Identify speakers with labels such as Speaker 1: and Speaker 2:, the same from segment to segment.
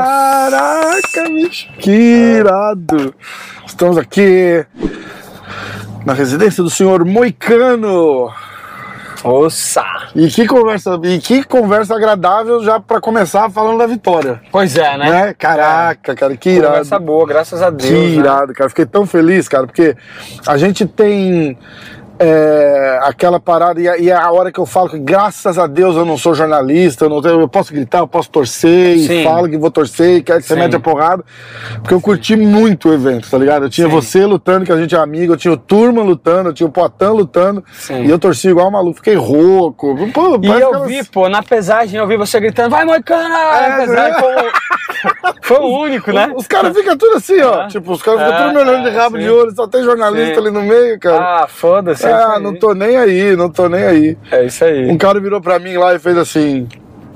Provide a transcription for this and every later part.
Speaker 1: Caraca, bicho, que irado! Estamos aqui na residência do senhor Moicano.
Speaker 2: Ossa!
Speaker 1: E que conversa, e que conversa agradável já pra começar falando da vitória,
Speaker 2: Pois é, né?
Speaker 1: né? Caraca, cara, que irado.
Speaker 2: Conversa boa, graças a Deus.
Speaker 1: Que
Speaker 2: né?
Speaker 1: irado, cara. Fiquei tão feliz, cara, porque a gente tem é, aquela parada e a, e a hora que eu falo que graças a Deus eu não sou jornalista, eu, não tenho- eu posso gritar, eu posso torcer e
Speaker 2: Sim.
Speaker 1: falo que vou torcer e quero que você
Speaker 2: Sim.
Speaker 1: mete a porrada. Porque eu curti muito o evento, tá ligado? Eu tinha
Speaker 2: Sim.
Speaker 1: você lutando, que a gente é amigo, eu tinha o Turma lutando, eu tinha o Poitin lutando
Speaker 2: Sim.
Speaker 1: e eu torci igual um maluco, fiquei rouco. Pô,
Speaker 2: E
Speaker 1: parece
Speaker 2: eu
Speaker 1: aquelas-
Speaker 2: vi, pô, na pesagem, eu vi você gritando, vai, Moicano!
Speaker 1: assim. É,
Speaker 2: Na pesagem, foi, o- foi o único, né?
Speaker 1: Os caras ficam tudo assim, ó.
Speaker 2: É.
Speaker 1: Tipo, os caras ficam
Speaker 2: É,
Speaker 1: tudo me olhando de
Speaker 2: é,
Speaker 1: rabo
Speaker 2: sim.
Speaker 1: de olho, só tem jornalista
Speaker 2: Sim.
Speaker 1: ali no meio, cara.
Speaker 2: Ah, foda-se. é isso
Speaker 1: Ah,
Speaker 2: aí.
Speaker 1: não tô nem aí, não tô nem aí.
Speaker 2: É isso
Speaker 1: Um
Speaker 2: aí.
Speaker 1: cara virou pra mim lá e fez assim: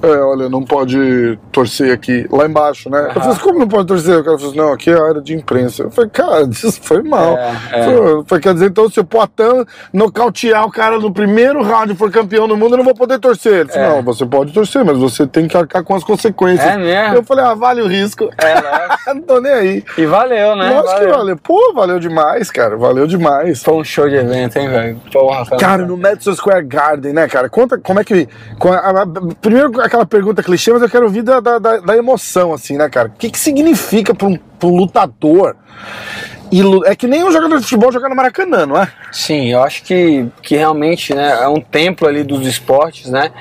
Speaker 1: É, olha, não pode torcer aqui, lá embaixo, né? Eu
Speaker 2: Aham.
Speaker 1: falei, como não pode torcer? O cara falou assim: não, aqui é a área de imprensa. Eu falei, cara, isso foi mal.
Speaker 2: É, é.
Speaker 1: Foi- Foi, quer dizer, então, se o Poitin nocautear o cara no primeiro round e for campeão do mundo, eu não vou poder torcer. Ele disse,
Speaker 2: É.
Speaker 1: não, você pode torcer, mas você tem que arcar com as consequências.
Speaker 2: É mesmo?
Speaker 1: Eu falei, ah, vale o risco.
Speaker 2: É, né?
Speaker 1: não tô nem aí.
Speaker 2: E valeu, né?
Speaker 1: Lógico
Speaker 2: valeu.
Speaker 1: que valeu. Pô, valeu demais, cara. Valeu demais.
Speaker 2: Foi um show de evento, hein, velho? Porra, cara.
Speaker 1: Cara, no Madison Square Garden, né, cara? Conta como é que. com a- a- a- primeiro, aquela pergunta clichê, mas eu quero ouvir da, da, da- da emoção, assim, né, cara? O que, que significa pra um, pra um lutador? E lu- é que nem um jogador de futebol jogar no Maracanã, não é?
Speaker 2: Sim, eu acho que, que realmente né, é um templo ali dos esportes, né?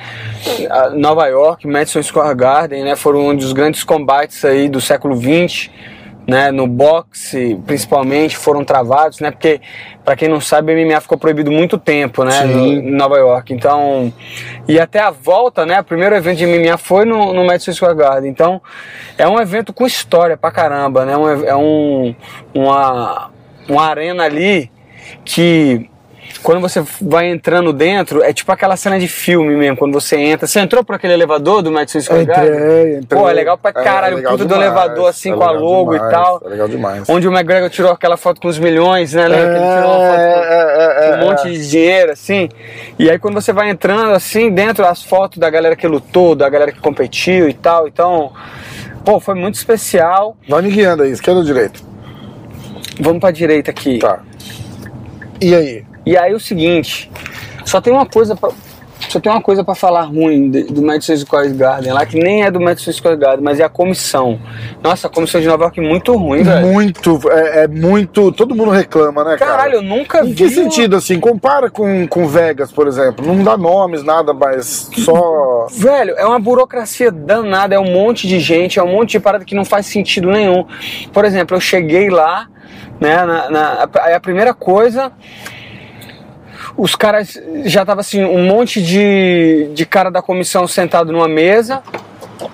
Speaker 2: A Nova York, Madison Square Garden, né? Foram um dos grandes combates aí do século XX, né? No boxe, principalmente, foram travados, né? Porque, para quem não sabe, o MMA ficou proibido muito tempo, né?
Speaker 1: Sim.
Speaker 2: no- em Nova York. Então, e até a volta, né? O primeiro evento de MMA foi no, no Madison Square Garden. Então, é um evento com história pra caramba, né? Um ev- é um, uma, uma arena ali que quando você vai entrando dentro, é tipo aquela cena de filme mesmo, quando você entra. Você entrou por aquele elevador do Madison Square Garden?
Speaker 1: Entrei, entrei.
Speaker 2: Pô, é legal pra caralho,
Speaker 1: legal
Speaker 2: o puto do elevador, assim,
Speaker 1: é
Speaker 2: com a
Speaker 1: legal
Speaker 2: logo e
Speaker 1: demais,
Speaker 2: tal.
Speaker 1: É legal demais.
Speaker 2: Onde o McGregor tirou aquela foto com os milhões, né? Lembra que ele tirou uma foto com-
Speaker 1: é,
Speaker 2: um monte de dinheiro, assim. E aí quando você vai entrando, assim, dentro as fotos da galera que lutou, da galera que competiu e tal. Então, pô, foi muito especial.
Speaker 1: Vai me guiando aí, esquerda ou direita?
Speaker 2: Vamos pra direita aqui.
Speaker 1: Tá. E aí?
Speaker 2: E aí o seguinte, só tem uma coisa pra, só tem uma coisa para falar ruim de- do Madison Square Garden lá, que nem é do Madison Square Garden, mas é a comissão. Nossa, a comissão de Nova York é muito ruim, velho.
Speaker 1: Muito, é, é muito. Todo mundo reclama, né, cara?
Speaker 2: Caralho, eu nunca
Speaker 1: Em
Speaker 2: vi.
Speaker 1: que
Speaker 2: uma-
Speaker 1: sentido, assim? Compara com, com Vegas, por exemplo. Não dá nomes, nada, mas só.
Speaker 2: Velho, é uma burocracia danada, é um monte de gente, é um monte de parada que não faz sentido nenhum. Por exemplo, eu cheguei lá, né, na, na- aí a primeira coisa, os caras já tava assim, um monte de, de cara da comissão sentado numa mesa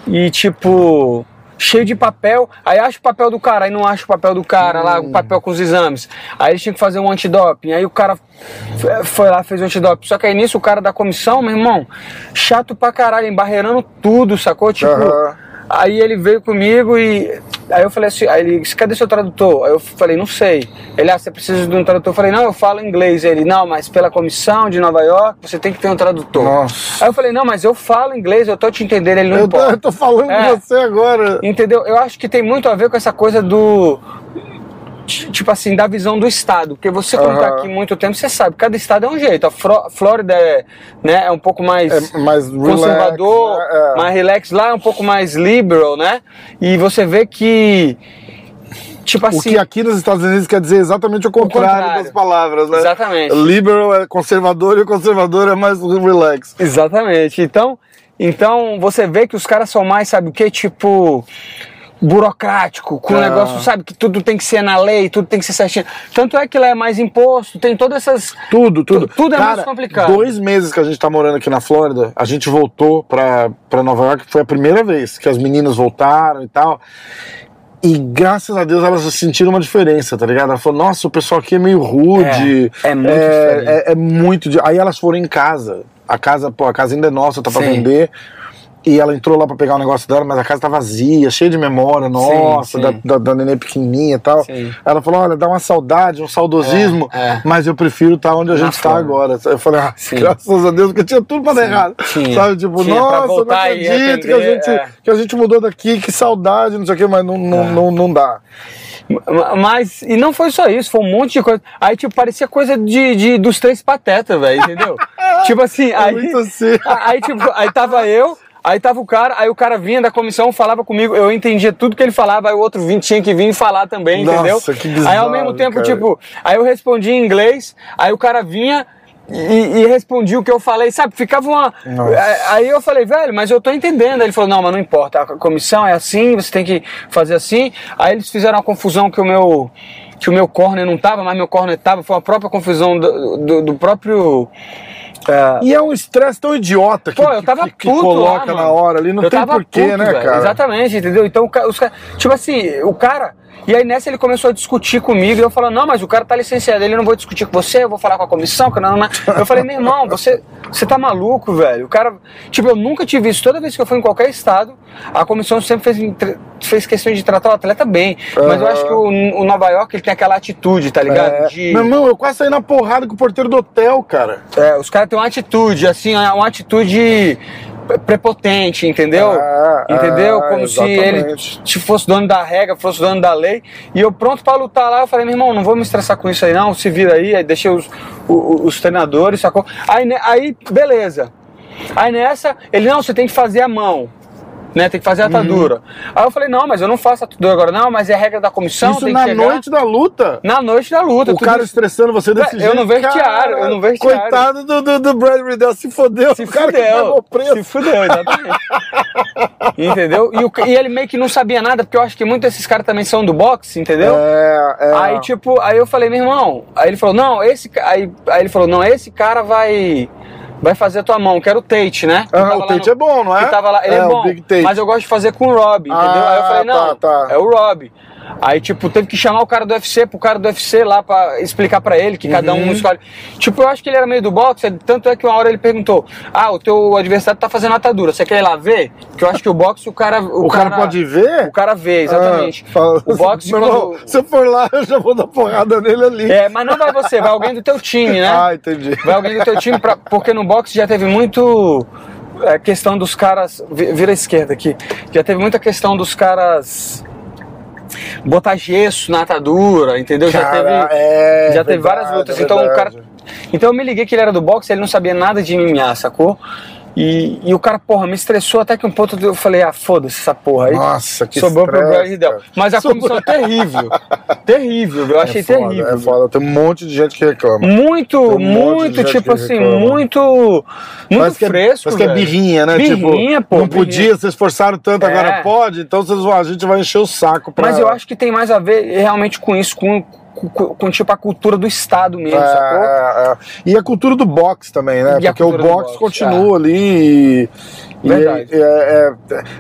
Speaker 2: e tipo. Cheio de papel, aí acha o papel do cara, aí não acha o papel do cara lá, o papel com os exames. Aí eles tinham que fazer um antidoping, aí o cara f- eh, foi lá, fez o antidoping. Só que aí nisso o cara da comissão, meu irmão, chato pra caralho, embarreirando tudo, sacou? Tipo,
Speaker 1: Aham.
Speaker 2: Aí ele veio comigo e. Aí eu falei assim, aí ele disse, cadê seu tradutor? Aí eu falei, não sei. Ele, ah, você precisa de um tradutor? Eu falei, não, eu falo inglês. Ele, não, mas pela comissão de Nova York, você tem que ter um tradutor.
Speaker 1: Nossa.
Speaker 2: Aí eu falei, não, mas eu falo inglês, eu tô te entendendo, ele não
Speaker 1: Eu tô,
Speaker 2: importa.
Speaker 1: eu tô falando
Speaker 2: É.
Speaker 1: com você agora.
Speaker 2: Entendeu? Eu acho que tem muito a ver com essa coisa do. ti- Tipo assim, da visão do Estado. Porque você, quando tá
Speaker 1: Aham.
Speaker 2: aqui muito tempo, você sabe, cada estado é um jeito. A Fro- Flórida é, né, é um pouco mais
Speaker 1: É mais relax,
Speaker 2: conservador,
Speaker 1: né? É.
Speaker 2: mais relax. Lá é um pouco mais liberal, né? E você vê que. Tipo
Speaker 1: O
Speaker 2: assim.
Speaker 1: que aqui nos Estados Unidos quer dizer exatamente o contrário,
Speaker 2: contrário.
Speaker 1: das palavras, né?
Speaker 2: Exatamente.
Speaker 1: Liberal é conservador e o conservador é mais relax.
Speaker 2: Exatamente. Então, então você vê que os caras são mais, sabe o que? Tipo burocrático, com o
Speaker 1: Ah.
Speaker 2: negócio, sabe, que tudo tem que ser na lei, tudo tem que ser certinho. Tanto é que lá é mais imposto, tem todas essas
Speaker 1: Tudo, tudo.
Speaker 2: Tu- tudo é
Speaker 1: Cara,
Speaker 2: mais complicado.
Speaker 1: Dois meses que a gente tá morando aqui na Flórida, a gente voltou pra, pra Nova York, foi a primeira vez que as meninas voltaram e tal. E graças a Deus elas sentiram uma diferença, tá ligado? Ela falou, nossa, o pessoal aqui é meio rude.
Speaker 2: É, é muito diferente.
Speaker 1: é, é muito. di- Aí elas foram em casa. A casa, pô, a casa ainda é nossa, tá pra
Speaker 2: Sim.
Speaker 1: vender. e ela entrou lá pra pegar o negócio dela, mas a casa tá vazia, cheia de memória, nossa,
Speaker 2: sim.
Speaker 1: Da, da, da neném pequenininha e tal.
Speaker 2: Sim.
Speaker 1: Ela falou: olha, dá uma saudade, um saudosismo,
Speaker 2: É, é.
Speaker 1: mas eu prefiro estar onde a
Speaker 2: Na
Speaker 1: gente tá
Speaker 2: flor.
Speaker 1: agora. Eu falei: ah,
Speaker 2: Sim.
Speaker 1: graças a Deus, porque tinha tudo pra dar errado.
Speaker 2: Tinha.
Speaker 1: Sabe, tipo,
Speaker 2: Tinha pra
Speaker 1: nossa, não
Speaker 2: voltar e
Speaker 1: acredito que a,
Speaker 2: arrepender,
Speaker 1: gente,
Speaker 2: é.
Speaker 1: que a gente mudou daqui, que saudade, não sei o que, mas não, não, não, não dá.
Speaker 2: Ma- Mas, e não foi só isso, foi um monte de coisa. Aí, tipo, parecia coisa de, de- dos três patetas, velho, entendeu? tipo assim, aí.
Speaker 1: muito assim.
Speaker 2: a- Aí, tipo, aí tava eu. Aí tava o cara, aí o cara vinha da comissão, falava comigo, eu entendia tudo que ele falava, aí o outro vinha, tinha que vir e falar também,
Speaker 1: Nossa,
Speaker 2: entendeu?
Speaker 1: que bizarro,
Speaker 2: aí ao mesmo tempo,
Speaker 1: cara.
Speaker 2: tipo, aí eu respondia em inglês, aí o cara vinha e, e respondia o que eu falei, sabe? Ficava uma.
Speaker 1: Nossa.
Speaker 2: a- Aí eu falei, velho, mas eu tô entendendo. Aí ele falou, não, mas não importa, a comissão é assim, você tem que fazer assim. Aí eles fizeram uma confusão que o meu. Que o meu corner não tava, mas meu corner tava, foi uma própria confusão do, do, do próprio. ah,
Speaker 1: E é um estresse tão idiota que,
Speaker 2: Pô, eu tava
Speaker 1: que, que
Speaker 2: puto
Speaker 1: coloca
Speaker 2: lá,
Speaker 1: na
Speaker 2: mano.
Speaker 1: hora ali, não
Speaker 2: Eu
Speaker 1: tem
Speaker 2: tava
Speaker 1: porquê,
Speaker 2: puto,
Speaker 1: né,
Speaker 2: velho.
Speaker 1: cara?
Speaker 2: Exatamente, entendeu? Então, o ca- os caras. Tipo assim, o cara. E aí nessa ele começou a discutir comigo e eu falando, não, mas o cara tá licenciado, ele não vou discutir com você, eu vou falar com a comissão, que não, não, não. Eu falei, meu irmão, você, você tá maluco, velho. O cara. Tipo, eu nunca tive isso. Toda vez que eu fui em qualquer estado, a comissão sempre fez, me tra- fez questão de tratar o atleta bem. Mas eu
Speaker 1: Aham.
Speaker 2: acho que o, o Nova York ele tem aquela atitude, tá ligado?
Speaker 1: É.
Speaker 2: De-
Speaker 1: Meu irmão, eu quase saí na porrada com o porteiro do hotel, cara.
Speaker 2: é, os caras têm uma atitude, assim, uma atitude pre- prepotente, entendeu?
Speaker 1: Ah,
Speaker 2: entendeu?
Speaker 1: ah,
Speaker 2: Como se ele
Speaker 1: exatamente.
Speaker 2: te fosse dono da regra, fosse dono da lei. E eu pronto pra lutar lá, eu falei, meu irmão, não vou me estressar com isso aí não, se vira aí, aí deixei os, o- o- os treinadores, sacou? Aí, ne- aí, beleza. Aí nessa, ele, não, você tem que fazer a mão. Né, tem que fazer a atadura. Aí eu falei, não, mas eu não faço a atadura agora, não, mas é regra da comissão,
Speaker 1: Uhum. Isso
Speaker 2: tem que
Speaker 1: na
Speaker 2: chegar.
Speaker 1: noite da luta.
Speaker 2: Na noite da luta.
Speaker 1: O
Speaker 2: tudo
Speaker 1: cara
Speaker 2: isso.
Speaker 1: estressando você desse
Speaker 2: Eu
Speaker 1: jeito.
Speaker 2: não vejo
Speaker 1: cara,
Speaker 2: tiara, eu não vejo tiara.
Speaker 1: Coitado do, do, do Brad Riddell, se fodeu.
Speaker 2: Se
Speaker 1: é o cara que
Speaker 2: fudeu.
Speaker 1: pagou preço.
Speaker 2: Se fudeu, exatamente. entendeu? E, o ca- e ele meio que não sabia nada, porque eu acho que muitos desses caras também são do boxe, entendeu?
Speaker 1: É, é.
Speaker 2: Aí, tipo, aí eu falei, meu irmão. Aí ele falou, não, esse. ca- Aí, aí ele falou, não, esse cara vai. Vai fazer a tua mão, que era o Tate, né? Que
Speaker 1: Ah,
Speaker 2: tava
Speaker 1: o
Speaker 2: lá
Speaker 1: Tate é bom, não é?
Speaker 2: Que tava lá, ele é,
Speaker 1: É, o
Speaker 2: bom.
Speaker 1: Big Tate.
Speaker 2: Mas eu gosto de fazer com o Rob, entendeu? aí eu
Speaker 1: Ah,
Speaker 2: falei, não,
Speaker 1: tá, tá.
Speaker 2: é o Rob. Aí, tipo, teve que chamar o cara do UFC pro cara do UFC lá pra explicar pra ele que cada
Speaker 1: Uhum.
Speaker 2: um escolhe. Tipo, eu acho que ele era meio do boxe, tanto é que uma hora ele perguntou: Ah, o teu adversário tá fazendo atadura, você quer ir lá ver? Que eu acho que o boxe o cara. O,
Speaker 1: o cara, pode ver?
Speaker 2: O cara vê, exatamente.
Speaker 1: Ah, fala-
Speaker 2: o boxe
Speaker 1: Meu irmão,
Speaker 2: quando.
Speaker 1: Se eu for lá, eu já vou dar porrada nele ali.
Speaker 2: É, mas não vai você, vai alguém do teu time, né?
Speaker 1: Ah, entendi.
Speaker 2: Vai alguém do teu time, pra- porque no boxe já teve muito é, questão dos caras. vi- Vira a esquerda aqui. Já teve muita questão dos caras botar gesso na atadura, entendeu? já
Speaker 1: Cara,
Speaker 2: teve,
Speaker 1: é,
Speaker 2: já teve
Speaker 1: verdade,
Speaker 2: várias lutas.
Speaker 1: é
Speaker 2: então o cara.
Speaker 1: verdade.
Speaker 2: Então eu me liguei que ele era do boxe, ele não sabia nada de MMA, sacou? E, e o cara, porra, me estressou até que um ponto eu falei, ah, foda-se essa porra aí.
Speaker 1: Nossa, que
Speaker 2: Sobrou pro
Speaker 1: estresse,
Speaker 2: Brad Riddell.
Speaker 1: cara.
Speaker 2: Mas a
Speaker 1: Sobrou-
Speaker 2: comissão terrível. terrível, eu achei
Speaker 1: é foda,
Speaker 2: terrível.
Speaker 1: É foda, tem um monte de gente que reclama.
Speaker 2: Muito,
Speaker 1: um monte
Speaker 2: muito,
Speaker 1: de gente
Speaker 2: tipo
Speaker 1: que
Speaker 2: assim,
Speaker 1: reclama.
Speaker 2: muito. Muito
Speaker 1: Parece que é-
Speaker 2: fresco.
Speaker 1: parece que é
Speaker 2: velho.
Speaker 1: birrinha, né?
Speaker 2: Birrinha,
Speaker 1: tipo,
Speaker 2: pô.
Speaker 1: não
Speaker 2: birrinha.
Speaker 1: podia, vocês forçaram tanto,
Speaker 2: É.
Speaker 1: agora pode, então vocês vão, a gente vai encher o saco pra.
Speaker 2: Mas eu acho que tem mais a ver realmente com isso, com, com, com, tipo a cultura do Estado mesmo, sacou?
Speaker 1: É, é, é. E a cultura do boxe também, né?
Speaker 2: E a
Speaker 1: Porque o
Speaker 2: cultura do
Speaker 1: boxe
Speaker 2: boxe, é.
Speaker 1: continua ali. e- E
Speaker 2: Verdade.
Speaker 1: é, é,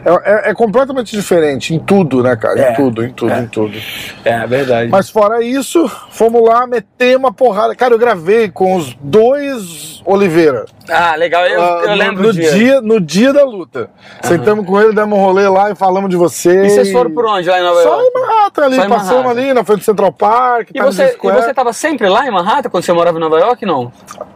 Speaker 1: é- é- é completamente diferente em tudo, né, cara? Em
Speaker 2: É,
Speaker 1: tudo, em tudo,
Speaker 2: é.
Speaker 1: em tudo.
Speaker 2: É, verdade.
Speaker 1: Mas fora isso, fomos lá, meter uma porrada. Cara, eu gravei com os dois Oliveira.
Speaker 2: ah, legal, eu,
Speaker 1: Ah,
Speaker 2: eu
Speaker 1: no-
Speaker 2: lembro
Speaker 1: no
Speaker 2: do dia.
Speaker 1: No dia da luta. Sentamos com ele, demos um rolê lá e falamos de você.
Speaker 2: E vocês foram por onde lá em Nova
Speaker 1: Só
Speaker 2: York? né?
Speaker 1: em Manhattan ali,
Speaker 2: Só em
Speaker 1: passamos
Speaker 2: Manhattan.
Speaker 1: ali na frente do Central Park,
Speaker 2: E
Speaker 1: Times
Speaker 2: você, e
Speaker 1: Square.
Speaker 2: você tava sempre lá em Manhattan quando você morava em Nova York, não?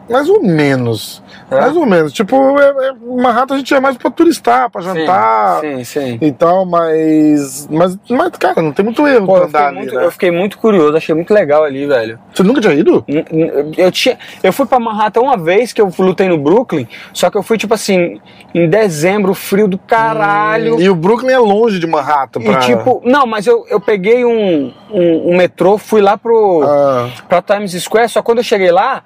Speaker 1: Mais ou menos.
Speaker 2: É?
Speaker 1: Mais ou menos. Tipo, é, é, Manhattan a gente é mais pra turistar, pra jantar
Speaker 2: Sim, sim. sim.
Speaker 1: e tal, mas, mas. Mas, cara, não tem muito erro
Speaker 2: Pô,
Speaker 1: pra
Speaker 2: eu fiquei,
Speaker 1: andar ali,
Speaker 2: muito,
Speaker 1: né?
Speaker 2: eu fiquei muito curioso, achei muito legal ali, velho.
Speaker 1: Você nunca tinha ido?
Speaker 2: N- n- Eu, tinha, eu fui pra Manhattan uma vez que eu lutei no Brooklyn, só que eu fui, tipo assim, em dezembro, frio do caralho.
Speaker 1: E o Brooklyn é longe de Manhattan, pra...
Speaker 2: E tipo, não, mas eu, eu peguei um, um, um metrô, fui lá pro,
Speaker 1: Ah.
Speaker 2: pra Times Square, só quando eu cheguei lá,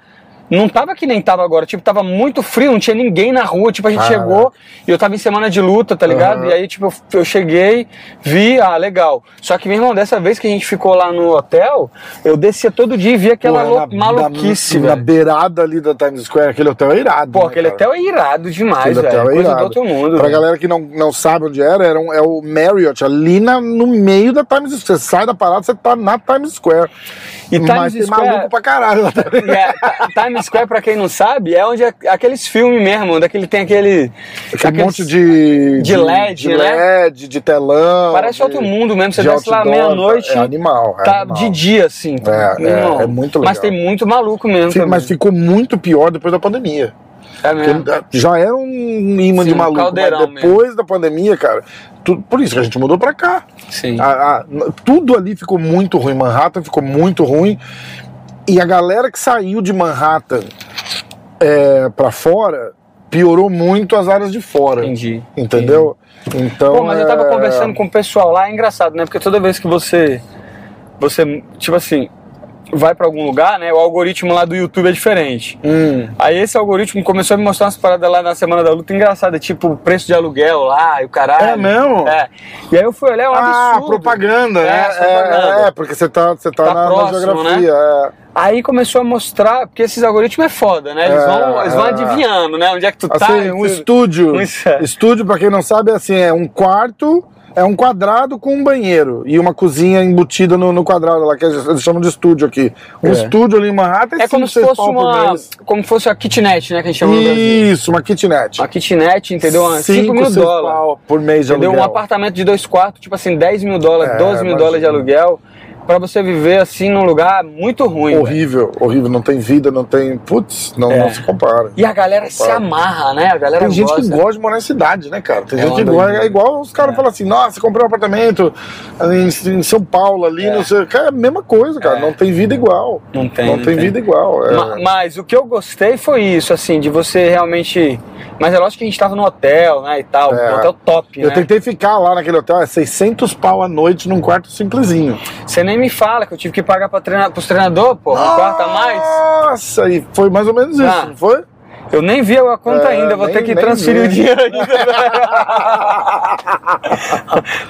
Speaker 2: não tava que nem tava agora, tipo, tava muito frio, não tinha ninguém na rua, tipo, a gente
Speaker 1: Caraca.
Speaker 2: chegou e eu tava em semana de luta, tá ligado?
Speaker 1: Aham.
Speaker 2: E aí, tipo, eu, eu cheguei, vi, ah, legal. Só que, meu irmão, dessa vez que a gente ficou lá no hotel, eu descia todo dia e via aquela
Speaker 1: Pô,
Speaker 2: lou-
Speaker 1: é na-
Speaker 2: maluquice,
Speaker 1: na, na
Speaker 2: velho.
Speaker 1: beirada ali da Times Square, aquele hotel é irado.
Speaker 2: Pô,
Speaker 1: né,
Speaker 2: aquele
Speaker 1: cara?
Speaker 2: hotel é irado demais,
Speaker 1: Aquele
Speaker 2: velho.
Speaker 1: hotel é
Speaker 2: Coisa do
Speaker 1: irado.
Speaker 2: outro mundo.
Speaker 1: Pra
Speaker 2: velho.
Speaker 1: galera que não, não sabe onde era, era um- é o Marriott, ali na- no meio da Times Square. Você sai da parada, você tá na Times Square.
Speaker 2: E Times
Speaker 1: Mas tem
Speaker 2: Square-
Speaker 1: maluco pra caralho. lá também.
Speaker 2: E é, Ti- Times Times Square, pra quem não sabe, é onde é aqueles filmes mesmo, onde aquele, tem aquele.
Speaker 1: Aquele
Speaker 2: aqueles-
Speaker 1: um monte de.
Speaker 2: de LED,
Speaker 1: de
Speaker 2: né?
Speaker 1: LED, de telão.
Speaker 2: Parece
Speaker 1: de-
Speaker 2: outro mundo mesmo. Você
Speaker 1: de
Speaker 2: desce lá
Speaker 1: outdoor,
Speaker 2: meia-noite,
Speaker 1: É animal. é
Speaker 2: tá
Speaker 1: animal.
Speaker 2: de dia, assim.
Speaker 1: É, é,
Speaker 2: Irmão,
Speaker 1: é muito
Speaker 2: Mas
Speaker 1: legal.
Speaker 2: tem muito maluco mesmo.
Speaker 1: Fi-
Speaker 2: também.
Speaker 1: Mas ficou muito pior depois da pandemia.
Speaker 2: É mesmo.
Speaker 1: Porque Já era um imã
Speaker 2: Sim,
Speaker 1: de
Speaker 2: um
Speaker 1: maluco.
Speaker 2: caldeirão
Speaker 1: mas depois da pandemia, cara, tu- por isso que a gente mudou pra cá.
Speaker 2: Sim.
Speaker 1: A- a- n- tudo ali ficou muito ruim. Manhattan ficou muito ruim. E a galera que saiu de Manhattan é, para fora piorou muito as áreas de fora.
Speaker 2: Entendi.
Speaker 1: Entendeu? Então.
Speaker 2: Pô, mas eu tava
Speaker 1: é,
Speaker 2: conversando com o pessoal lá, é engraçado, né? Porque toda vez que você. Você, tipo assim, vai pra algum lugar, né? O algoritmo lá do YouTube é diferente.
Speaker 1: Hum,
Speaker 2: Aí esse algoritmo começou a me mostrar umas paradas lá na Semana da Luta engraçada, tipo preço de aluguel lá e o caralho.
Speaker 1: É mesmo?
Speaker 2: É. E aí eu fui olhar, é um
Speaker 1: ah,
Speaker 2: absurdo.
Speaker 1: propaganda,
Speaker 2: É,
Speaker 1: né?
Speaker 2: propaganda.
Speaker 1: É, é, porque você tá, você tá,
Speaker 2: Tá
Speaker 1: na, na
Speaker 2: próximo, né?
Speaker 1: geografia. é.
Speaker 2: Aí começou a mostrar, porque esses algoritmos é foda, né? Eles,
Speaker 1: É,
Speaker 2: vão, eles vão
Speaker 1: é.
Speaker 2: adivinhando, né? Onde é que tu tá.
Speaker 1: Assim,
Speaker 2: e
Speaker 1: um
Speaker 2: tudo.
Speaker 1: estúdio.
Speaker 2: Um es- é.
Speaker 1: Estúdio, pra quem não sabe, é assim, é um quarto, é um quadrado com um banheiro e uma cozinha embutida no, no quadrado lá, que eles eles chamam de estúdio aqui. Um
Speaker 2: É.
Speaker 1: estúdio ali em Manhattan
Speaker 2: É
Speaker 1: cinco,
Speaker 2: como se
Speaker 1: seis
Speaker 2: fosse
Speaker 1: pau por
Speaker 2: uma.
Speaker 1: mês.
Speaker 2: Como fosse a kitnet, né? Que a gente chama no Brasil.
Speaker 1: Isso, uma kitnet.
Speaker 2: Uma kitnet, entendeu? Umas 5
Speaker 1: Cinco,
Speaker 2: mil
Speaker 1: seis
Speaker 2: dólares.
Speaker 1: pau por mês de
Speaker 2: Entendeu? Um
Speaker 1: aluguel.
Speaker 2: apartamento de dois quartos, tipo assim, 10 mil dólares,
Speaker 1: É,
Speaker 2: 12 mil
Speaker 1: imagina.
Speaker 2: dólares de aluguel, pra você viver assim num lugar muito ruim. velho.
Speaker 1: Horrível, horrível. Não tem vida, não tem. Putz, não,
Speaker 2: É.
Speaker 1: não se compara.
Speaker 2: E a galera se amarra, né? A galera
Speaker 1: Tem gente
Speaker 2: gosta.
Speaker 1: que gosta de morar em cidade, né, cara? Tem
Speaker 2: É
Speaker 1: gente
Speaker 2: uma
Speaker 1: que gosta.
Speaker 2: doideira.
Speaker 1: É igual os caras
Speaker 2: É.
Speaker 1: falam assim: nossa, comprei um apartamento em, em São Paulo ali,
Speaker 2: É.
Speaker 1: não sei. o que. Cara, é a mesma coisa, cara.
Speaker 2: É.
Speaker 1: Não tem vida igual.
Speaker 2: Não tem,
Speaker 1: Não
Speaker 2: não
Speaker 1: tem
Speaker 2: tem.
Speaker 1: vida igual. é.
Speaker 2: Ma- mas o que eu gostei foi isso, assim, de você realmente. Mas é lógico que a gente tava no hotel, né? E tal.
Speaker 1: É.
Speaker 2: Um hotel top,
Speaker 1: Eu
Speaker 2: né?
Speaker 1: tentei ficar lá naquele hotel, é 600 pau a noite num quarto simplesinho.
Speaker 2: Você nem me fala que eu tive que pagar pra treinar, pros treinador, pô,
Speaker 1: Ah!
Speaker 2: um quarto a mais.
Speaker 1: Nossa, e foi mais ou menos isso,
Speaker 2: Ah.
Speaker 1: não foi?
Speaker 2: Eu nem vi a conta
Speaker 1: É,
Speaker 2: ainda, vou
Speaker 1: nem-
Speaker 2: ter que
Speaker 1: nem
Speaker 2: transferir
Speaker 1: vi.
Speaker 2: o dinheiro ainda.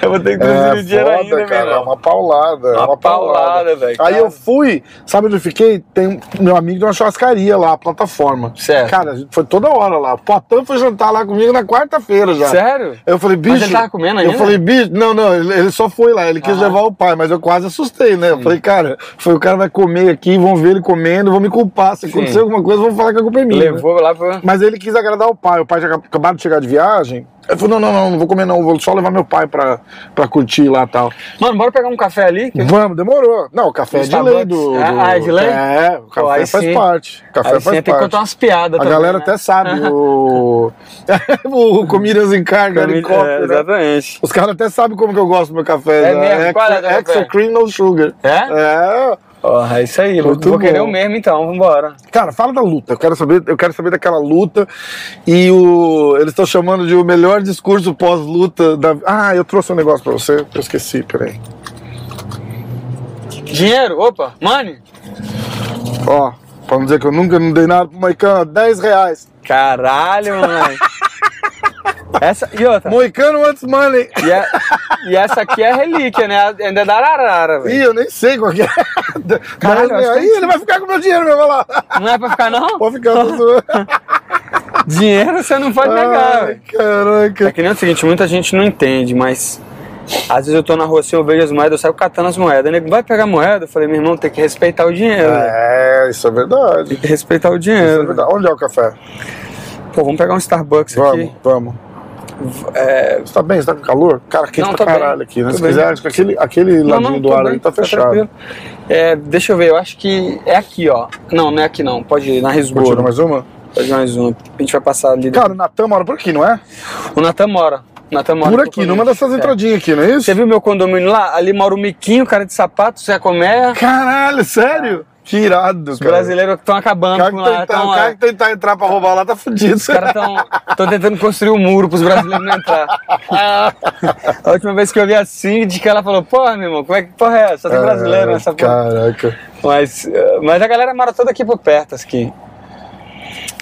Speaker 2: eu vou ter que transferir o dinheiro ainda,
Speaker 1: É, cara, é
Speaker 2: velho.
Speaker 1: uma paulada. é
Speaker 2: Uma
Speaker 1: uma paulada,
Speaker 2: paulada, velho,
Speaker 1: Aí
Speaker 2: cara.
Speaker 1: eu fui, sabe onde eu fiquei? Tem um- meu amigo de uma churrascaria lá, a plataforma.
Speaker 2: Certo.
Speaker 1: Cara, a gente foi toda hora lá. O Potan foi jantar lá comigo na quarta-feira já.
Speaker 2: Sério?
Speaker 1: Eu falei, bicho.
Speaker 2: ele tava comendo ainda?
Speaker 1: Eu falei, bicho, não, não, ele, ele só foi lá, ele quis
Speaker 2: Aham.
Speaker 1: levar o pai, mas eu quase assustei, né? Eu falei, cara, foi, o cara vai comer aqui, vão ver ele comendo, vão me culpar. Se acontecer alguma coisa, vão falar que a culpa é minha. né?
Speaker 2: Levou lá pra.
Speaker 1: Mas ele quis agradar o pai. O pai tinha acabado de chegar de viagem. Ele falou: não, não, não, não vou comer, não. Vou só levar meu pai pra, pra curtir lá e tal.
Speaker 2: Mano, bora pegar um café ali? que-
Speaker 1: Vamos, demorou. Não, o café é de
Speaker 2: Starbucks.
Speaker 1: lei do. do-
Speaker 2: Ah, é de lei?
Speaker 1: É, o café
Speaker 2: Pô, aí
Speaker 1: faz
Speaker 2: sim.
Speaker 1: parte. O Café
Speaker 2: Aí
Speaker 1: faz
Speaker 2: você tem que
Speaker 1: parte.
Speaker 2: contar umas piadas
Speaker 1: A
Speaker 2: também,
Speaker 1: galera
Speaker 2: né?
Speaker 1: até sabe o. o Comidas em carga,
Speaker 2: Comida- é,
Speaker 1: helicóptero. né?
Speaker 2: Exatamente.
Speaker 1: Os caras até sabem como que eu gosto do meu café.
Speaker 2: É
Speaker 1: né?
Speaker 2: mesmo?
Speaker 1: Extra,
Speaker 2: Qual é o teu
Speaker 1: extra
Speaker 2: café?
Speaker 1: cream, no sugar. É.
Speaker 2: Porra, é isso aí, Lu.
Speaker 1: Muito
Speaker 2: Vou querer
Speaker 1: bom.
Speaker 2: o mesmo então, vambora.
Speaker 1: Cara, fala da luta. Eu quero saber, eu quero saber daquela luta e o eles estão chamando de o melhor discurso pós-luta da. Ah, eu trouxe um negócio pra você. Eu esqueci, peraí.
Speaker 2: Dinheiro? Opa, money?
Speaker 1: Ó, pra não dizer que eu nunca não dei nada pro Moicano, 10 reais.
Speaker 2: Caralho, mano. Essa. E outra.
Speaker 1: Moicano wants money.
Speaker 2: E, a- e essa aqui é relíquia, né? Ainda é da Ararara, velho.
Speaker 1: Ih, eu nem sei qual que é.
Speaker 2: Caralho,
Speaker 1: Dez reais.
Speaker 2: acho que- é
Speaker 1: Ih, ele vai ficar com meu dinheiro, meu. Vai lá.
Speaker 2: Não é pra ficar, não?
Speaker 1: Pode ficar. tô zoando.
Speaker 2: Dinheiro você não pode negar.
Speaker 1: Ai,
Speaker 2: velho. É
Speaker 1: caraca.
Speaker 2: que nem o seguinte, muita gente não entende, mas às vezes eu tô na rua assim, eu vejo as moedas, eu saio catando as moedas. Nego, vai pegar moeda? Eu falei, meu irmão, tem que respeitar o dinheiro. velho.
Speaker 1: É, isso é verdade.
Speaker 2: Tem que respeitar o
Speaker 1: Isso é
Speaker 2: dinheiro.
Speaker 1: verdade. Onde é o café?
Speaker 2: Pô, vamos pegar um Starbucks
Speaker 1: Vamos,
Speaker 2: aqui.
Speaker 1: vamos.
Speaker 2: É,
Speaker 1: Você tá bem? Você tá com calor? Cara, quente
Speaker 2: Não,
Speaker 1: pra
Speaker 2: tô bem.
Speaker 1: caralho aqui, né?
Speaker 2: Tô
Speaker 1: Se
Speaker 2: bem.
Speaker 1: quiser, acho que aquele, aquele
Speaker 2: não,
Speaker 1: ladinho
Speaker 2: não,
Speaker 1: do
Speaker 2: tô
Speaker 1: ar
Speaker 2: bem,
Speaker 1: ali tá
Speaker 2: tá
Speaker 1: fechado.
Speaker 2: tranquilo. É, deixa eu ver, eu acho que é aqui, ó. Não, não é aqui não. Pode ir na
Speaker 1: Curtindo
Speaker 2: Resboro.
Speaker 1: mais uma?
Speaker 2: Pode ir mais uma. A gente vai passar ali.
Speaker 1: Cara, o Natan mora por aqui, não é?
Speaker 2: O Natan mora. O Natan mora
Speaker 1: Por
Speaker 2: no
Speaker 1: aqui,
Speaker 2: condomínio.
Speaker 1: numa dessas
Speaker 2: É.
Speaker 1: entradinhas aqui, não é isso?
Speaker 2: Você viu meu condomínio lá? Ali mora o Miquinho, cara de sapato, Zé Coméia.
Speaker 1: Caralho, sério? Que irado,
Speaker 2: Os
Speaker 1: cara.
Speaker 2: brasileiros que estão acabando
Speaker 1: O cara
Speaker 2: com
Speaker 1: que
Speaker 2: lá.
Speaker 1: tentar,
Speaker 2: tão
Speaker 1: o
Speaker 2: lá.
Speaker 1: cara que tentar entrar pra roubar lá tá fudido.
Speaker 2: Os caras estão tentando construir um muro pros brasileiros não entrar. a última vez que eu vi a Cindy, que ela falou, porra, meu irmão, como é que porra é essa? Só tem brasileiro nessa porra.
Speaker 1: Caraca.
Speaker 2: Mas, eh, mas a galera mora toda aqui por perto, aqui.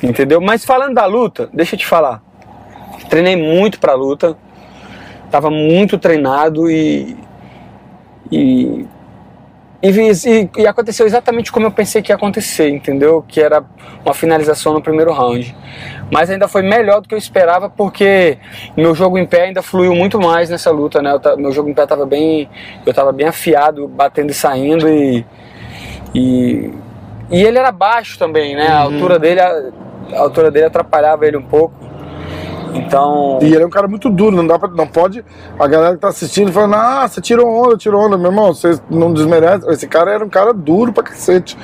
Speaker 2: Entendeu? Mas falando da luta, deixa eu te falar. Treinei muito pra luta. Tava muito treinado e. E. E, vi- e- e aconteceu exatamente como eu pensei que ia acontecer, entendeu? Que era uma finalização no primeiro round. Mas ainda foi melhor do que eu esperava, porque meu jogo em pé ainda fluiu muito mais nessa luta, né? Eu ta- meu jogo em pé tava bem. Eu tava bem afiado, batendo e saindo e. E, E ele era baixo também, né? A altura dele, a, a altura dele atrapalhava ele um pouco. Então,
Speaker 1: E ele é um cara muito duro, não dá pra, não pode. A galera que tá assistindo falando, ah, você tirou onda, tirou onda, meu irmão, vocês não desmerecem. Esse cara era um cara duro pra cacete.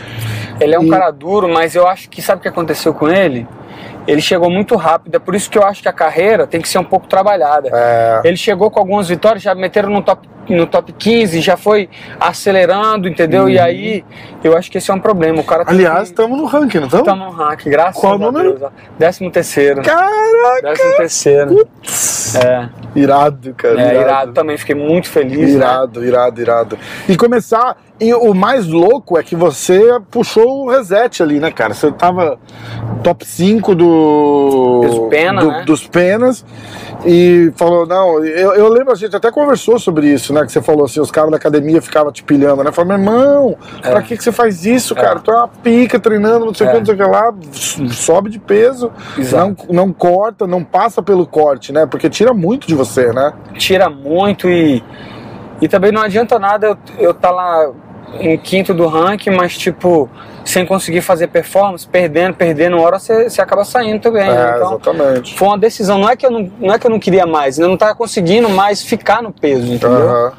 Speaker 2: ele é um
Speaker 1: e-
Speaker 2: cara duro, mas eu acho que sabe o que aconteceu com ele? Ele chegou muito rápido, é por isso que eu acho que a carreira tem que ser um pouco trabalhada.
Speaker 1: É,
Speaker 2: Ele chegou com algumas vitórias, já meteram no top, no top 15, já foi acelerando, entendeu? E aí, eu acho que esse é um problema. O cara tem
Speaker 1: Uhum. aliás,
Speaker 2: que-
Speaker 1: estamos no ranking, não estamos?
Speaker 2: tá no hack, graças
Speaker 1: Qual
Speaker 2: a
Speaker 1: o número?
Speaker 2: Deus. ó. Décimo terceiro. né?
Speaker 1: Caraca!
Speaker 2: Décimo terceiro.
Speaker 1: Putz.
Speaker 2: É,
Speaker 1: Irado, cara.
Speaker 2: é irado também, fiquei muito feliz. né?
Speaker 1: Irado, irado, irado. E começar. E o mais louco é que você puxou o reset ali, né, cara? Você tava top 5 do,
Speaker 2: Dos pena,
Speaker 1: do-
Speaker 2: né?
Speaker 1: dos penas e falou, não, eu, eu lembro, a gente até conversou sobre isso, né? Que você falou assim, os caras da academia ficavam te pilhando, né? Falando, meu irmão,
Speaker 2: É.
Speaker 1: pra que, que você faz isso,
Speaker 2: É.
Speaker 1: cara? Tu é uma pica treinando, não sei o
Speaker 2: É.
Speaker 1: que, não sei o que lá, s- sobe de peso,
Speaker 2: Exato.
Speaker 1: não, não corta, não passa pelo corte, né? Porque tira muito de você, né?
Speaker 2: Tira muito e. E também não adianta nada eu, eu tá lá em quinto do ranking, mas tipo, sem conseguir fazer performance, perdendo, perdendo, uma hora você você acaba saindo também. né?
Speaker 1: É,
Speaker 2: Então,
Speaker 1: exatamente.
Speaker 2: foi uma decisão. Não é que eu não, não é que eu não queria mais, eu não tava conseguindo mais ficar no peso, entendeu?
Speaker 1: Aham.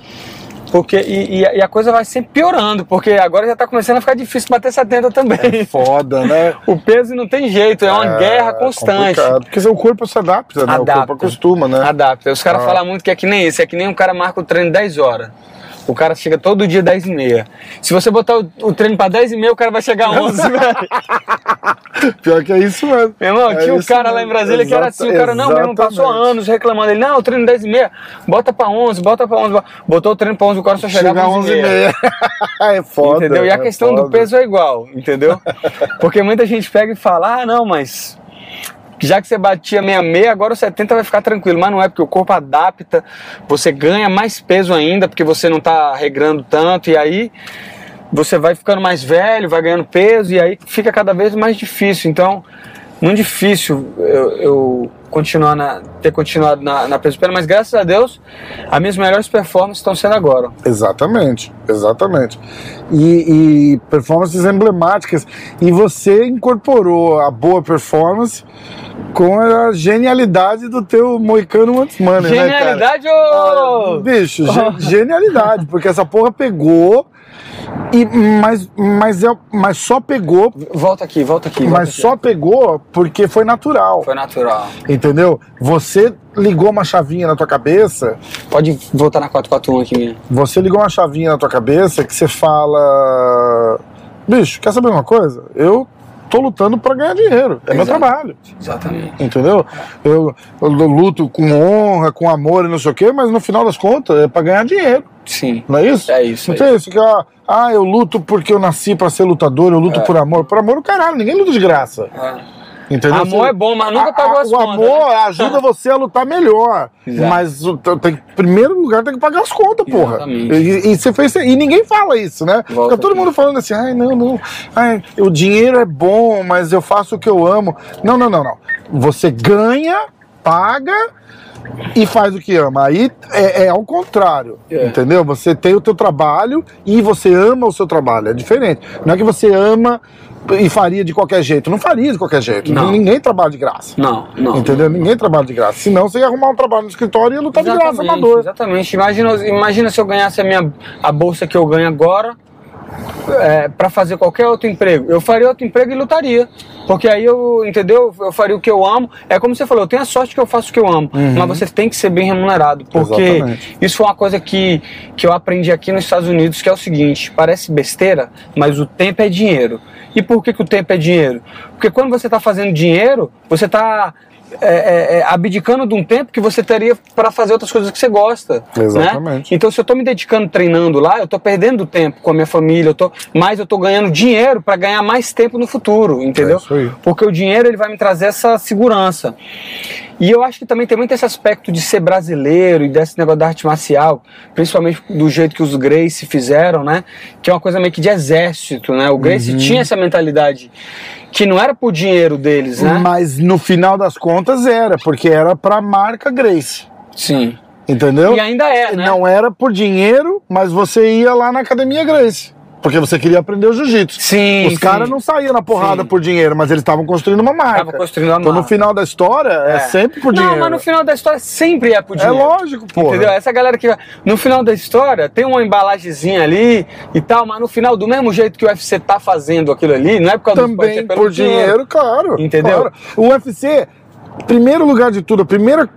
Speaker 2: Porque e, e a- e a coisa vai sempre piorando, porque agora já tá começando a ficar difícil bater 70 também.
Speaker 1: Foda, né?
Speaker 2: O peso não tem jeito, é uma guerra constante.
Speaker 1: complicado, Porque seu corpo se adapta, né? O
Speaker 2: Adapta.
Speaker 1: corpo acostuma, né?
Speaker 2: Adapta. Os caras
Speaker 1: Ah.
Speaker 2: falam muito que é que nem esse, é que nem um cara marca o treino 10 horas. O cara chega todo dia 10 e meia. Se você botar o, o treino pra 10 e meia, o cara vai chegar 11, velho.
Speaker 1: Pior que é isso mesmo.
Speaker 2: Meu irmão,
Speaker 1: É
Speaker 2: tinha um
Speaker 1: isso
Speaker 2: cara lá em
Speaker 1: mesmo.
Speaker 2: Brasília que era
Speaker 1: Exata-
Speaker 2: assim, o cara, não, meu irmão, passou
Speaker 1: exatamente.
Speaker 2: anos reclamando. Ele, não, o treino 10 e meia, bota pra 11, bota pra 11. bota- Botou o treino pra 11, o cara só chegava
Speaker 1: Chegar
Speaker 2: às 11 e
Speaker 1: 11h30.
Speaker 2: meia.
Speaker 1: é foda.
Speaker 2: Entendeu? E a
Speaker 1: é
Speaker 2: questão do
Speaker 1: foda.
Speaker 2: peso é igual, entendeu? Porque muita gente pega e fala, ah, não, mas já que você batia 66, agora o 70 vai ficar tranquilo. Mas não é, porque o corpo adapta, você ganha mais peso ainda, porque você não tá regrando tanto, e aí você vai ficando mais velho, vai ganhando peso, e aí fica cada vez mais difícil. Então, muito difícil eu, eu continuar na, ter continuado na, na peso pena, mas graças a Deus, as minhas melhores performances estão sendo agora.
Speaker 1: Exatamente, exatamente. E, e performances emblemáticas. E você incorporou a boa performance com a genialidade do teu Moicano Antes Money, né, cara?
Speaker 2: Genialidade ou...
Speaker 1: Bicho, ge- genialidade, porque essa porra pegou. E, mas, mas, é, mas só pegou,
Speaker 2: Volta aqui, volta aqui. volta
Speaker 1: mas
Speaker 2: aqui.
Speaker 1: só pegou porque foi natural,
Speaker 2: Foi natural.
Speaker 1: entendeu? Você ligou uma chavinha na tua cabeça,
Speaker 2: Pode voltar na 441 aqui minha.
Speaker 1: você ligou uma chavinha na tua cabeça que você fala, bicho, quer saber uma coisa? Eu tô lutando pra ganhar dinheiro, é meu
Speaker 2: Exato.
Speaker 1: trabalho.
Speaker 2: Exatamente.
Speaker 1: Entendeu? Eu, eu luto com honra, com amor e não sei o quê, mas no final das contas é pra ganhar dinheiro,
Speaker 2: Sim.
Speaker 1: não é isso?
Speaker 2: É isso.
Speaker 1: Não
Speaker 2: aí.
Speaker 1: tem isso que, ó, ah, eu luto porque eu nasci pra ser lutador, eu luto
Speaker 2: É.
Speaker 1: por amor. Por amor, o caralho, ninguém luta de graça.
Speaker 2: É.
Speaker 1: Entendeu?
Speaker 2: Amor
Speaker 1: Você-
Speaker 2: é bom, mas nunca
Speaker 1: a-
Speaker 2: pagou
Speaker 1: a-
Speaker 2: as
Speaker 1: O
Speaker 2: contas,
Speaker 1: amor
Speaker 2: né?
Speaker 1: ajuda você a lutar melhor.
Speaker 2: Exato.
Speaker 1: Mas o- t- tem, em primeiro lugar tem que pagar as contas, porra.
Speaker 2: Exatamente.
Speaker 1: E, e você fez isso- e ninguém fala isso, né?
Speaker 2: Volta
Speaker 1: Fica todo
Speaker 2: aqui.
Speaker 1: mundo falando assim, ai, não, não. Ai, o dinheiro é bom, mas eu faço o que eu amo. Não, não, não, não. Você ganha, paga e faz o que ama. Aí é, é ao contrário,
Speaker 2: É.
Speaker 1: entendeu? Você tem o teu trabalho e você ama o seu trabalho. É diferente. Não é que você ama e faria de qualquer jeito. Não faria de qualquer jeito.
Speaker 2: Não.
Speaker 1: Ninguém trabalha de graça.
Speaker 2: Não, não.
Speaker 1: Entendeu? Ninguém trabalha de graça. Senão você ia arrumar um trabalho no escritório e ia lutar de graça
Speaker 2: Exatamente,
Speaker 1: amador.
Speaker 2: exatamente. Imagina, imagina se eu ganhasse a minha a bolsa que eu ganho agora é, para fazer qualquer outro emprego. Eu faria outro emprego e lutaria. Porque aí eu, entendeu? Eu faria o que eu amo. É como você falou, eu tenho a sorte que eu faço o que eu amo. Mas você tem que ser bem remunerado. Porque
Speaker 1: Uhum. Exatamente.
Speaker 2: isso foi uma coisa que, que eu aprendi aqui nos Estados Unidos, que é o seguinte: parece besteira, mas o tempo é dinheiro. E por que, que o tempo é dinheiro? Porque quando você está fazendo dinheiro, você tá, está abdicando de um tempo que você teria para fazer outras coisas que você gosta. né?
Speaker 1: Exatamente.
Speaker 2: Então, se eu tô me dedicando treinando lá, eu tô perdendo tempo com a minha família, eu tô, mas eu tô ganhando dinheiro para ganhar mais tempo no futuro, entendeu?
Speaker 1: É isso aí.
Speaker 2: Porque o dinheiro ele vai me trazer essa segurança. E eu acho que também tem muito esse aspecto de ser brasileiro e desse negócio da arte marcial, principalmente do jeito que os Grace fizeram, né? Que é uma coisa meio que de exército, né? O Grace
Speaker 1: Uhum.
Speaker 2: tinha essa mentalidade que não era por dinheiro deles, né?
Speaker 1: Mas no final das contas era, porque era pra marca Grace.
Speaker 2: Sim.
Speaker 1: Entendeu?
Speaker 2: E ainda é, né?
Speaker 1: Não era por dinheiro, mas você ia lá na academia Grace. Porque você queria aprender o jiu-jitsu.
Speaker 2: Sim.
Speaker 1: Os caras
Speaker 2: sim.
Speaker 1: não saíam na porrada
Speaker 2: Sim.
Speaker 1: por dinheiro, mas eles estavam construindo uma marca.
Speaker 2: Estavam construindo uma
Speaker 1: Então no
Speaker 2: marca.
Speaker 1: final da história é,
Speaker 2: É.
Speaker 1: sempre por dinheiro.
Speaker 2: Não, mas no final da história sempre é por
Speaker 1: É
Speaker 2: dinheiro.
Speaker 1: lógico, pô.
Speaker 2: Entendeu? Essa galera que no final da história tem uma embalagemzinha ali e tal, mas no final, do mesmo jeito que o UFC tá fazendo aquilo ali, não é por causa do esporte,
Speaker 1: Também
Speaker 2: é pelo
Speaker 1: por dinheiro, claro.
Speaker 2: Entendeu?
Speaker 1: claro. O UFC, primeiro lugar de tudo, a primeira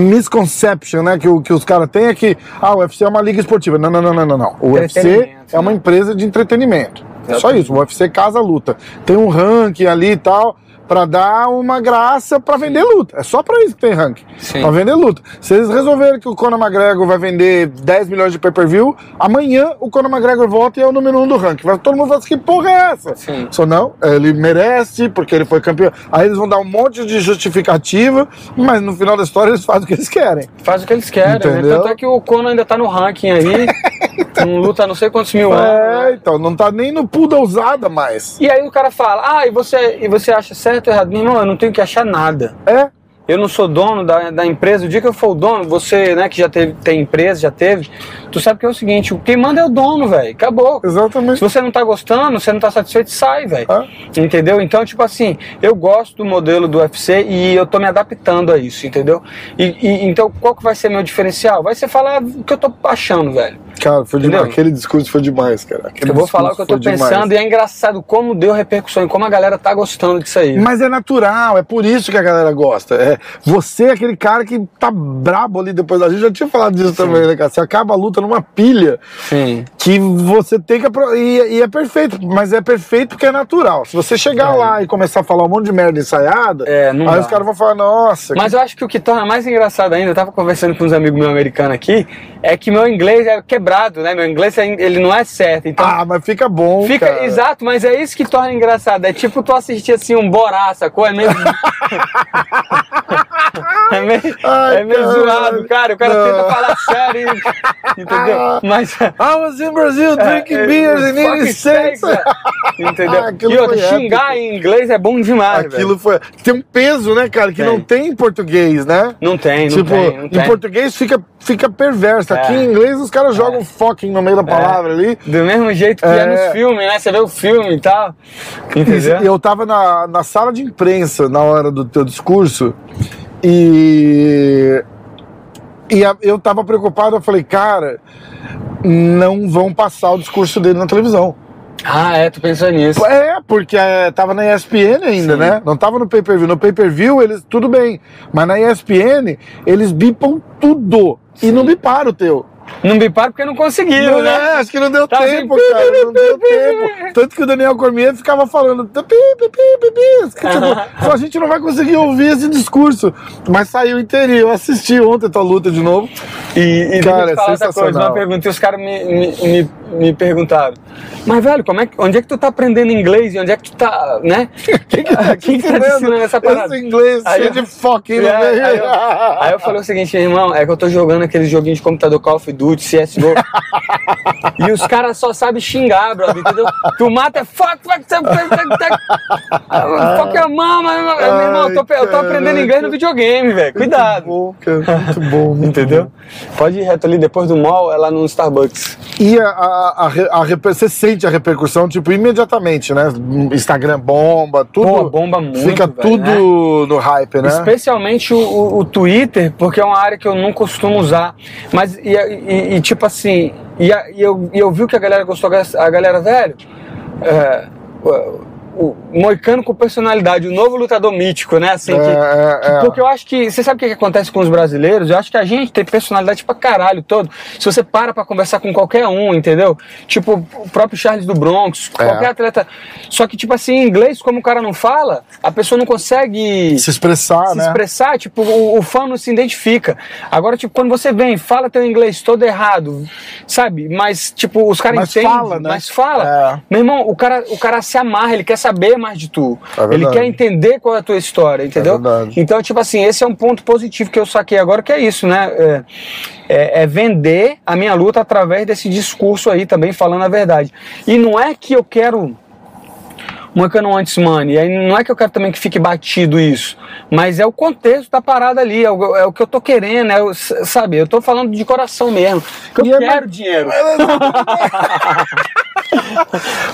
Speaker 1: misconception né, que, o- que os caras têm é que ah, o UFC é uma liga esportiva. Não, não, não, não, não. não. O UFC
Speaker 2: Entretenimento,
Speaker 1: é uma
Speaker 2: né?
Speaker 1: empresa de entretenimento. É só
Speaker 2: Exatamente.
Speaker 1: isso. O UFC casa a luta. Tem um ranking ali e tal. Pra dar uma graça pra vender luta. É só pra isso que tem ranking.
Speaker 2: Sim.
Speaker 1: Pra vender luta. Se eles resolverem que o Conor McGregor vai vender 10 milhões de pay-per-view, amanhã o Conor McGregor volta e é o número um do ranking. Vai- Todo mundo vai assim, que porra é essa?
Speaker 2: Sim.
Speaker 1: Só não, ele merece, porque ele foi campeão. Aí eles vão dar um monte de justificativa, mas no final da história eles fazem o que eles querem.
Speaker 2: Faz o que eles querem, né?
Speaker 1: Entendeu?
Speaker 2: Tanto é que o Conor ainda tá no ranking aí, não luta não sei quantos mil anos. né?
Speaker 1: É, então, não tá nem no pool da usada mais.
Speaker 2: E aí o cara fala, ah, e você, e você acha certo ou errado? Meu irmão, eu não tenho que achar nada.
Speaker 1: É,
Speaker 2: Eu não sou dono da, da empresa. O dia que eu for o dono, você, né, que já teve, tem empresa, já teve, tu sabe que é o seguinte, o quem manda é o dono, velho. Acabou. Se
Speaker 1: exatamente.
Speaker 2: você não tá gostando, você não tá satisfeito, sai, velho.
Speaker 1: É.
Speaker 2: Entendeu? Então, tipo assim, eu gosto do modelo do UFC e eu tô me adaptando a isso, entendeu? E, e- então, qual que vai ser meu diferencial? Vai ser falar o que eu tô achando, velho.
Speaker 1: Cara, foi demais.
Speaker 2: Entendeu?
Speaker 1: Aquele discurso foi demais, cara. Aquele
Speaker 2: Eu vou falar o que eu tô
Speaker 1: discurso foi
Speaker 2: pensando
Speaker 1: demais.
Speaker 2: e é engraçado como deu repercussão e como a galera tá gostando disso aí.
Speaker 1: Mas é natural, é por isso que a galera gosta. É, você é aquele cara que tá brabo ali depois da gente. Já tinha falado disso também, né, cara? Você acaba a luta numa pilha
Speaker 2: Sim.
Speaker 1: que você tem que. apro- E, e é perfeito, mas é perfeito porque é natural. Se você chegar lá e começar a falar um monte de merda ensaiada,
Speaker 2: É, não
Speaker 1: aí
Speaker 2: dá.
Speaker 1: os caras vão falar, nossa.
Speaker 2: Mas eu acho que o que torna mais engraçado ainda, eu tava conversando com uns amigos meus americanos aqui, é que meu inglês é quebrado, né? Meu inglês é- ele não é certo.
Speaker 1: que-
Speaker 2: Então,
Speaker 1: Ah, mas fica bom.
Speaker 2: Fica,
Speaker 1: cara.
Speaker 2: exato, mas é isso que torna engraçado. É tipo tu assistir assim um Borá, sacou? É meio. é meio,
Speaker 1: Ai,
Speaker 2: é meio
Speaker 1: cara.
Speaker 2: zoado, cara. O cara
Speaker 1: Não.
Speaker 2: tenta falar sério, e- entendeu? Mas.
Speaker 1: I was in Brazil drinking
Speaker 2: é, é,
Speaker 1: beers and
Speaker 2: fucking
Speaker 1: eating
Speaker 2: steaks,
Speaker 1: steaks.
Speaker 2: é. Entendeu?
Speaker 1: Ah, aquilo
Speaker 2: e outra,
Speaker 1: foi
Speaker 2: xingar
Speaker 1: épico.
Speaker 2: em inglês é bom demais,
Speaker 1: Aquilo
Speaker 2: velho.
Speaker 1: foi. Tem um peso, né, cara, que
Speaker 2: Tem.
Speaker 1: não tem em português, né?
Speaker 2: Não tem, não
Speaker 1: tipo,
Speaker 2: tem. Não
Speaker 1: em
Speaker 2: tem.
Speaker 1: português fica, fica perverso. Aqui
Speaker 2: É.
Speaker 1: em inglês os caras jogam fucking no meio da palavra ali.
Speaker 2: Do mesmo jeito que é.
Speaker 1: É.
Speaker 2: nos filmes, né? Você vê o filme e tal. Entendeu?
Speaker 1: Eu tava na, na sala de imprensa na hora do teu discurso e. E a- eu tava preocupado, eu falei, cara, não vão passar o discurso dele na televisão.
Speaker 2: Ah, é, tu pensou nisso.
Speaker 1: É, porque é, tava na ESPN ainda,
Speaker 2: Sim.
Speaker 1: né? Não tava no pay-per-view. No pay-per-view, eles, tudo bem. Mas na ESPN, eles bipam tudo. E não biparam o teu.
Speaker 2: Não bipar porque não conseguiu,
Speaker 1: Não,
Speaker 2: né?
Speaker 1: é, acho que não deu
Speaker 2: Tá
Speaker 1: tempo,
Speaker 2: assim,
Speaker 1: cara.
Speaker 2: pi,
Speaker 1: Não
Speaker 2: pi,
Speaker 1: deu
Speaker 2: pi,
Speaker 1: tempo. Tanto que o Daniel Cormier ficava falando. Pi, pi, pi, pi, pi. Que, Tipo, só a gente não vai conseguir ouvir esse discurso. Mas saiu inteirinho. Eu assisti ontem a tua luta de novo.
Speaker 2: E,
Speaker 1: Cara,
Speaker 2: e deixa eu te
Speaker 1: é
Speaker 2: falar outra coisa,
Speaker 1: sensacional.
Speaker 2: uma pergunta, e os caras me, me, me, me perguntaram, mas velho, como é que, onde é que tu tá aprendendo inglês e onde é que tu tá, né? Quem que tá, te
Speaker 1: Entendendo?
Speaker 2: ensinando essa parada?
Speaker 1: Esse inglês
Speaker 2: Aí
Speaker 1: cheio
Speaker 2: eu-
Speaker 1: de fucking no
Speaker 2: É,
Speaker 1: meio.
Speaker 2: aí, eu, aí eu falei o seguinte, irmão, é que eu tô jogando aquele joguinho de computador Call of Duty, CSGO, e os caras só sabem xingar, brother, entendeu? Tu mata, é fuck, fuck, fuck, fuck, fuck, fuck, fuck your mama, É, meu irmão, eu tô, eu tô
Speaker 1: Ai,
Speaker 2: aprendendo
Speaker 1: caraca.
Speaker 2: inglês no videogame, velho, cuidado.
Speaker 1: Muito bom, cara. Muito bom. muito
Speaker 2: Entendeu?
Speaker 1: bom.
Speaker 2: Pode ir reto ali depois do mall, é lá no Starbucks.
Speaker 1: E a, a, a, re- a reper- você sente a repercussão, tipo, imediatamente, né? Instagram bomba, tudo.
Speaker 2: Pô, bomba muito,
Speaker 1: Fica
Speaker 2: velho,
Speaker 1: tudo
Speaker 2: né?
Speaker 1: no hype, né?
Speaker 2: Especialmente o, o- o Twitter, porque é uma área que eu não costumo usar. Mas, e, e- e, tipo assim, e, a- e eu, e eu vi o que a galera gostou, a galera, velho, é, o, o Moicano com personalidade, o novo lutador mítico, né? Assim,
Speaker 1: É,
Speaker 2: que-
Speaker 1: é, é.
Speaker 2: Porque eu acho que. Você sabe o que, que acontece com os brasileiros? Eu acho que a gente tem personalidade pra caralho todo. Se você para pra conversar com qualquer um, entendeu? Tipo, o próprio Charles do Bronx,
Speaker 1: É.
Speaker 2: qualquer atleta. Só que, tipo assim, em inglês, como o cara não fala, a pessoa não consegue
Speaker 1: Se expressar,
Speaker 2: se
Speaker 1: né?
Speaker 2: expressar, tipo, o, o fã não se identifica. Agora, tipo, quando você vem, fala teu inglês todo errado, sabe? Mas, tipo, os caras
Speaker 1: Mas
Speaker 2: entendem,
Speaker 1: fala, né?
Speaker 2: mas fala.
Speaker 1: É.
Speaker 2: Meu irmão, o cara, o cara se amarra, ele quer saber mais de tu.
Speaker 1: É
Speaker 2: ele
Speaker 1: verdade.
Speaker 2: quer entender qual é a tua história, entendeu?
Speaker 1: verdade.
Speaker 2: então, tipo assim, esse é um ponto positivo que eu saquei agora, que é isso, né? É, é- é vender a minha luta através desse discurso aí também, falando a verdade. E não é que eu quero uma Canon antes money. E aí não é que eu quero também que fique batido isso, mas é o contexto da parada ali, é o, é o que eu tô querendo, é o- s- sabe? Eu tô falando de coração mesmo. que Eu
Speaker 1: E é
Speaker 2: quero
Speaker 1: mais-
Speaker 2: dinheiro.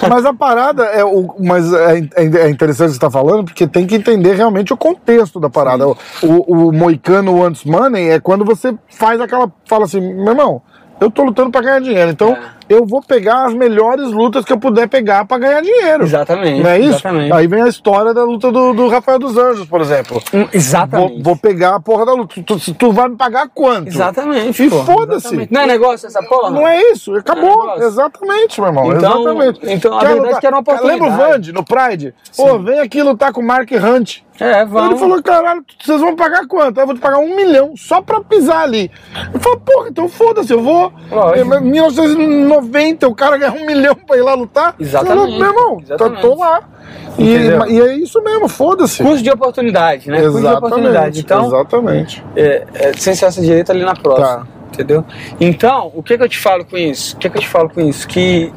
Speaker 1: Mas a parada é o. Mas é, é interessante você estar falando, porque tem que entender realmente o contexto da parada. O, o, o Moicano Wants Money é quando você faz aquela. Fala assim, meu irmão, eu tô lutando pra ganhar dinheiro, então
Speaker 2: É.
Speaker 1: eu vou pegar as melhores lutas que eu puder pegar pra ganhar dinheiro.
Speaker 2: Exatamente.
Speaker 1: Não é isso?
Speaker 2: Exatamente.
Speaker 1: Aí vem a história da luta do, do Rafael dos Anjos, por exemplo.
Speaker 2: Hum, Exatamente.
Speaker 1: Vou, vou pegar a porra da luta. Tu, tu- tu vai me pagar quanto?
Speaker 2: Exatamente.
Speaker 1: E
Speaker 2: pô.
Speaker 1: foda-se.
Speaker 2: Exatamente. Não é negócio essa porra?
Speaker 1: Não é isso, acabou.
Speaker 2: um negócio.
Speaker 1: exatamente, meu irmão.
Speaker 2: Então-
Speaker 1: exatamente.
Speaker 2: então, a verdade é que era uma oportunidade.
Speaker 1: Lembra o Vand no Pride? Pô, vem aqui lutar com o Mark Hunt.
Speaker 2: É,
Speaker 1: Então
Speaker 2: vamos.
Speaker 1: ele falou, caralho, vocês vão pagar quanto? Eu vou te pagar um milhão só pra pisar ali. Eu falei, porra, então foda-se, eu vou.
Speaker 2: Lógico.
Speaker 1: Em 1990, o cara ganha um milhão pra ir lá lutar.
Speaker 2: Exatamente,
Speaker 1: Eu falei, Meu irmão, tá-
Speaker 2: exatamente.
Speaker 1: tô lá. E,
Speaker 2: Entendeu?
Speaker 1: e é isso mesmo, foda-se.
Speaker 2: Custo de oportunidade, né? Custo de oportunidade. Então,
Speaker 1: exatamente.
Speaker 2: é, é, licença direito ali na
Speaker 1: Tá.
Speaker 2: próxima. Entendeu? Então, o que, que eu te falo com isso? O que, que eu te falo com isso? Que.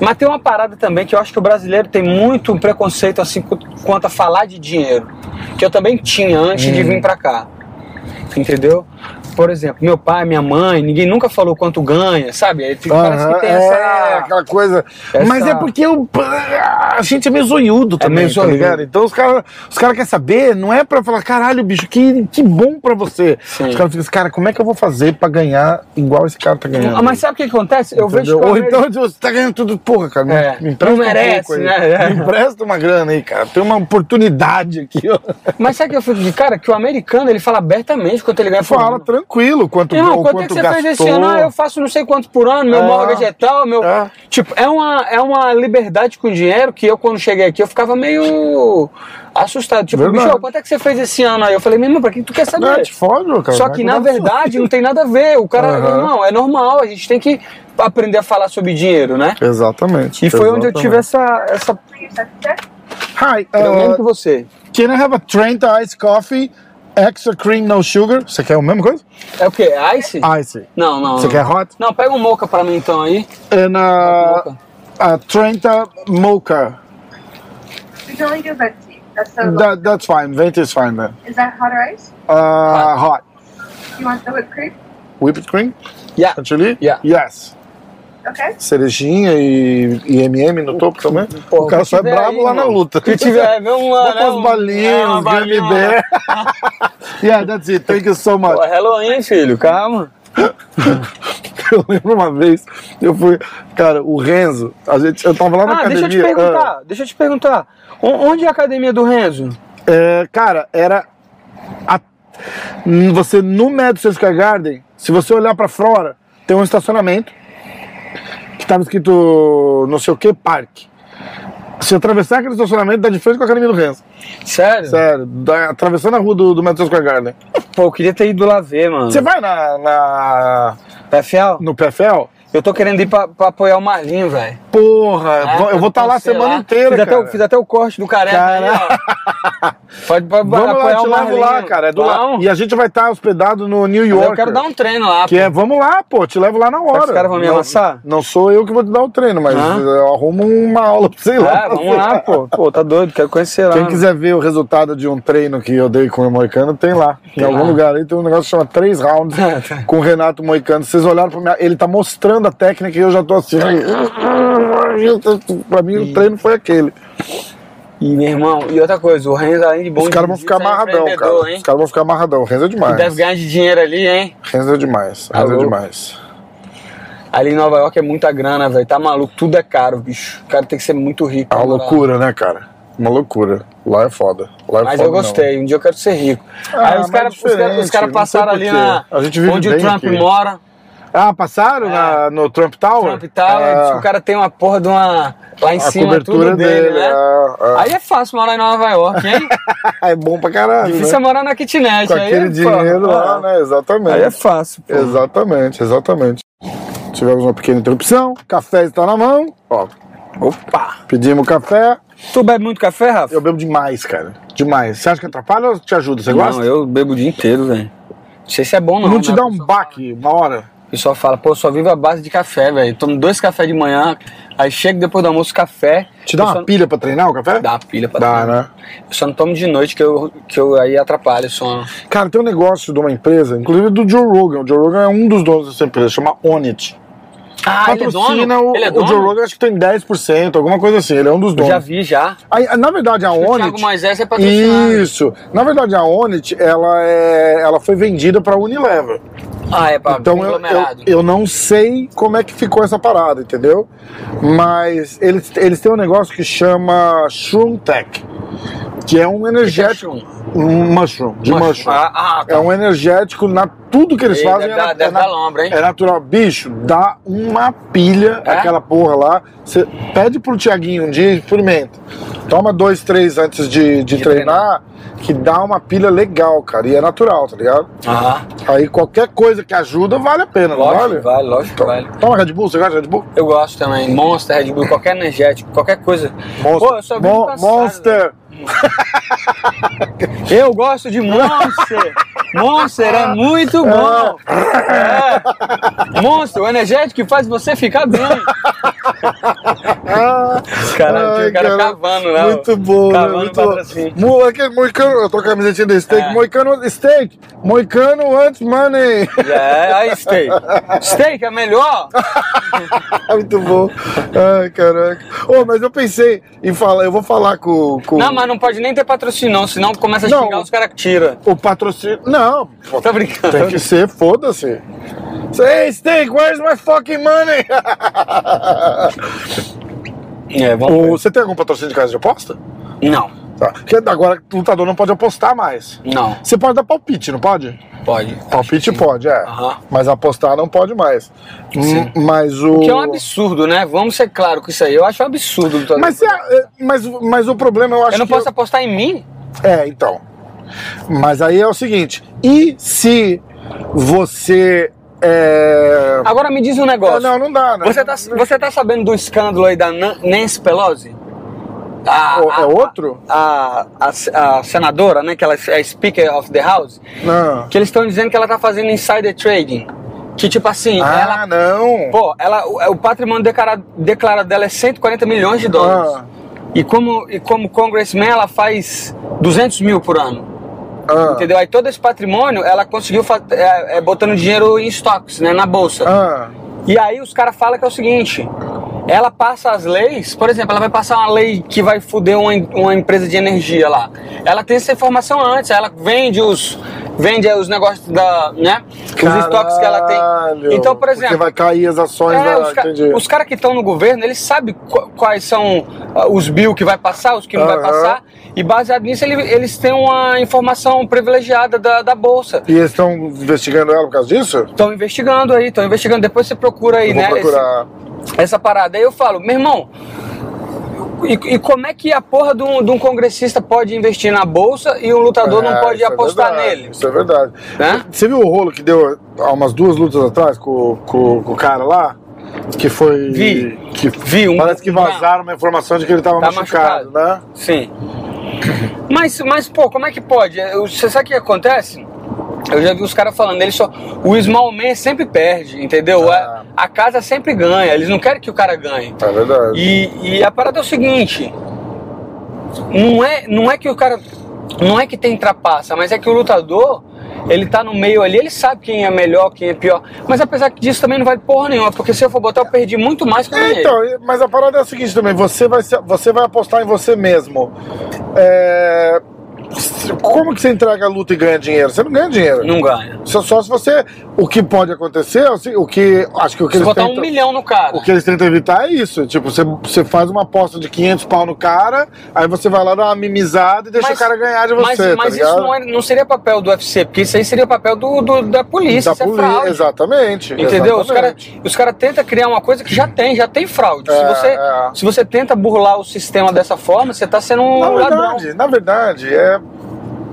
Speaker 2: Mas tem uma parada também que eu acho que o brasileiro tem muito preconceito assim cu- quanto a falar de dinheiro. Que eu também tinha antes de
Speaker 1: Uhum.
Speaker 2: vir pra cá. Entendeu? Por exemplo, meu pai, minha mãe, ninguém nunca falou quanto ganha, sabe? Aí fica- Parece que
Speaker 1: Aham,
Speaker 2: tem
Speaker 1: é,
Speaker 2: essa.
Speaker 1: aquela coisa.
Speaker 2: essa-
Speaker 1: Mas é porque o- a gente é meio zoiudo também,
Speaker 2: meio
Speaker 1: tá
Speaker 2: zoiudo.
Speaker 1: ligado? Então os caras os cara querem saber, não é pra falar, caralho, bicho, que, que bom pra você.
Speaker 2: Sim.
Speaker 1: Os caras ficam assim, cara, como é que eu vou fazer pra ganhar igual esse cara tá ganhando?
Speaker 2: Ah, Mas sabe o que acontece? Eu
Speaker 1: Entendeu?
Speaker 2: vejo que o
Speaker 1: Ou
Speaker 2: americano-
Speaker 1: então você tá ganhando tudo, porra, cara, me-
Speaker 2: É,
Speaker 1: me empresta
Speaker 2: não merece,
Speaker 1: um pouco aí.
Speaker 2: né? É.
Speaker 1: Me empresta uma grana aí, cara, tem uma oportunidade aqui, ó.
Speaker 2: Mas sabe que eu fico de cara? Que o americano ele fala abertamente quanto ele ganha por
Speaker 1: Fala
Speaker 2: ano.
Speaker 1: tranquilo quanto,
Speaker 2: Irmão,
Speaker 1: ou
Speaker 2: quanto, é que você
Speaker 1: gastou.
Speaker 2: fez esse ano? Ah, eu faço não sei quanto por ano, meu
Speaker 1: É.
Speaker 2: mortgage é tal, meu.
Speaker 1: É.
Speaker 2: Tipo, é uma, é uma liberdade com dinheiro que eu, quando cheguei aqui, eu ficava meio assustado. Tipo,
Speaker 1: Verdade.
Speaker 2: bicho, quanto é que você fez esse ano aí? Eu falei, meu irmão, pra que tu quer saber? Tipo,
Speaker 1: Não, te fode, cara.
Speaker 2: Só
Speaker 1: vai um
Speaker 2: que na
Speaker 1: cuidar do seu
Speaker 2: verdade não tem nada a ver. O cara,
Speaker 1: Aham.
Speaker 2: irmão, é normal, a gente tem que aprender a falar sobre dinheiro, né?
Speaker 1: Exatamente.
Speaker 2: E foi onde eu tive
Speaker 1: exatamente.
Speaker 2: essa. essa
Speaker 1: Hi,
Speaker 2: eu
Speaker 1: uh,
Speaker 2: lembro que você.
Speaker 1: Can I have a Trent Ice Coffee, extra cream, no sugar? Você quer a mesma coisa?
Speaker 2: É o quê? Ice?
Speaker 1: Ice.
Speaker 2: Não, não.
Speaker 1: Você
Speaker 2: não.
Speaker 1: quer hot?
Speaker 2: Não, pega um moca pra mim então aí.
Speaker 1: And uh,
Speaker 2: Mocha.
Speaker 1: a Trenta mocha.
Speaker 3: We can only do venti. That's so low.
Speaker 1: That, that's fine. Venti is fine then.
Speaker 3: Is that hot or ice?
Speaker 2: Ah.
Speaker 1: Uh, hot.
Speaker 3: You want the whipped cream?
Speaker 1: Whipped cream?
Speaker 2: Yeah.
Speaker 1: Chantilly?
Speaker 2: Yeah.
Speaker 1: Yes.
Speaker 3: Okay.
Speaker 1: Cerejinha e, e MM no topo também?
Speaker 2: Pô,
Speaker 1: o cara
Speaker 2: que
Speaker 1: só é
Speaker 2: tiver
Speaker 1: brabo
Speaker 2: aí,
Speaker 1: lá na
Speaker 2: irmão.
Speaker 1: luta.
Speaker 2: Que tiver, vamos lá.
Speaker 1: Bota
Speaker 2: né?
Speaker 1: as balinhas, um
Speaker 2: É, uma
Speaker 1: Gummy
Speaker 2: balinha, né? uma
Speaker 1: Bear. yeah, that's it. Thank you so much.
Speaker 2: Pô, é Halloween, filho, calma.
Speaker 1: Eu lembro uma vez, eu fui. Cara, o Renzo, a gente, eu tava lá na
Speaker 2: Ah,
Speaker 1: academia.
Speaker 2: deixa eu te
Speaker 1: ah,
Speaker 2: perguntar, deixa eu te perguntar. O- Onde é a academia do Renzo?
Speaker 1: É, cara, era. a- n- você no Madison Square Garden, se você olhar pra fora, tem um estacionamento que tava escrito não sei o que, parque. Se atravessar aquele estacionamento, dá de frente com a academia do Renzo.
Speaker 2: Sério?
Speaker 1: Sério, dá- atravessando a rua do, do Madison Square Garden.
Speaker 2: Pô, eu queria ter ido lá ver, mano.
Speaker 1: Você vai na, na-
Speaker 2: PFL?
Speaker 1: no PFL?
Speaker 2: Eu tô querendo ir pra, pra apoiar o Marlinho, velho.
Speaker 1: Porra,
Speaker 2: Ah,
Speaker 1: vou- eu vou estar lá a
Speaker 2: sei
Speaker 1: semana
Speaker 2: lá.
Speaker 1: inteira,
Speaker 2: fiz
Speaker 1: cara.
Speaker 2: Até, o- fiz até o corte do careca aí, ó. Pode, pode
Speaker 1: Vamos lá,
Speaker 2: apoiar
Speaker 1: eu te
Speaker 2: o
Speaker 1: levo
Speaker 2: Marlinho.
Speaker 1: lá, cara. É do lado.
Speaker 2: Vamos.
Speaker 1: E a gente vai estar hospedado no New
Speaker 2: Mas
Speaker 1: York.
Speaker 2: Eu quero dar um treino lá,
Speaker 1: Que é, vamos lá, pô, te levo lá na hora.
Speaker 2: os caras vão me
Speaker 1: Não-
Speaker 2: amassar?
Speaker 1: Não sou eu que vou te dar o treino, mas
Speaker 2: Ah.
Speaker 1: eu arrumo uma aula pra sei lá.
Speaker 2: É, vamos lá, pô. Pô, tá doido, quero conhecer lá.
Speaker 1: Quem quiser ver o resultado de um treino que eu dei com o Moicano, tem lá. Em
Speaker 2: Tem
Speaker 1: algum
Speaker 2: lá.
Speaker 1: lugar aí tem um negócio que chama Três Rounds com o Renato Moicano. Vocês olharam pra mim, ele tá mostrando a técnica e eu já tô assim. pra mim o treino foi aquele.
Speaker 2: E, meu irmão, e outra coisa, o Renzo, além de bom...
Speaker 1: Os caras vão
Speaker 2: jiu-jitsu,
Speaker 1: ficar
Speaker 2: é
Speaker 1: amarradão,
Speaker 2: empreendedor,
Speaker 1: cara.
Speaker 2: Hein?
Speaker 1: Os caras vão ficar amarradão. Renzo é
Speaker 2: E deve
Speaker 1: demais.
Speaker 2: ganhar de dinheiro ali, hein?
Speaker 1: Renzo é demais.
Speaker 2: Tá
Speaker 1: Renzo é
Speaker 2: louco.
Speaker 1: demais.
Speaker 2: Ali em Nova York é muita grana, velho. Tá maluco, tudo é caro, bicho. O cara tem que ser muito rico.
Speaker 1: É uma
Speaker 2: na moral.
Speaker 1: loucura, né, cara? Uma loucura. Lá é foda. Lá é
Speaker 2: Mas
Speaker 1: foda,
Speaker 2: eu
Speaker 1: não.
Speaker 2: gostei, um dia eu quero ser rico.
Speaker 1: Ah,
Speaker 2: Aí
Speaker 1: mas
Speaker 2: os caras os cara, os
Speaker 1: diferente,
Speaker 2: cara
Speaker 1: não
Speaker 2: passaram ali
Speaker 1: sei
Speaker 2: na.
Speaker 1: porquê. A gente vive
Speaker 2: onde o
Speaker 1: bem
Speaker 2: Trump
Speaker 1: aqui.
Speaker 2: mora,
Speaker 1: Ah, passaram na- no Trump Tower?
Speaker 2: É. Trump e tal.
Speaker 1: É,
Speaker 2: aí diz que o cara tem uma porra de uma. Lá em
Speaker 1: a
Speaker 2: cima,
Speaker 1: cobertura
Speaker 2: tudo dele,
Speaker 1: dele.
Speaker 2: né?
Speaker 1: é, é.
Speaker 2: Aí é fácil morar em Nova York, hein?
Speaker 1: é bom pra caralho.
Speaker 2: Difícil é
Speaker 1: né?
Speaker 2: morar na kitnet.
Speaker 1: Com
Speaker 2: aí
Speaker 1: aquele
Speaker 2: é,
Speaker 1: dinheiro
Speaker 2: pô,
Speaker 1: lá, né? Exatamente.
Speaker 2: Aí é fácil, pô.
Speaker 1: Exatamente, exatamente. Tivemos uma pequena interrupção. Café está na mão. Ó,
Speaker 2: Opa!
Speaker 1: pedimos café.
Speaker 2: Tu bebe muito café, Rafa?
Speaker 1: Eu bebo demais, cara. Demais. Você acha que atrapalha ou te ajuda? Você gosta?
Speaker 2: Não, eu bebo o dia inteiro, velho. Não sei se é bom, não.
Speaker 1: Não, te
Speaker 2: né?
Speaker 1: dá
Speaker 2: O
Speaker 1: um
Speaker 2: pessoal-
Speaker 1: baque uma hora?
Speaker 2: O pessoal fala, pô, eu só vivo a base de café, velho. Tomo dois cafés de manhã, aí chego depois do almoço, café.
Speaker 1: Te dá
Speaker 2: Eu
Speaker 1: uma
Speaker 2: só-
Speaker 1: pilha pra treinar o café?
Speaker 2: Dá uma pilha pra
Speaker 1: Dá,
Speaker 2: tomar.
Speaker 1: né?
Speaker 2: Eu só não tomo de noite, que eu, que eu aí atrapalho o sono.
Speaker 1: Cara, tem um negócio de uma empresa, inclusive do Joe Rogan. O Joe Rogan é um dos donos dessa empresa, chama Onit.
Speaker 2: Ah, ele é dono?
Speaker 1: patrocina o,
Speaker 2: Ele é
Speaker 1: o Joe
Speaker 2: dono?
Speaker 1: Rogan, acho que tem 10%, alguma coisa assim. Ele é um dos
Speaker 2: Eu
Speaker 1: donos.
Speaker 2: já vi, já.
Speaker 1: A- a- na verdade, a
Speaker 2: O
Speaker 1: Onit.
Speaker 2: Thiago Moisés é patrocinado.
Speaker 1: Isso. Na verdade, a Onit, ela, é, ela foi vendida pra Unilever.
Speaker 2: Ah, é pra
Speaker 1: Então eu, eu,
Speaker 2: conglomerado.
Speaker 1: eu não sei como é que ficou essa parada, entendeu? Mas eles, eles têm um negócio que chama Shroom Tech, que é um energético. um mushroom, de mushroom.
Speaker 2: Ah, ah,
Speaker 1: É um energético, na, tudo que eles
Speaker 2: Ei,
Speaker 1: fazem
Speaker 2: deve
Speaker 1: é,
Speaker 2: dar-
Speaker 1: na-
Speaker 2: deve
Speaker 1: é na-
Speaker 2: dar lombra, hein?
Speaker 1: é natural. Bicho, dá uma pilha
Speaker 2: É?
Speaker 1: aquela porra lá. Você pede pro Tiaguinho um dia e experimenta. Toma dois, três antes de, de
Speaker 2: De
Speaker 1: treinar, que dá uma pilha legal, cara. E é natural, tá ligado?
Speaker 2: ah,
Speaker 1: Aí qualquer coisa que ajuda vale a pena, não
Speaker 2: lógico
Speaker 1: vale? Então.
Speaker 2: que vale, lógico que vale.
Speaker 1: Toma Red Bull, você gosta de Red Bull?
Speaker 2: Eu gosto também. Monster, Red Bull, qualquer energético, qualquer coisa. Pô, eu só vi
Speaker 1: Mon-
Speaker 2: passado, né?
Speaker 1: Monster.
Speaker 2: velho. Eu gosto de Monster. Monster é muito bom. É. Monster, o energético que faz você ficar bem.
Speaker 1: Ah,
Speaker 2: Caralho, tem o cara cavando, né?
Speaker 1: Muito bom, né?
Speaker 2: Cavando
Speaker 1: Muito
Speaker 2: pra
Speaker 1: bom.
Speaker 2: patrocínio.
Speaker 1: Mo- aquele Moicano, eu tô com a camisetinha do steak.
Speaker 2: É.
Speaker 1: Moicano steak. Moicano antes money.
Speaker 2: É, aí steak. Steak é melhor?
Speaker 1: muito bom. Ai, caraca. Ô, mas eu pensei em falar, eu vou falar com, com
Speaker 2: Não, mas não pode nem ter patrocínio, não, senão começa a
Speaker 1: Não.
Speaker 2: xingar os caras que tira.
Speaker 1: o patrocínio. Não, pô,
Speaker 2: Tô brincando.
Speaker 1: tem que ser, foda-se. Hey, steak, where's my fucking money?
Speaker 2: É, vamos
Speaker 1: Ô, Você tem algum patrocínio de casa de aposta?
Speaker 2: ver. Não,
Speaker 1: Tá. Porque agora lutador não pode apostar mais.
Speaker 2: não,
Speaker 1: Você pode dar palpite, não pode?
Speaker 2: pode.
Speaker 1: Palpite pode, é.
Speaker 2: Aham.
Speaker 1: Mas apostar não pode mais.
Speaker 2: Sim.
Speaker 1: Hum, Mas o.
Speaker 2: Que é um absurdo, né? Vamos ser claro com isso aí. Eu acho um absurdo. doutor.
Speaker 1: Mas, se a- é, mas, mas o problema eu acho
Speaker 2: eu não
Speaker 1: que.
Speaker 2: posso apostar em mim?
Speaker 1: É, então. Mas aí é o seguinte: e se você. É...
Speaker 2: Agora me diz um negócio.
Speaker 1: Não, não dá, né?
Speaker 2: Você tá, você tá sabendo do escândalo aí da Nan- Nancy Pelosi? A,
Speaker 1: O- é
Speaker 2: a-
Speaker 1: outro?
Speaker 2: A, a- a senadora, né? Que ela é Speaker of the House.
Speaker 1: Não.
Speaker 2: ah. Que eles estão dizendo que ela tá fazendo insider trading. Que tipo assim,
Speaker 1: Ah,
Speaker 2: ela
Speaker 1: não.
Speaker 2: Pô, ela, o, o patrimônio declarado, declarado dela é 140 milhões de dólares.
Speaker 1: Ah.
Speaker 2: E como, e como congressman, ela faz 200 mil por ano.
Speaker 1: Ah,
Speaker 2: Entendeu? Aí todo esse patrimônio ela conseguiu fa- é, é, botando dinheiro em estoques, né? Na bolsa.
Speaker 1: ah,
Speaker 2: E aí os caras falam que é o seguinte: ela passa as leis, por exemplo, ela vai passar uma lei que vai foder uma, em- uma empresa de energia lá. Ela tem essa informação antes, ela vende os. Vende os negócios da. né? Os estoques que ela
Speaker 1: Caralho.
Speaker 2: tem. Então, por
Speaker 1: Porque
Speaker 2: exemplo.
Speaker 1: vai cair as ações
Speaker 2: É,
Speaker 1: da.
Speaker 2: os, ca-
Speaker 1: ah, Entendi.
Speaker 2: os caras que estão no governo, eles sabem qu- quais são ah, os bill que vai passar, os que não vai
Speaker 1: Aham.
Speaker 2: passar, e baseado nisso ele- eles têm uma informação privilegiada da, da Bolsa.
Speaker 1: E eles estão investigando ela por causa disso?
Speaker 2: Estão investigando aí, estão investigando. Depois você procura aí,
Speaker 1: Eu vou
Speaker 2: né?
Speaker 1: procurar.
Speaker 2: esse- essa parada. Aí eu falo, meu irmão, e, e como é que a porra de um, de um congressista pode investir na Bolsa e um lutador não
Speaker 1: É,
Speaker 2: pode
Speaker 1: isso é
Speaker 2: apostar
Speaker 1: verdade,
Speaker 2: nele?
Speaker 1: Isso é verdade.
Speaker 2: Né?
Speaker 1: Você viu o rolo que deu há umas duas lutas atrás com, com, com o cara lá? Que foi.
Speaker 2: Vi.
Speaker 1: Que
Speaker 2: Vi um-
Speaker 1: Parece que vazaram uma informação de que ele tava
Speaker 2: Tá
Speaker 1: machucado, né?
Speaker 2: Sim. Mas, mas, pô, como é que pode? Eu- Você sabe o que acontece? Eu já vi os caras falando, eles só. O Small Man sempre perde, entendeu?
Speaker 1: Ah.
Speaker 2: A, a casa sempre ganha, eles não querem que o cara ganhe.
Speaker 1: É verdade.
Speaker 2: E, e a parada é o seguinte: não é, não é que o cara. Não é que tem trapaça, mas é que o lutador, ele tá no meio ali, ele sabe quem é melhor, quem é pior. Mas apesar disso também não vale porra nenhuma, porque se eu for botar, eu perdi muito mais que eu ganhei.
Speaker 1: Então, e- mas a parada é a seguinte também, você vai, se- você vai apostar em você mesmo. É, se- como que você entrega a luta e ganha dinheiro? Você não ganha dinheiro.
Speaker 2: Não ganha.
Speaker 1: Só, só se você. O que pode acontecer, é o se- o que. Acho que o que
Speaker 2: Se
Speaker 1: eles
Speaker 2: botar um
Speaker 1: tentam-
Speaker 2: milhão no cara.
Speaker 1: O que eles tentam evitar é isso. Tipo, você, você faz uma aposta de 500 pau no cara, aí você vai lá dar uma mimizada e deixa o cara ganhar de
Speaker 2: mas-
Speaker 1: você,
Speaker 2: Mas,
Speaker 1: tá ligado?
Speaker 2: isso não, é- não seria papel do UFC, porque isso aí seria papel do, do- da polícia, isso é
Speaker 1: tá poli-
Speaker 2: fraude.
Speaker 1: Exatamente.
Speaker 2: Entendeu? Os caras
Speaker 1: exatamente.
Speaker 2: os cara tentam criar uma coisa que já tem, já tem fraude. se,
Speaker 1: É,
Speaker 2: você,
Speaker 1: é.
Speaker 2: se você tenta burlar o sistema dessa forma, você tá sendo um
Speaker 1: Na
Speaker 2: ladrão.
Speaker 1: verdade, na verdade, é,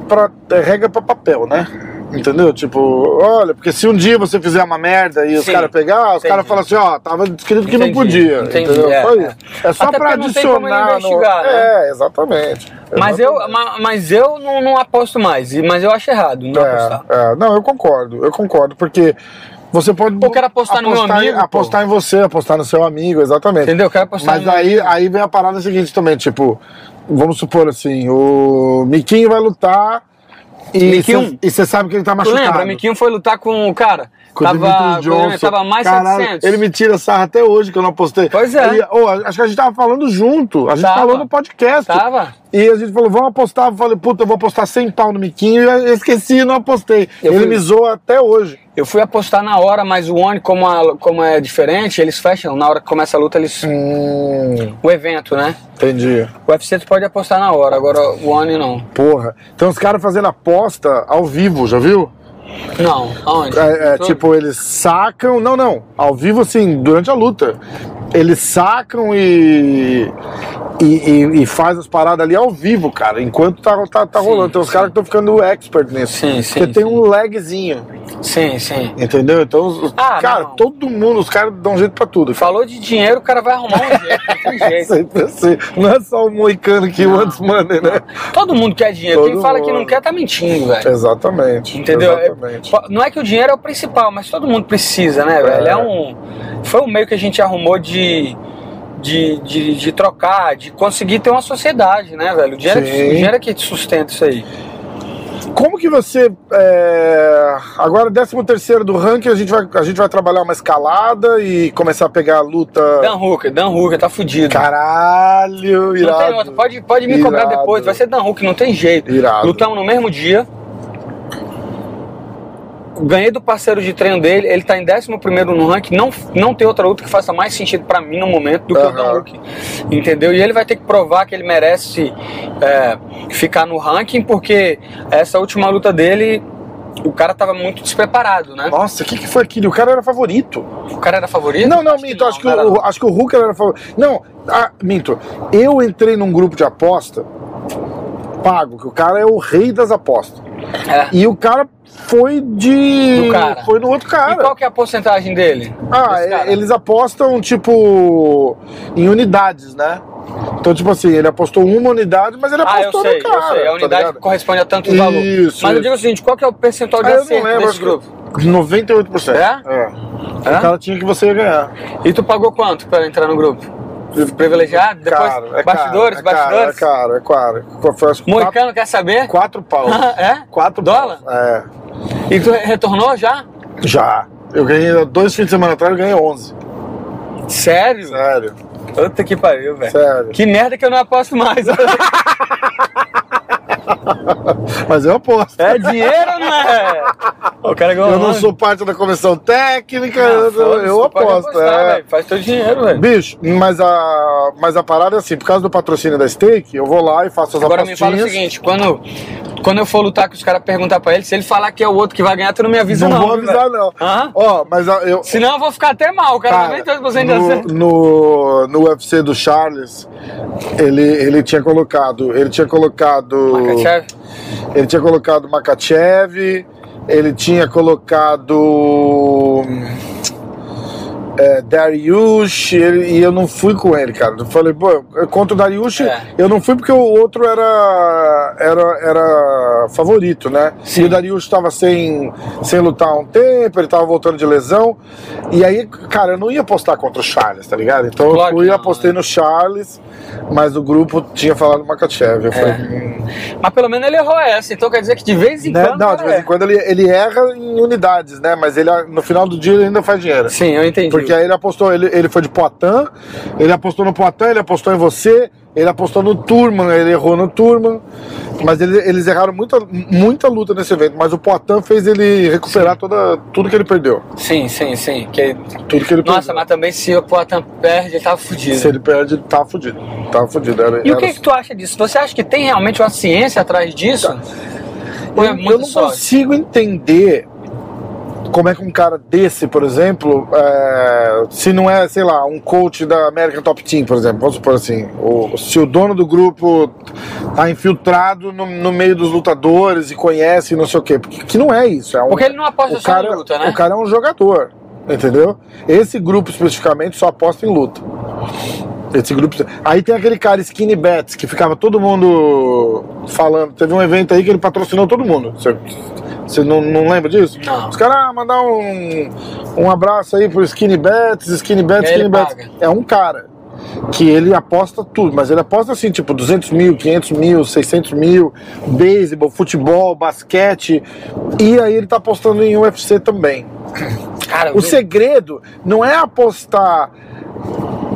Speaker 1: pra, é regra pra papel, né? Entendeu? Tipo, olha, porque se um dia você fizer uma merda e os
Speaker 2: Sim.
Speaker 1: caras pegar, os
Speaker 2: Entendi.
Speaker 1: caras falam assim, ó, tava escrito que não
Speaker 2: Entendi,
Speaker 1: podia.
Speaker 2: entendi,
Speaker 1: entendeu?
Speaker 2: é,
Speaker 1: Só
Speaker 2: é.
Speaker 1: isso. É só
Speaker 2: Até
Speaker 1: pra
Speaker 2: porque não tem como ele
Speaker 1: adicionar. no-
Speaker 2: investigar, né?
Speaker 1: É, exatamente.
Speaker 2: Mas eu, ma- mas eu não, não aposto mais, e- mas eu acho errado não apostar.
Speaker 1: É, é. não, eu concordo, eu concordo, porque você pode.
Speaker 2: Eu quero apostar no meu
Speaker 1: em-
Speaker 2: amigo, pô.
Speaker 1: Apostar em você, apostar no seu amigo, exatamente.
Speaker 2: Entendeu? Eu quero apostar né?
Speaker 1: Mas
Speaker 2: no-
Speaker 1: aí, aí vem a parada seguinte também, tipo, vamos supor assim, o Miquinho vai lutar E
Speaker 2: Miquinho?
Speaker 1: você sabe que ele tá
Speaker 2: Tu
Speaker 1: machucado.
Speaker 2: lembra? Miquinho foi lutar com o cara.
Speaker 1: Com o
Speaker 2: tava,
Speaker 1: Demetrius Johnson.
Speaker 2: com- tava mais
Speaker 1: Caralho,
Speaker 2: 700.
Speaker 1: Ele me tira sarra até hoje que eu não postei.
Speaker 2: Pois é.
Speaker 1: Ele- ô, acho que a gente tava falando junto. A gente
Speaker 2: Tava.
Speaker 1: falou no podcast.
Speaker 2: Tava.
Speaker 1: E a gente falou, vamos apostar. Eu falei, puta, eu vou apostar 100 pau no Miquinho. E eu esqueci e não apostei.
Speaker 2: Eu
Speaker 1: ele
Speaker 2: fui-
Speaker 1: me zoa até hoje.
Speaker 2: Eu fui apostar na hora, mas o ONI, como, a- como é diferente, eles fecham. Na hora que começa a luta, eles.
Speaker 1: Hum,
Speaker 2: O evento, né?
Speaker 1: entendi.
Speaker 2: O UFC tu pode apostar na hora, agora o ONI não.
Speaker 1: Porra. Então os caras fazendo aposta ao vivo, já viu?
Speaker 2: Não, aonde?
Speaker 1: É, é,
Speaker 2: Tô-
Speaker 1: tipo, eles sacam. Não, não. Ao vivo, assim, durante a luta. Eles sacam e. E, e- e faz as paradas ali ao vivo, cara, enquanto tá, tá, tá
Speaker 2: Sim,
Speaker 1: rolando. Tem uns
Speaker 2: sim.
Speaker 1: caras que estão ficando expert nisso.
Speaker 2: Sim, sim,
Speaker 1: Porque tem
Speaker 2: sim.
Speaker 1: um lagzinho,
Speaker 2: Sim, sim.
Speaker 1: entendeu? Então, os, os-
Speaker 2: Ah,
Speaker 1: cara,
Speaker 2: não.
Speaker 1: todo mundo, os caras dão jeito pra tudo.
Speaker 2: Falou de dinheiro, o cara vai arrumar um jeito. não tem jeito.
Speaker 1: Sempre assim. Não é só o moicano que
Speaker 2: Não,
Speaker 1: wants money, né?
Speaker 2: Todo mundo quer dinheiro.
Speaker 1: Todo
Speaker 2: Quem fala que não
Speaker 1: mundo. É.
Speaker 2: quer tá mentindo, velho.
Speaker 1: Exatamente.
Speaker 2: Entendeu?
Speaker 1: Exatamente.
Speaker 2: É, po- não é que o dinheiro é o principal, mas todo mundo precisa, né, velho? É um, foi um meio que a gente arrumou de, de, de, de trocar, de conseguir ter uma sociedade, né, velho? O dinheiro, é que-
Speaker 1: Sim.
Speaker 2: o dinheiro é que sustenta isso aí.
Speaker 1: Como que você. é, Agora, 13 do ranking, a gente, vai, a gente vai trabalhar uma escalada e começar a pegar a luta.
Speaker 2: Dan Hooker, Dan Hooker, tá fudido.
Speaker 1: Caralho,
Speaker 2: não tem
Speaker 1: irado.
Speaker 2: outro. Pode, pode me cobrar
Speaker 1: Irado.
Speaker 2: depois, vai ser Dan Hooker, não tem jeito.
Speaker 1: Irado.
Speaker 2: Lutamos no mesmo dia. Ganhei do parceiro de treino dele, ele tá em 11 no ranking. Não, não tem outra luta que faça mais sentido pra mim no momento do que o Dan
Speaker 1: Aham.
Speaker 2: Hooker. Entendeu? E ele vai ter que provar que ele merece é, ficar no ranking, porque essa última luta dele, o cara tava muito despreparado, né?
Speaker 1: Nossa, o que, que foi aquilo? O cara era favorito.
Speaker 2: O cara era favorito?
Speaker 1: Não, não, Minto, acho que,
Speaker 2: não,
Speaker 1: o,
Speaker 2: cara.
Speaker 1: acho que o Hooker era favorito. Não, ah, Minto, eu entrei num grupo de aposta pago, que o cara é o rei das apostas.
Speaker 2: É.
Speaker 1: E o cara foi de.
Speaker 2: Do cara.
Speaker 1: Foi no outro
Speaker 2: E
Speaker 1: cara.
Speaker 2: qual que é a porcentagem dele?
Speaker 1: Ah,
Speaker 2: Desse cara?
Speaker 1: é- eles apostam, tipo, em unidades, né? Então, tipo assim, ele apostou uma unidade, mas ele
Speaker 2: Ah, eu
Speaker 1: apostou
Speaker 2: sei,
Speaker 1: no cara.
Speaker 2: eu sei. A
Speaker 1: tá
Speaker 2: unidade
Speaker 1: ligado?
Speaker 2: que corresponde a tanto valor.
Speaker 1: Isso,
Speaker 2: Mas eu
Speaker 1: isso.
Speaker 2: digo o seguinte, qual que é o percentual de
Speaker 1: Ah, eu não
Speaker 2: acerto
Speaker 1: lembro,
Speaker 2: desse
Speaker 1: acho que
Speaker 2: grupo?
Speaker 1: 98%.
Speaker 2: É?
Speaker 1: O cara tinha que você ia ganhar.
Speaker 2: E tu pagou quanto pra entrar no grupo? Privilegiado? Depois,
Speaker 1: Caro, é
Speaker 2: bastidores,
Speaker 1: caro, é
Speaker 2: bastidores?
Speaker 1: Caro, é caro, é caro. Foi acho que quatro,
Speaker 2: Moicano quer saber?
Speaker 1: quatro pau.
Speaker 2: é?
Speaker 1: Quatro
Speaker 2: Dólar?
Speaker 1: pau. É.
Speaker 2: E tu re- retornou já?
Speaker 1: Já. Eu ganhei dois fins de semana atrás, eu ganhei 11.
Speaker 2: Sério?
Speaker 1: Sério,
Speaker 2: Puta que pariu, velho.
Speaker 1: sério.
Speaker 2: Que merda que eu não aposto mais.
Speaker 1: Mas eu aposto.
Speaker 2: é dinheiro ou não é? O cara ganhou
Speaker 1: Eu não
Speaker 2: onze.
Speaker 1: sou parte da comissão técnica,
Speaker 2: Ah,
Speaker 1: eu-
Speaker 2: foda-se,
Speaker 1: eu
Speaker 2: tu pode
Speaker 1: aposto.
Speaker 2: apostar,
Speaker 1: É.
Speaker 2: velho. Faz teu dinheiro, velho.
Speaker 1: Bicho, mas a, mas a parada é assim, por causa do patrocínio da Steak, eu vou lá e faço as
Speaker 2: Agora me
Speaker 1: apostinhas.
Speaker 2: fala o seguinte, quando, quando eu for lutar que os caras perguntar pra ele, se ele falar que é o outro que vai ganhar, tu não me avisa
Speaker 1: não,
Speaker 2: não.
Speaker 1: vou
Speaker 2: viu,
Speaker 1: avisar,
Speaker 2: velho?
Speaker 1: não.
Speaker 2: Hã?
Speaker 1: Ó, mas a- eu.
Speaker 2: Senão eu vou ficar até mal, o cara,
Speaker 1: cara,
Speaker 2: 92% de
Speaker 1: no,
Speaker 2: acerto.
Speaker 1: no, no UFC do Charles, ele, ele tinha colocado. Ele tinha colocado.
Speaker 2: Makachev?
Speaker 1: Ele tinha colocado Makachev, ele tinha colocado. hum, É, Dariush, ele- e eu não fui com ele, cara. Eu falei, pô, eu- contra o Dariush,
Speaker 2: É.
Speaker 1: eu não fui porque o outro era era, era favorito, né?
Speaker 2: Sim.
Speaker 1: E o Dariush tava sem, sem lutar há um tempo, ele tava voltando de lesão. E aí, cara, eu não ia apostar contra o Charles, tá ligado? Então
Speaker 2: Claro
Speaker 1: eu
Speaker 2: que
Speaker 1: fui e
Speaker 2: não,
Speaker 1: apostei
Speaker 2: né?
Speaker 1: no Charles, mas o grupo tinha falado
Speaker 2: É.
Speaker 1: Makachev. Eu falei, hum,
Speaker 2: Mas pelo menos ele errou essa, então quer dizer que de vez em
Speaker 1: né?
Speaker 2: quando. é.
Speaker 1: Não,
Speaker 2: cara,
Speaker 1: de vez em
Speaker 2: erra.
Speaker 1: quando ele, ele erra em unidades, né? Mas ele no final do dia ele ainda faz dinheiro.
Speaker 2: Sim, eu entendi.
Speaker 1: Porque aí ele apostou, ele, ele foi de Poitin, ele apostou no Poitin, ele apostou em você, ele apostou no Turman, ele errou no Turman. Mas ele- eles erraram muita, muita luta nesse evento, mas o Poitin fez ele recuperar toda, tudo que ele perdeu.
Speaker 2: Sim, sim, sim. que-
Speaker 1: Tudo que ele
Speaker 2: Nossa,
Speaker 1: perdeu.
Speaker 2: mas também se o Poitin perde, ele tava fudido.
Speaker 1: Se ele perde, ele tá fudido. Tá fudido. Era,
Speaker 2: E o
Speaker 1: era-
Speaker 2: que, que tu acha disso? Você acha que tem realmente uma ciência atrás disso? Ou é
Speaker 1: eu,
Speaker 2: muito
Speaker 1: eu não
Speaker 2: sorte?
Speaker 1: consigo entender como é que um cara desse, por exemplo, é, se não é, sei lá, um coach da American Top Team, por exemplo, vamos supor assim, o- se o dono do grupo tá infiltrado no, no meio dos lutadores e conhece e não sei o quê, porque que não é isso. É um,
Speaker 2: Porque ele não aposta
Speaker 1: o
Speaker 2: só
Speaker 1: cara,
Speaker 2: na luta, né?
Speaker 1: O cara é um jogador, entendeu? Esse grupo especificamente só aposta em luta. Esse grupo. Aí tem aquele cara Skinny Bets que ficava todo mundo falando. Teve um evento aí que ele patrocinou todo mundo. Você, você não, não lembra disso?
Speaker 2: Não.
Speaker 1: Os caras ah, mandar um, um abraço aí pro Skinny Bets, Skinny Bets,
Speaker 2: E aí ele
Speaker 1: Skinny Bets.
Speaker 2: paga.
Speaker 1: É um cara. que ele aposta tudo, mas ele aposta assim, tipo 200 mil, 500 mil, 600 mil, beisebol, futebol, basquete, e aí ele tá apostando em UFC também.
Speaker 2: Cara,
Speaker 1: O segredo não é apostar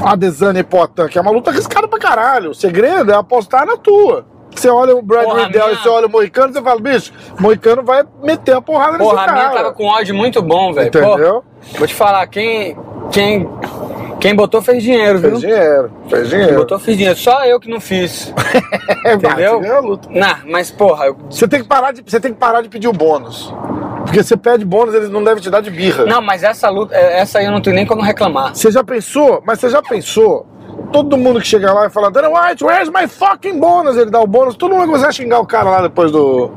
Speaker 1: a Desane Potan, que é uma luta arriscada pra caralho. O segredo é apostar na tua. Você olha o Brad
Speaker 2: Porra,
Speaker 1: Riddell e
Speaker 2: minha-
Speaker 1: você olha o Moicano, você fala, bicho, Moicano vai meter a porrada nesse
Speaker 2: porra, a minha
Speaker 1: cara.
Speaker 2: tava com um ódio muito bom, velho. Pô,
Speaker 1: tá Entendeu?
Speaker 2: Vou te falar, quem. Quem. Quem botou fez dinheiro, viu?
Speaker 1: Fez dinheiro, fez
Speaker 2: Quem
Speaker 1: dinheiro.
Speaker 2: botou fez dinheiro. Só eu que não fiz.
Speaker 1: É,
Speaker 2: entendeu?
Speaker 1: bate, ganha a luta.
Speaker 2: Nah, mas porra, eu
Speaker 1: Você tem, que parar de, você tem que parar de pedir o bônus. Porque você pede bônus, eles não devem te dar de birra.
Speaker 2: Não, mas essa luta, é, essa aí eu não tenho nem como reclamar.
Speaker 1: Você já pensou? Mas você já pensou? Todo mundo que chega lá e fala, Dana White, where's my fucking bônus? Ele dá o bônus, todo mundo vai começar a xingar o cara lá depois do.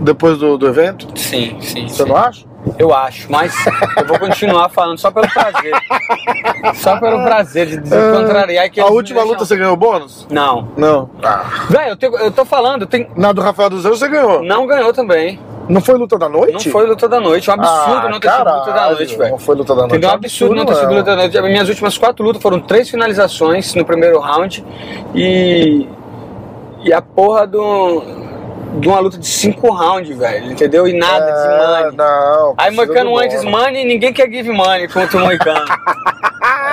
Speaker 1: Depois do, do evento.
Speaker 2: Sim, sim.
Speaker 1: Você não acha?
Speaker 2: Eu acho, mas eu vou continuar falando só pelo prazer. só pelo prazer de desencontrariar que
Speaker 1: Ah, a
Speaker 2: eles me
Speaker 1: última
Speaker 2: deixam-
Speaker 1: luta você ganhou bônus?
Speaker 2: Não.
Speaker 1: Não. Ah.
Speaker 2: Velho, eu, tenho- eu tô falando, tem...
Speaker 1: Na do Rafael dos Anjos você ganhou.
Speaker 2: não ganhou também.
Speaker 1: Não foi luta da noite?
Speaker 2: Não foi luta da noite. É um absurdo
Speaker 1: Ah,
Speaker 2: não ter sido luta da
Speaker 1: caralho,
Speaker 2: noite, velho.
Speaker 1: Não foi luta da noite.
Speaker 2: Entendeu? É um absurdo não ter sido
Speaker 1: é.
Speaker 2: luta da noite. Minhas últimas quatro lutas foram três finalizações no primeiro round e. E a porra do. De uma luta de cinco rounds, velho. Entendeu? E nada de
Speaker 1: É,
Speaker 2: money.
Speaker 1: Não.
Speaker 2: Aí
Speaker 1: precisa
Speaker 2: Moicano
Speaker 1: do
Speaker 2: antes
Speaker 1: bônus.
Speaker 2: money, ninguém quer give money contra o Moicano.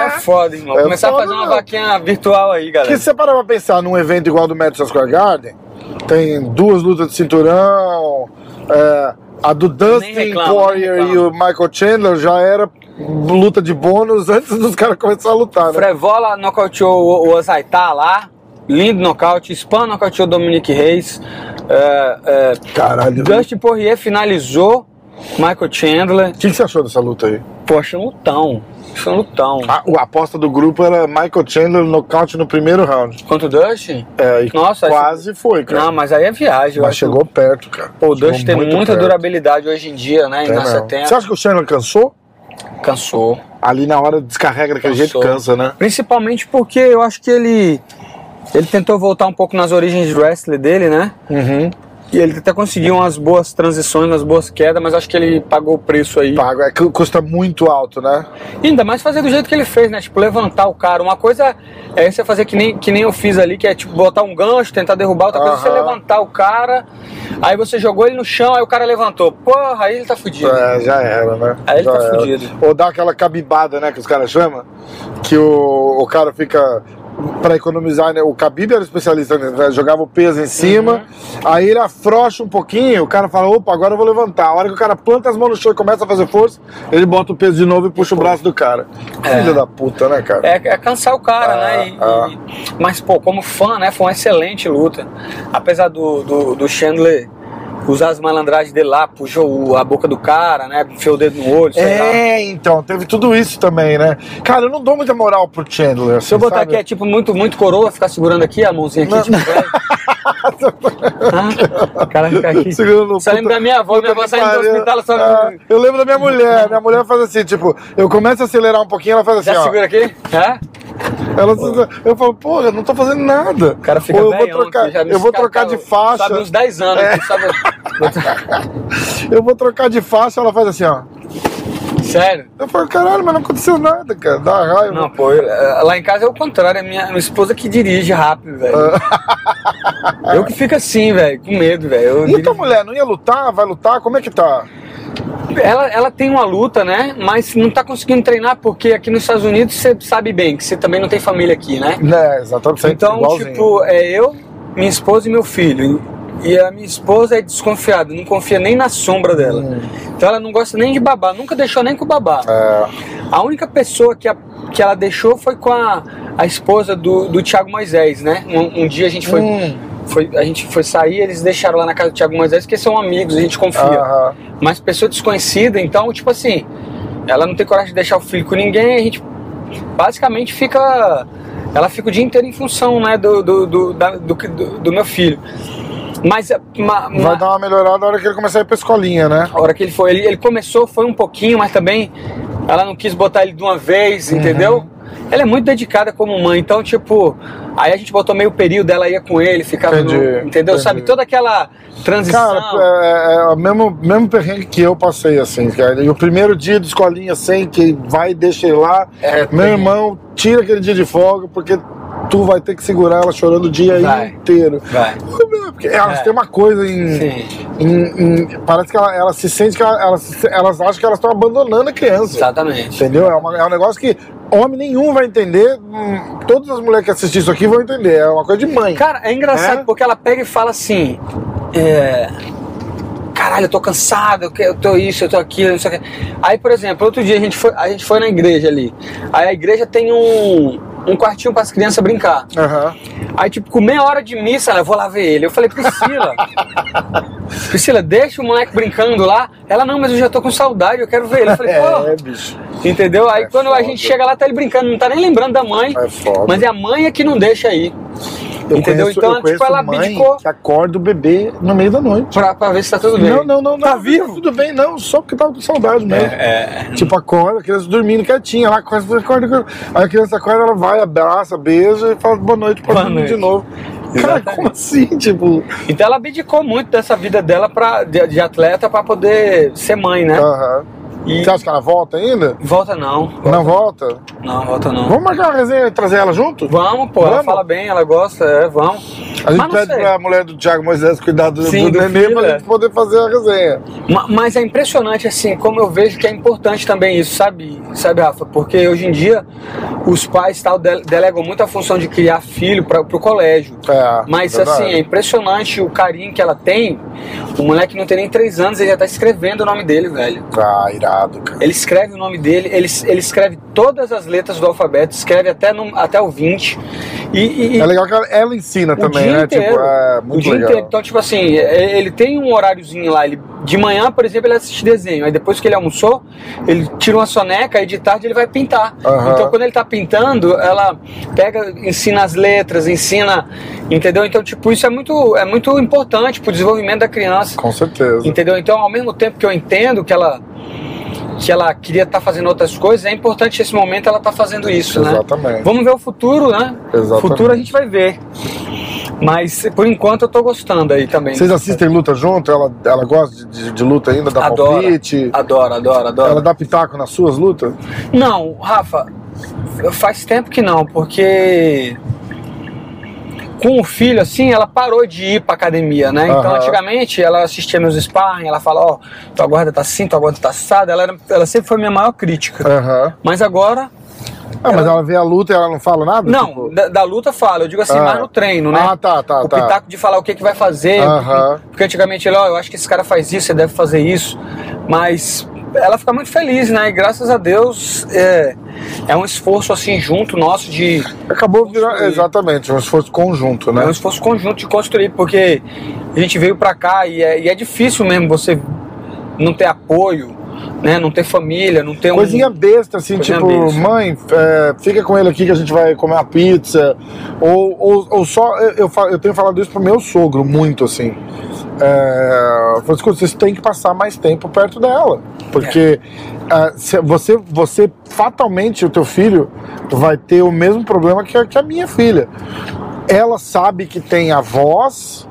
Speaker 2: é foda, irmão.
Speaker 1: É
Speaker 2: Começar
Speaker 1: foda,
Speaker 2: a fazer uma
Speaker 1: meu.
Speaker 2: vaquinha virtual aí, galera.
Speaker 1: Porque se você parar pra pensar num evento igual do Madison Square Garden, tem duas lutas de cinturão, é, a do Dustin
Speaker 2: reclamo,
Speaker 1: Poirier
Speaker 2: nem
Speaker 1: e o Michael Chandler já era luta de bônus antes dos caras começarem a lutar, né?
Speaker 2: Frevola nocauteou o- o Ozaitá lá. Lindo nocaute. Spam nocauteou o Dominique Reis. É, é,
Speaker 1: Caralho. O
Speaker 2: Dustin Poirier finalizou Michael Chandler.
Speaker 1: que, que você achou dessa luta aí?
Speaker 2: Poxa, um lutão. Isso é um lutão.
Speaker 1: A, a aposta do grupo era Michael Chandler nocaute no primeiro round.
Speaker 2: Contra o Dustin?
Speaker 1: É, e
Speaker 2: Nossa,
Speaker 1: quase foi, cara.
Speaker 2: Não, mas aí é viagem. eu
Speaker 1: Mas
Speaker 2: acho.
Speaker 1: chegou perto, cara.
Speaker 2: Pô, o
Speaker 1: Chegou
Speaker 2: Dustin tem
Speaker 1: muito
Speaker 2: muita
Speaker 1: perto.
Speaker 2: durabilidade hoje em dia, né? Em
Speaker 1: Tem
Speaker 2: nossa
Speaker 1: mesmo.
Speaker 2: tempo.
Speaker 1: Você acha que o Chandler cansou?
Speaker 2: Cansou.
Speaker 1: Ali na hora descarrega daquele jeito,
Speaker 2: Cansou.
Speaker 1: cansa, né?
Speaker 2: Principalmente porque eu acho que ele. Ele tentou voltar um pouco nas origens do wrestling dele, né?
Speaker 1: Uhum.
Speaker 2: E ele até conseguiu umas boas transições, umas boas quedas, mas acho que ele pagou o preço aí.
Speaker 1: Pago, é que custa muito alto, né?
Speaker 2: Ainda mais fazer do jeito que ele fez, né? Tipo, levantar o cara. Uma coisa é você fazer que nem, que nem eu fiz ali, que é tipo botar um gancho, tentar derrubar, outra coisa é você
Speaker 1: Aham.
Speaker 2: levantar o cara. Aí você jogou ele no chão, aí o cara levantou. Porra, aí ele tá fudido.
Speaker 1: É, já era, né?
Speaker 2: Aí ele
Speaker 1: Já
Speaker 2: tá
Speaker 1: era.
Speaker 2: fudido.
Speaker 1: Ou dá aquela cabibada, né, que os caras chamam, que o, o cara fica pra economizar, né? O Khabib era especialista, né? jogava o peso em cima, aí ele afrouxa um pouquinho, o cara fala, opa, agora eu vou levantar. A hora que o cara planta as mãos no chão e começa a fazer força, ele bota o peso de novo e puxa o braço do cara. Filho da puta, né, cara?
Speaker 2: É, é cansar o cara,
Speaker 1: Ah,
Speaker 2: né? E-
Speaker 1: ah.
Speaker 2: e- mas, pô, como fã, né? Foi uma excelente luta. Apesar do, do, do Chandler usar as malandragens dele lá, puxou o- a boca do cara, né? Enfiou o dedo no olho, sei lá.
Speaker 1: É, então, teve tudo isso também, né? Cara, eu não dou muita moral pro Chandler. assim,
Speaker 2: Se eu botar
Speaker 1: sabe?
Speaker 2: aqui, é tipo muito, muito coroa, ficar segurando aqui a mãozinha aqui, tipo, velho. Ah, o cara fica aqui.
Speaker 1: Segurando no
Speaker 2: Só lembro
Speaker 1: puta-
Speaker 2: da minha avó, minha avó
Speaker 1: que
Speaker 2: saindo do
Speaker 1: pariu.
Speaker 2: hospital, só
Speaker 1: Ah, eu lembro da minha mulher. Minha mulher faz assim, tipo, eu começo a acelerar um pouquinho, ela faz assim,
Speaker 2: já
Speaker 1: ó.
Speaker 2: segura aqui? É?
Speaker 1: Ela, eu falo, porra, eu não tô fazendo nada.
Speaker 2: O cara fica
Speaker 1: Ou eu vou
Speaker 2: velhão,
Speaker 1: trocar,
Speaker 2: que já me
Speaker 1: eu vou trocar de
Speaker 2: escapava,
Speaker 1: faixa.
Speaker 2: Sabe, uns 10 anos.
Speaker 1: É.
Speaker 2: que sabe-
Speaker 1: Eu vou trocar de faixa, ela faz assim, ó.
Speaker 2: Sério?
Speaker 1: Eu falo, caralho, mas não aconteceu nada, cara. Dá raiva.
Speaker 2: Não, pô, eu- eh, lá em casa é o contrário, é minha, minha esposa que dirige rápido, velho.
Speaker 1: Ah.
Speaker 2: eu que fico assim, velho, com medo, velho. Eu
Speaker 1: E tua
Speaker 2: dirijo-
Speaker 1: mulher não ia lutar? Vai lutar? Como é que tá?
Speaker 2: ela, ela tem uma luta, né? Mas não tá conseguindo treinar porque aqui nos Estados Unidos você sabe bem que você também não tem família aqui, né?
Speaker 1: Né, exatamente.
Speaker 2: Então,
Speaker 1: igualzinho.
Speaker 2: tipo, é eu, minha esposa e meu filho. E a minha esposa é desconfiada, não confia nem na sombra dela. Então ela não gosta nem de babá, nunca deixou nem com o babá.
Speaker 1: Hum. É,
Speaker 2: A única pessoa que, a- que ela deixou foi com a, a esposa do, do Tiago Moisés, né? Um, um dia a gente foi,
Speaker 1: Hum.
Speaker 2: foi- a gente foi sair, eles deixaram lá na casa do Tiago Moisés, porque são amigos, a gente confia.
Speaker 1: aham.
Speaker 2: Mas pessoa desconhecida, então, tipo assim, ela não tem coragem de deixar o filho com ninguém, a gente basicamente fica. Ela fica o dia inteiro em função, né, do, do, do, da- do, que- do- do meu filho. Mas a- ma- ma-
Speaker 1: Vai dar uma melhorada na hora que ele começar a ir pra escolinha, né?
Speaker 2: a hora que ele foi, ele, ele começou, foi um pouquinho, mas também
Speaker 1: Uhum.
Speaker 2: ela não quis botar ele de uma vez, entendeu? Ela é muito dedicada como mãe, então, tipo, Aí a gente botou meio período, ela ia com ele, ficava
Speaker 1: Entendi,
Speaker 2: no- entendeu?
Speaker 1: entendi.
Speaker 2: Sabe, toda aquela transição.
Speaker 1: Cara, é, é o mesmo, mesmo perrengue que eu passei, assim, cara. E o primeiro dia de escolinha sem que vai e deixa ele lá.
Speaker 2: É,
Speaker 1: meu
Speaker 2: tem.
Speaker 1: irmão, tira aquele dia de folga, porque tu vai ter que segurar ela chorando o dia
Speaker 2: Vai.
Speaker 1: inteiro.
Speaker 2: Vai.
Speaker 1: Porque elas
Speaker 2: É.
Speaker 1: têm uma coisa em,
Speaker 2: Sim,
Speaker 1: em- em- Parece que ela- elas se sentem que ela- elas, se- elas acham que elas estão abandonando a criança.
Speaker 2: exatamente.
Speaker 1: Entendeu? É, uma- é um negócio que homem nenhum vai entender. hum, Todas as mulheres que assistirem isso aqui vão entender. É uma coisa de mãe.
Speaker 2: Cara, é engraçado
Speaker 1: É?
Speaker 2: porque ela pega e fala assim. é, Caralho, eu tô cansado, eu que- eu tô isso, eu tô aquilo, não sei o que. Aí, por exemplo, outro dia a gente foi, a gente foi na igreja ali. Aí a igreja tem um, um quartinho para as crianças brincar.
Speaker 1: Aham.
Speaker 2: Aí, tipo, com meia hora de missa, ela, eu vou lá ver ele. Eu falei, Priscila, Priscila, deixa o moleque brincando lá. Ela, não, mas eu já tô com saudade, eu quero ver ele. Eu falei,
Speaker 1: É,
Speaker 2: pô,
Speaker 1: bicho.
Speaker 2: entendeu? Aí
Speaker 1: É
Speaker 2: quando a
Speaker 1: foda.
Speaker 2: gente chega lá, tá ele brincando, não tá nem lembrando da mãe.
Speaker 1: É foda.
Speaker 2: Mas é a mãe é que não deixa aí.
Speaker 1: Eu
Speaker 2: entendeu?
Speaker 1: conheço-
Speaker 2: então,
Speaker 1: eu
Speaker 2: tipo,
Speaker 1: conheço
Speaker 2: ela
Speaker 1: mãe
Speaker 2: abdicou
Speaker 1: que acorda o bebê no meio da noite.
Speaker 2: pra, pra ver se tá tudo bem.
Speaker 1: Não, não, não, não.
Speaker 2: Tá vivo?
Speaker 1: Tudo bem, não, só porque tava com saudade mesmo.
Speaker 2: É,
Speaker 1: Tipo, acorda, a criança dormindo quietinha, lá acorda, acorda, acorda. Aí a criança acorda, ela vai, abraça, beija e fala boa noite pra
Speaker 2: Boa
Speaker 1: dormir
Speaker 2: noite.
Speaker 1: de novo. Cara,
Speaker 2: Exatamente.
Speaker 1: como assim? Tipo.
Speaker 2: Então ela abdicou muito dessa vida dela pra, de, de atleta pra poder ser mãe, né?
Speaker 1: aham.
Speaker 2: E-
Speaker 1: Você acha que ela volta ainda?
Speaker 2: Volta não.
Speaker 1: Não volta?
Speaker 2: Não, volta não.
Speaker 1: Vamos marcar uma resenha e trazer ela junto?
Speaker 2: Vamos, pô, ela
Speaker 1: Vamos?
Speaker 2: fala bem, ela gosta, é, vamos.
Speaker 1: A
Speaker 2: Mas
Speaker 1: gente
Speaker 2: não
Speaker 1: pede
Speaker 2: sei.
Speaker 1: pra mulher do Thiago Moisés cuidar do,
Speaker 2: Sim,
Speaker 1: do,
Speaker 2: do
Speaker 1: neném
Speaker 2: filho,
Speaker 1: pra
Speaker 2: é.
Speaker 1: gente poder fazer a resenha.
Speaker 2: Ma- Mas é impressionante, assim, como eu vejo que é importante também isso, sabe, sabe Rafa? Porque hoje em dia os pais tal dele- delegam muito a função de criar filho para o colégio.
Speaker 1: É,
Speaker 2: Mas
Speaker 1: verdade.
Speaker 2: assim, é impressionante o carinho que ela tem. O moleque não tem nem três anos, ele já tá escrevendo o nome dele, velho.
Speaker 1: Ah, irado, cara.
Speaker 2: Ele escreve o nome dele, ele, ele escreve todas as letras do alfabeto, escreve até, no, até o 20. E, e- e
Speaker 1: É legal que ela, ela ensina
Speaker 2: o
Speaker 1: também,
Speaker 2: dia
Speaker 1: né?
Speaker 2: inteiro.
Speaker 1: Tipo, é
Speaker 2: o
Speaker 1: muito
Speaker 2: dia
Speaker 1: legal.
Speaker 2: inteiro. Então, tipo assim, é- ele tem um horáriozinho lá. Ele, de manhã, por exemplo, ele assiste desenho. Aí depois que ele almoçou, ele tira uma soneca e de tarde ele vai pintar.
Speaker 1: Aham.
Speaker 2: Então, quando ele tá pintando, ela pega, ensina as letras, ensina, entendeu? Então, tipo, isso é muito, é muito importante pro desenvolvimento da criança.
Speaker 1: Com certeza.
Speaker 2: Entendeu? Então, ao mesmo tempo que eu entendo que ela que ela queria estar fazendo outras coisas, é importante esse momento ela tá fazendo isso, né?
Speaker 1: Exatamente.
Speaker 2: Vamos ver o futuro, né?
Speaker 1: Exatamente.
Speaker 2: Futuro a gente vai ver. Mas por enquanto eu tô gostando aí também.
Speaker 1: Vocês assistem luta junto? Ela, ela gosta de, de- de luta ainda? Dá
Speaker 2: Adora.
Speaker 1: palpite?
Speaker 2: Adoro, adoro, adoro.
Speaker 1: Ela dá pitaco nas suas lutas?
Speaker 2: Não, Rafa, faz tempo que não, porque com o filho assim, ela parou de ir pra academia, né? Então
Speaker 1: Aham.
Speaker 2: antigamente ela assistia meus sparring, ela fala, ó, tua guarda tá assim, tua guarda tá assada, ela, era- ela sempre foi minha maior crítica.
Speaker 1: Aham.
Speaker 2: Mas agora,
Speaker 1: Ah, mas ela vê a luta e ela não fala nada?
Speaker 2: não,
Speaker 1: Tipo,
Speaker 2: da, da luta fala, eu digo assim,
Speaker 1: Ah.
Speaker 2: mais no treino, né?
Speaker 1: Ah, tá, tá,
Speaker 2: o
Speaker 1: tá.
Speaker 2: pitaco é de falar o que, que vai fazer.
Speaker 1: Aham.
Speaker 2: Porque antigamente ele, ó, eu acho que esse cara faz isso, você deve fazer isso. Mas ela fica muito feliz, né? E graças a Deus é, é um esforço assim junto nosso de.
Speaker 1: Acabou virando.
Speaker 2: Construir.
Speaker 1: Exatamente, um esforço conjunto, né?
Speaker 2: É um esforço conjunto de construir, porque a gente veio pra cá e é, e é difícil mesmo você não ter apoio, né? Não ter família, não ter um-
Speaker 1: Coisinha besta, assim,
Speaker 2: Coisinha
Speaker 1: tipo,
Speaker 2: besta.
Speaker 1: mãe, é, fica com ele aqui que a gente vai comer uma pizza. Ou, ou, ou só. Eu, eu, fa- eu tenho falado isso pro meu sogro muito, assim. É, Francisco, vocês têm que passar mais tempo perto dela. Porque
Speaker 2: É.
Speaker 1: ah, se- você, você, fatalmente, o teu filho vai ter o mesmo problema que a- que a minha filha. Ela sabe que tem a voz,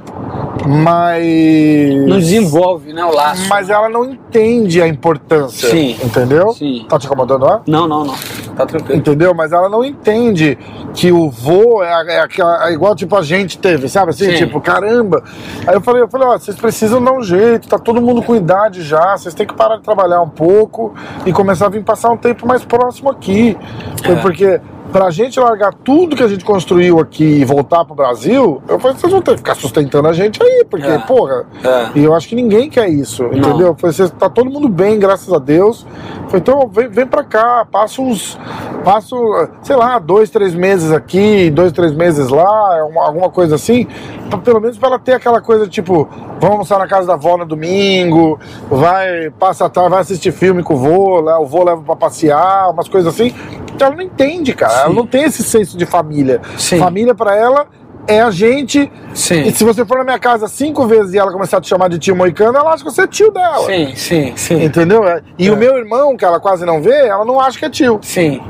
Speaker 1: mas.
Speaker 2: Não desenvolve, né? O laço.
Speaker 1: Mas ela não entende a importância.
Speaker 2: Sim.
Speaker 1: Entendeu?
Speaker 2: Sim.
Speaker 1: Tá te incomodando lá?
Speaker 2: Não, não, não. Tá tranquilo.
Speaker 1: Entendeu? Mas ela não entende que o vô é, a- é aquela, é igual tipo a gente teve, sabe assim?
Speaker 2: Sim.
Speaker 1: Tipo, caramba. Aí eu falei, eu falei, ó, vocês precisam dar um jeito, tá todo mundo com idade já, vocês têm que parar de trabalhar um pouco e começar a vir passar um tempo mais próximo aqui. Foi
Speaker 2: É.
Speaker 1: Porque pra gente largar tudo que a gente construiu aqui e voltar pro Brasil, eu falei, vocês vão ter que ficar sustentando a gente aí, porque,
Speaker 2: É.
Speaker 1: porra,
Speaker 2: É.
Speaker 1: e eu acho que ninguém quer isso, entendeu? Foi, cê- tá todo mundo bem, graças a Deus. Foi, então vem, vem pra cá, passa uns. Passa, sei lá, dois, três meses aqui, dois, três meses lá, uma- alguma coisa assim. Pra- pelo menos pra ela ter aquela coisa tipo, vamos almoçar na casa da avó no domingo, vai, passa a tarde, vai assistir filme com o vô, lá, o vô leva pra passear, umas coisas assim. Então Ela não entende, cara. Ela
Speaker 2: Sim.
Speaker 1: não tem esse senso de família.
Speaker 2: Sim.
Speaker 1: Família pra ela é a gente
Speaker 2: Sim.
Speaker 1: e se você for na minha casa cinco vezes e ela começar a te chamar de tio moicano, ela acha que você é tio dela.
Speaker 2: Sim, sim, sim.
Speaker 1: Entendeu? É. E
Speaker 2: É.
Speaker 1: o meu irmão, que ela quase não vê, ela não acha que é tio.
Speaker 2: Sim.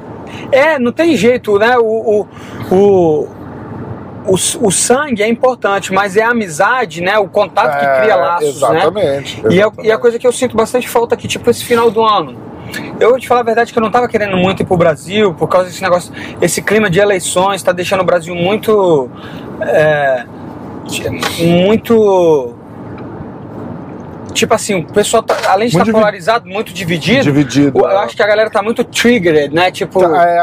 Speaker 2: É, não tem jeito, né? O, o, o, o, o sangue é importante, mas é a amizade, né? O contato que cria laços, né?
Speaker 1: É, exatamente,
Speaker 2: E é,
Speaker 1: exatamente.
Speaker 2: e a coisa que eu sinto bastante falta aqui, tipo esse final do ano. Eu vou te falar a verdade que eu não tava querendo muito ir pro Brasil por causa desse negócio. Esse clima de eleições tá deixando o Brasil muito. é, ti- muito. Tipo assim, o pessoal, tá, além de
Speaker 1: Muito
Speaker 2: estar
Speaker 1: divi-
Speaker 2: polarizado, muito dividido,
Speaker 1: Dividido,
Speaker 2: eu
Speaker 1: é.
Speaker 2: acho que a galera tá muito triggered, né? Tipo,
Speaker 1: Tá, é, é,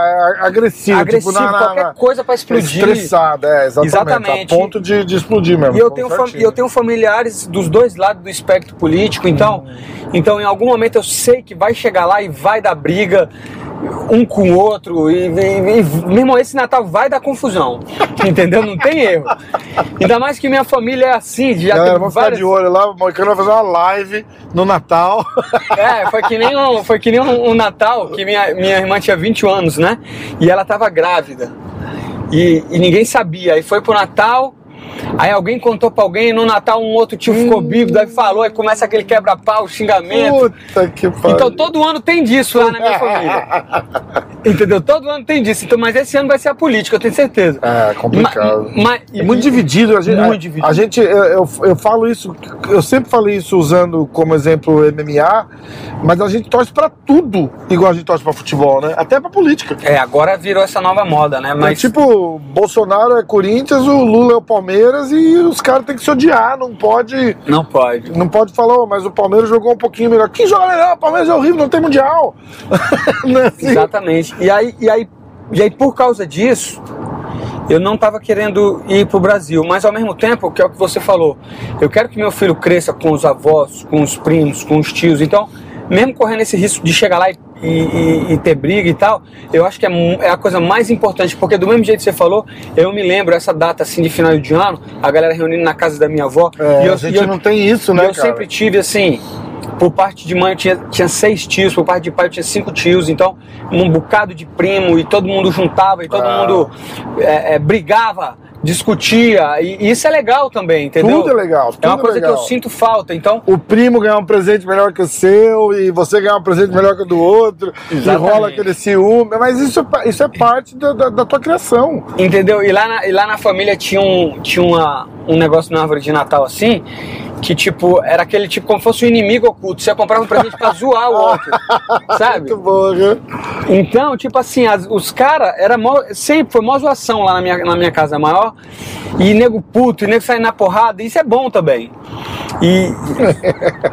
Speaker 1: é, agressivo, tipo,
Speaker 2: agressivo,
Speaker 1: na, na,
Speaker 2: qualquer
Speaker 1: na-
Speaker 2: coisa pra explodir.
Speaker 1: estressado, é, exatamente,
Speaker 2: Exatamente.
Speaker 1: a ponto de, de explodir mesmo.
Speaker 2: E eu
Speaker 1: como
Speaker 2: tenho,
Speaker 1: certinho.
Speaker 2: fam- eu tenho familiares dos dois lados do espectro político, então, então em algum momento eu sei que vai chegar lá e vai dar briga um com o outro, e, e, e meu irmão, esse Natal vai dar confusão, entendeu? Não tem erro. Ainda mais que minha família é assim, já
Speaker 1: Galera,
Speaker 2: teve
Speaker 1: vamos
Speaker 2: várias-
Speaker 1: ficar de olho lá, o Moicano vai fazer uma live no Natal.
Speaker 2: É, foi que nem um, foi que nem um, um Natal que minha, minha irmã tinha 21 anos, né? E ela tava grávida. E, e ninguém sabia. Aí foi pro Natal. Aí alguém contou pra alguém, no Natal um outro tio ficou bíblico, aí falou, aí começa aquele quebra-pau, xingamento.
Speaker 1: Hum. Puta que pariu.
Speaker 2: Então todo ano tem disso lá na minha família. Entendeu? Todo ano tem disso. Então, mas esse ano vai ser a política, eu tenho certeza.
Speaker 1: É, complicado.
Speaker 2: Ma- ma-
Speaker 1: É muito dividido. A gente,
Speaker 2: Muito
Speaker 1: a,
Speaker 2: dividido.
Speaker 1: a gente, eu, eu, eu falo isso, eu sempre falei isso usando como exemplo o MMA, mas a gente torce pra tudo, igual a gente torce pra futebol, né? Até pra política.
Speaker 2: É, agora virou essa nova moda, né?
Speaker 1: Mas...
Speaker 2: Mas
Speaker 1: tipo, Bolsonaro é Corinthians, o Lula é o Palmeiras e os caras têm que se odiar, não pode,
Speaker 2: não pode.
Speaker 1: não pode falar, "Ô, mas o Palmeiras jogou um pouquinho melhor. Que joga melhor? O Palmeiras é horrível, não tem mundial. Não é assim?
Speaker 2: Exatamente. E aí, e, aí, e aí, por causa disso, eu não estava querendo ir pro Brasil. Mas, ao mesmo tempo, que é o que você falou, eu quero que meu filho cresça com os avós, com os primos, com os tios. Então, mesmo correndo esse risco de chegar lá e, e- e- e ter briga e tal, eu acho que é, mu- é a coisa mais importante. Porque, do mesmo jeito que você falou, eu me lembro essa data assim de final de ano, a galera reunindo na casa da minha avó.
Speaker 1: É,
Speaker 2: e eu,
Speaker 1: a gente
Speaker 2: e eu-
Speaker 1: não tem isso,
Speaker 2: e
Speaker 1: né,
Speaker 2: eu
Speaker 1: cara?
Speaker 2: sempre tive assim. Por parte de mãe eu tinha, tinha seis tios, por parte de pai eu tinha cinco tios, então um bocado de primo e todo mundo juntava e todo
Speaker 1: Ah.
Speaker 2: mundo é, é, brigava, discutia, e, e isso é legal também, entendeu?
Speaker 1: Tudo é legal,
Speaker 2: É uma
Speaker 1: tudo é
Speaker 2: coisa que eu
Speaker 1: legal.
Speaker 2: sinto falta, então
Speaker 1: o primo ganhar um presente melhor que o seu e você ganhar um presente melhor que o do outro e
Speaker 2: Exatamente.
Speaker 1: rola aquele ciúme, mas isso, é pa- isso é parte da, da- da tua criação.
Speaker 2: Entendeu? E lá na, e lá na família tinha, um, tinha uma, um negócio na árvore de Natal assim, que tipo, era aquele tipo como se fosse um inimigo oculto. Você comprava um presente pra zoar o outro, sabe?
Speaker 1: Muito bom, né?
Speaker 2: Então, tipo assim, as- os caras, era mó, sempre foi mó zoação lá na minha, na minha casa maior. E nego puto, e nego saindo na porrada, isso é bom também. E,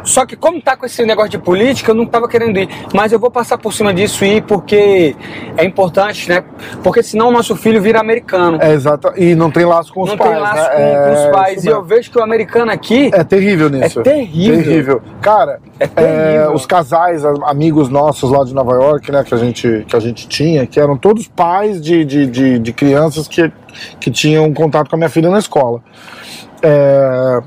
Speaker 2: só que como tá com esse negócio de política, eu não tava querendo ir. Mas eu vou passar por cima disso e ir porque é importante, né? Porque senão o nosso filho vira americano.
Speaker 1: É exato. E não tem laço com os
Speaker 2: não
Speaker 1: pais.
Speaker 2: tem
Speaker 1: né?
Speaker 2: laço com, com
Speaker 1: É,
Speaker 2: os pais.
Speaker 1: isso
Speaker 2: E eu
Speaker 1: mesmo.
Speaker 2: vejo que o americano aqui
Speaker 1: É terrível nisso.
Speaker 2: É terrível.
Speaker 1: Terrível. Cara,
Speaker 2: É terrível.
Speaker 1: os casais, a- amigos nossos lá de Nova York, né, que a gente, que a gente tinha, que eram todos pais de, de, de, de crianças que, que tinham contato com a minha filha na escola. É,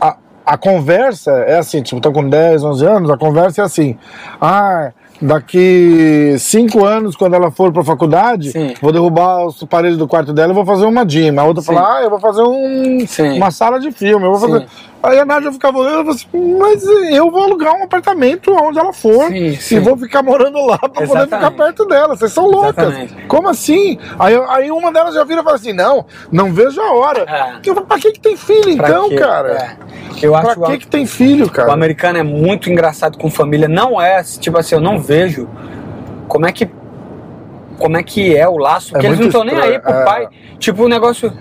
Speaker 1: a, a conversa é assim, tipo, tô com 10, 11 anos, a conversa é assim, ah... Daqui cinco anos, quando ela for pra faculdade,
Speaker 2: Sim.
Speaker 1: vou derrubar os paredes do quarto dela e vou fazer uma gym. A outra
Speaker 2: Sim.
Speaker 1: fala, ah, eu vou fazer um,
Speaker 2: Sim.
Speaker 1: uma sala de filme, eu vou
Speaker 2: Sim.
Speaker 1: fazer. Aí a Nádia ficava olhando e falou assim, mas eu vou alugar um apartamento onde ela for
Speaker 2: Sim,
Speaker 1: e
Speaker 2: sim.
Speaker 1: vou ficar morando lá pra poder
Speaker 2: Exatamente.
Speaker 1: ficar perto dela. Vocês são loucas.
Speaker 2: Exatamente.
Speaker 1: Como assim? Aí, aí uma delas já vira e fala assim, não, não vejo a hora.
Speaker 2: É.
Speaker 1: Eu falo, pra que, que tem filho
Speaker 2: pra
Speaker 1: então,
Speaker 2: quê?
Speaker 1: cara?
Speaker 2: É. Eu
Speaker 1: Pra
Speaker 2: acho
Speaker 1: que, que tem filho,
Speaker 2: O
Speaker 1: cara?
Speaker 2: americano é muito engraçado com família. Não é, tipo assim, eu não vejo como é que como é que é o laço, porque eles não
Speaker 1: muito
Speaker 2: estão nem aí pro
Speaker 1: estranho, é.
Speaker 2: pai. Tipo, o negócio.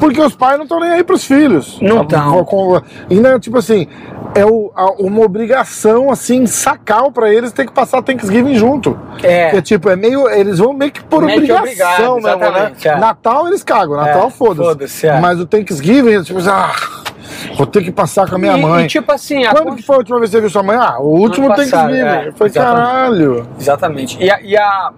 Speaker 1: Porque os pais não estão nem aí pros filhos.
Speaker 2: Não
Speaker 1: A-
Speaker 2: tão.
Speaker 1: com- Ainda, tipo assim, é o- a- uma obrigação, assim, sacal pra eles ter que passar Thanksgiving junto.
Speaker 2: É,
Speaker 1: É tipo, é meio. Eles vão meio que por
Speaker 2: Meio que
Speaker 1: obrigação mesmo,
Speaker 2: obrigado,
Speaker 1: né?
Speaker 2: exatamente, é.
Speaker 1: Natal eles cagam, Natal
Speaker 2: É,
Speaker 1: tá foda-se.
Speaker 2: foda-se, é.
Speaker 1: Mas o Thanksgiving, eles, tipo, ah, vou ter que passar com a minha
Speaker 2: e,
Speaker 1: mãe.
Speaker 2: e tipo assim, a
Speaker 1: Quando
Speaker 2: con-
Speaker 1: que foi a última vez que você viu sua mãe? Ah, o último
Speaker 2: Ano passado,
Speaker 1: Thanksgiving.
Speaker 2: é,
Speaker 1: eu falei,
Speaker 2: exatamente.
Speaker 1: caralho.
Speaker 2: Exatamente. E a, e a-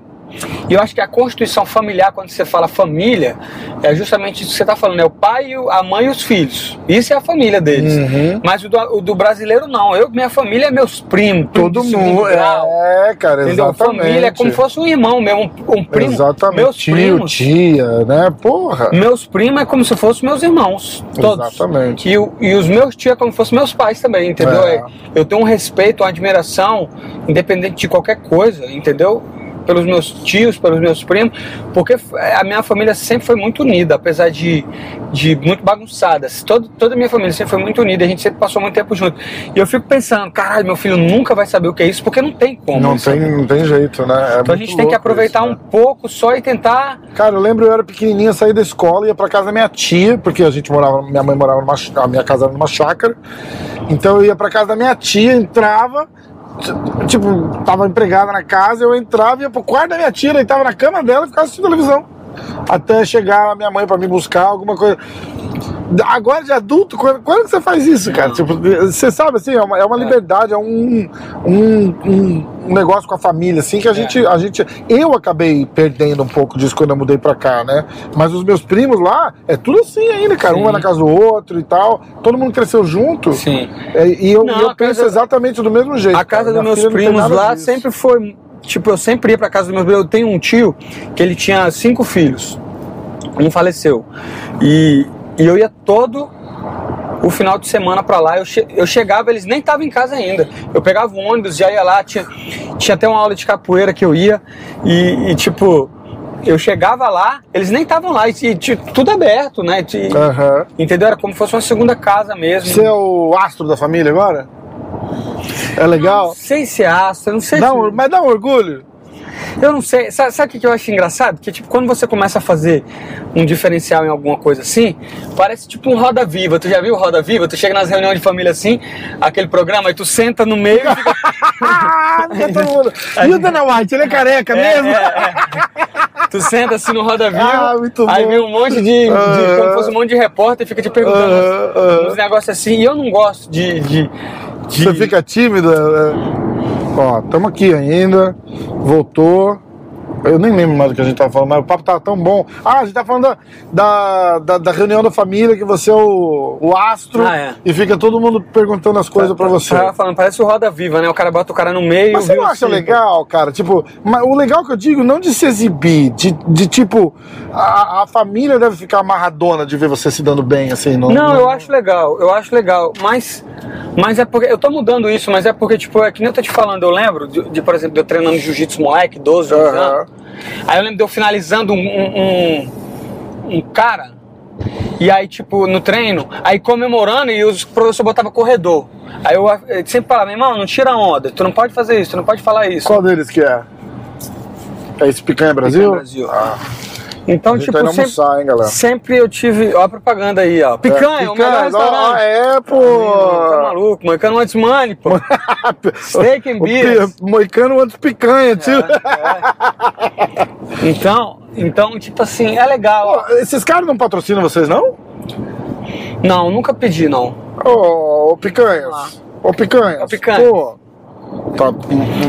Speaker 2: e eu acho que a constituição familiar, quando você fala família, é justamente isso que você está falando, é o pai, e o- a mãe e os filhos. Isso é a família deles.
Speaker 1: Uhum.
Speaker 2: Mas o do, o do brasileiro não. Eu, minha família é meus primos, primo
Speaker 1: Todo
Speaker 2: de segundo
Speaker 1: mundo.
Speaker 2: grau.
Speaker 1: É, cara,
Speaker 2: Entendeu?
Speaker 1: exatamente.
Speaker 2: Família é como se fosse um irmão mesmo, um, um primo.
Speaker 1: Exatamente.
Speaker 2: Meus
Speaker 1: Tio,
Speaker 2: primos.
Speaker 1: tia, né? Porra.
Speaker 2: Meus primos é como se fossem meus irmãos. Todos.
Speaker 1: Exatamente.
Speaker 2: E, o- e os meus tios é como se fossem meus pais também, entendeu?
Speaker 1: É.
Speaker 2: É, Eu tenho um respeito, uma admiração, independente de qualquer coisa, entendeu? pelos meus tios, pelos meus primos, porque a minha família sempre foi muito unida, apesar de, de muito bagunçada. Todo, toda a minha família sempre foi muito unida, a gente sempre passou muito tempo junto. E eu fico pensando, caralho, meu filho nunca vai saber o que é isso, porque não tem como.
Speaker 1: Não,
Speaker 2: sabe?
Speaker 1: tem, não tem jeito, né? É
Speaker 2: Então a gente tem que aproveitar
Speaker 1: né?
Speaker 2: um pouco só e tentar.
Speaker 1: Cara, eu lembro eu era pequenininha, saía da escola, ia pra casa da minha tia, porque a gente morava, minha mãe morava numa, ch- a minha casa era numa chácara. Então eu ia pra casa da minha tia, entrava, t- tipo, tava empregada na casa, eu entrava, ia pro quarto da minha tia, deitava na cama dela e ficava assistindo televisão. Até chegar a minha mãe pra me buscar, alguma coisa. Agora de adulto, quando, quando que você faz isso, cara? Tipo, você sabe assim, é uma, é uma liberdade, é um, um, um- um negócio com a família, assim, que a gente, a gente. Eu acabei perdendo um pouco disso quando eu mudei pra cá, né? Mas os meus primos lá, é tudo assim ainda, cara. Um
Speaker 2: Sim.
Speaker 1: vai na casa do outro e tal. Todo mundo cresceu junto.
Speaker 2: Sim.
Speaker 1: É, e eu,
Speaker 2: Não,
Speaker 1: e eu
Speaker 2: a
Speaker 1: penso
Speaker 2: casa-
Speaker 1: exatamente do mesmo jeito.
Speaker 2: A casa
Speaker 1: cara.
Speaker 2: dos
Speaker 1: Minha
Speaker 2: meus
Speaker 1: filha não tem
Speaker 2: primos
Speaker 1: nada
Speaker 2: lá
Speaker 1: disso.
Speaker 2: sempre foi. Tipo, eu sempre ia pra casa dos meus primos. Eu tenho um tio que ele tinha cinco filhos. Um faleceu. E, e eu ia todo o final de semana pra lá. Eu, che- eu chegava, eles nem estavam em casa ainda. Eu pegava o ônibus, já ia lá. Tinha, tinha até uma aula de capoeira que eu ia. E, e, tipo. Eu chegava lá, eles nem estavam lá, e, tinha tudo aberto, né? Tinha-
Speaker 1: Aham.
Speaker 2: Entendeu? Era como se fosse uma segunda casa mesmo.
Speaker 1: Você é o astro da família agora? É legal?
Speaker 2: Não sei se é astro, não sei
Speaker 1: Dá
Speaker 2: se...
Speaker 1: um- mas dá um orgulho.
Speaker 2: Eu não sei. Sabe, sabe o que que eu acho engraçado? Que tipo, quando você começa a fazer um diferencial em alguma coisa assim, parece tipo um Roda Viva. Tu já viu Roda Viva? Tu chega nas reuniões de família assim, aquele programa, e tu senta no meio e fica.
Speaker 1: Ah, não é todo mundo. E o Dana White, ele é careca mesmo?
Speaker 2: É, é, é. Tu senta assim no Roda Viva,
Speaker 1: Ah, muito
Speaker 2: aí
Speaker 1: bom.
Speaker 2: vem um monte de, de-
Speaker 1: Ah.
Speaker 2: como fosse um monte de repórter e fica te perguntando
Speaker 1: Ah, ah.
Speaker 2: uns negócios assim, e eu não gosto de. de- de-
Speaker 1: Você fica tímido? é. Ó, estamos aqui ainda. Voltou. Eu nem lembro mais do que a gente tava falando, mas o papo tava tão bom. Ah, a gente tava falando da, da, da- da reunião da família, que você é o, o astro
Speaker 2: Ah, é. Tá,
Speaker 1: e fica todo mundo perguntando as coisas pra você.
Speaker 2: Tava falando, parece o Roda Viva, né? O cara bota o cara no meio.
Speaker 1: Mas
Speaker 2: assim,
Speaker 1: você
Speaker 2: vira
Speaker 1: não
Speaker 2: o
Speaker 1: acha
Speaker 2: círculo.
Speaker 1: legal, cara? Tipo, mas o legal que eu digo, não de se exibir, de, de tipo, a, a família deve ficar amarradona de ver você se dando bem, assim. Não,
Speaker 2: Não, eu acho legal, eu acho legal, mas, mas é porque, eu tô mudando isso, mas é porque, tipo, é que nem eu tô te falando, eu lembro de, de, por exemplo, de eu treinando jiu-jitsu moleque, 12 anos,
Speaker 1: Aham.
Speaker 2: aí eu lembro de eu finalizando um, um, um- um cara, e aí, tipo, no treino, aí comemorando e os professores botavam corredor, aí eu, eh, sempre falava, meu irmão, não tira onda, tu não pode fazer isso, tu não pode falar isso.
Speaker 1: Qual deles que é? É esse Picanha Brasil? Ah.
Speaker 2: Brasil. Então,
Speaker 1: A gente
Speaker 2: tipo,
Speaker 1: tá indo
Speaker 2: sempre,
Speaker 1: almoçar, hein, galera? É,
Speaker 2: sempre eu tive, ó a propaganda aí, ó, picanha, o melhor
Speaker 1: Picanha, ó,
Speaker 2: restaurante.
Speaker 1: é,
Speaker 2: Tá
Speaker 1: pô!
Speaker 2: maluco, moicano antes money, pô. Steak and
Speaker 1: O pi-
Speaker 2: beers.
Speaker 1: Moicano antes
Speaker 2: É.
Speaker 1: picanha, tio.
Speaker 2: Então, então, tipo assim, é
Speaker 1: Pô,
Speaker 2: legal.
Speaker 1: esses caras não patrocinam vocês, não?
Speaker 2: Não, nunca pedi, não.
Speaker 1: Ô, ô, picanhas. Ô, picanhas.
Speaker 2: Ô, Picanhas.
Speaker 1: Pô. Tá,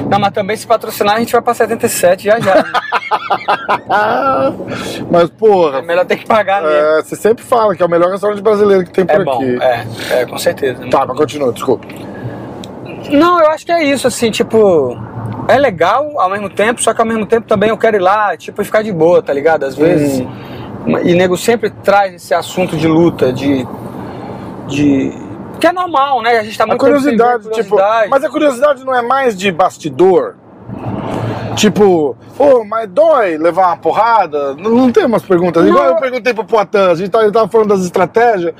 Speaker 2: Não, mas também se patrocinar a gente vai pra 77 já já. né?
Speaker 1: Ah, mas
Speaker 2: É
Speaker 1: porra,
Speaker 2: melhor ter que pagar mesmo.
Speaker 1: é, você sempre fala que é o melhor restaurante brasileiro que tem por
Speaker 2: É bom,
Speaker 1: aqui.
Speaker 2: é, é, com certeza.
Speaker 1: Tá, mas continua, desculpa.
Speaker 2: Não, eu acho que é isso, assim, tipo, é legal ao mesmo tempo, só que ao mesmo tempo também eu quero ir lá, tipo, e ficar de boa, tá ligado? Às vezes.
Speaker 1: Hum.
Speaker 2: E nego sempre traz esse assunto de luta, de. de. que é normal, né? A gente tá
Speaker 1: A
Speaker 2: muito tempo sem ver
Speaker 1: curiosidade, tipo.
Speaker 2: curiosidade.
Speaker 1: Mas a curiosidade não é mais de bastidor? Tipo, ô, mas dói levar uma porrada? Não, não tem umas perguntas.
Speaker 2: Não,
Speaker 1: Igual eu
Speaker 2: eu-
Speaker 1: perguntei pro Poitin, a gente tava, ele tava falando das estratégias,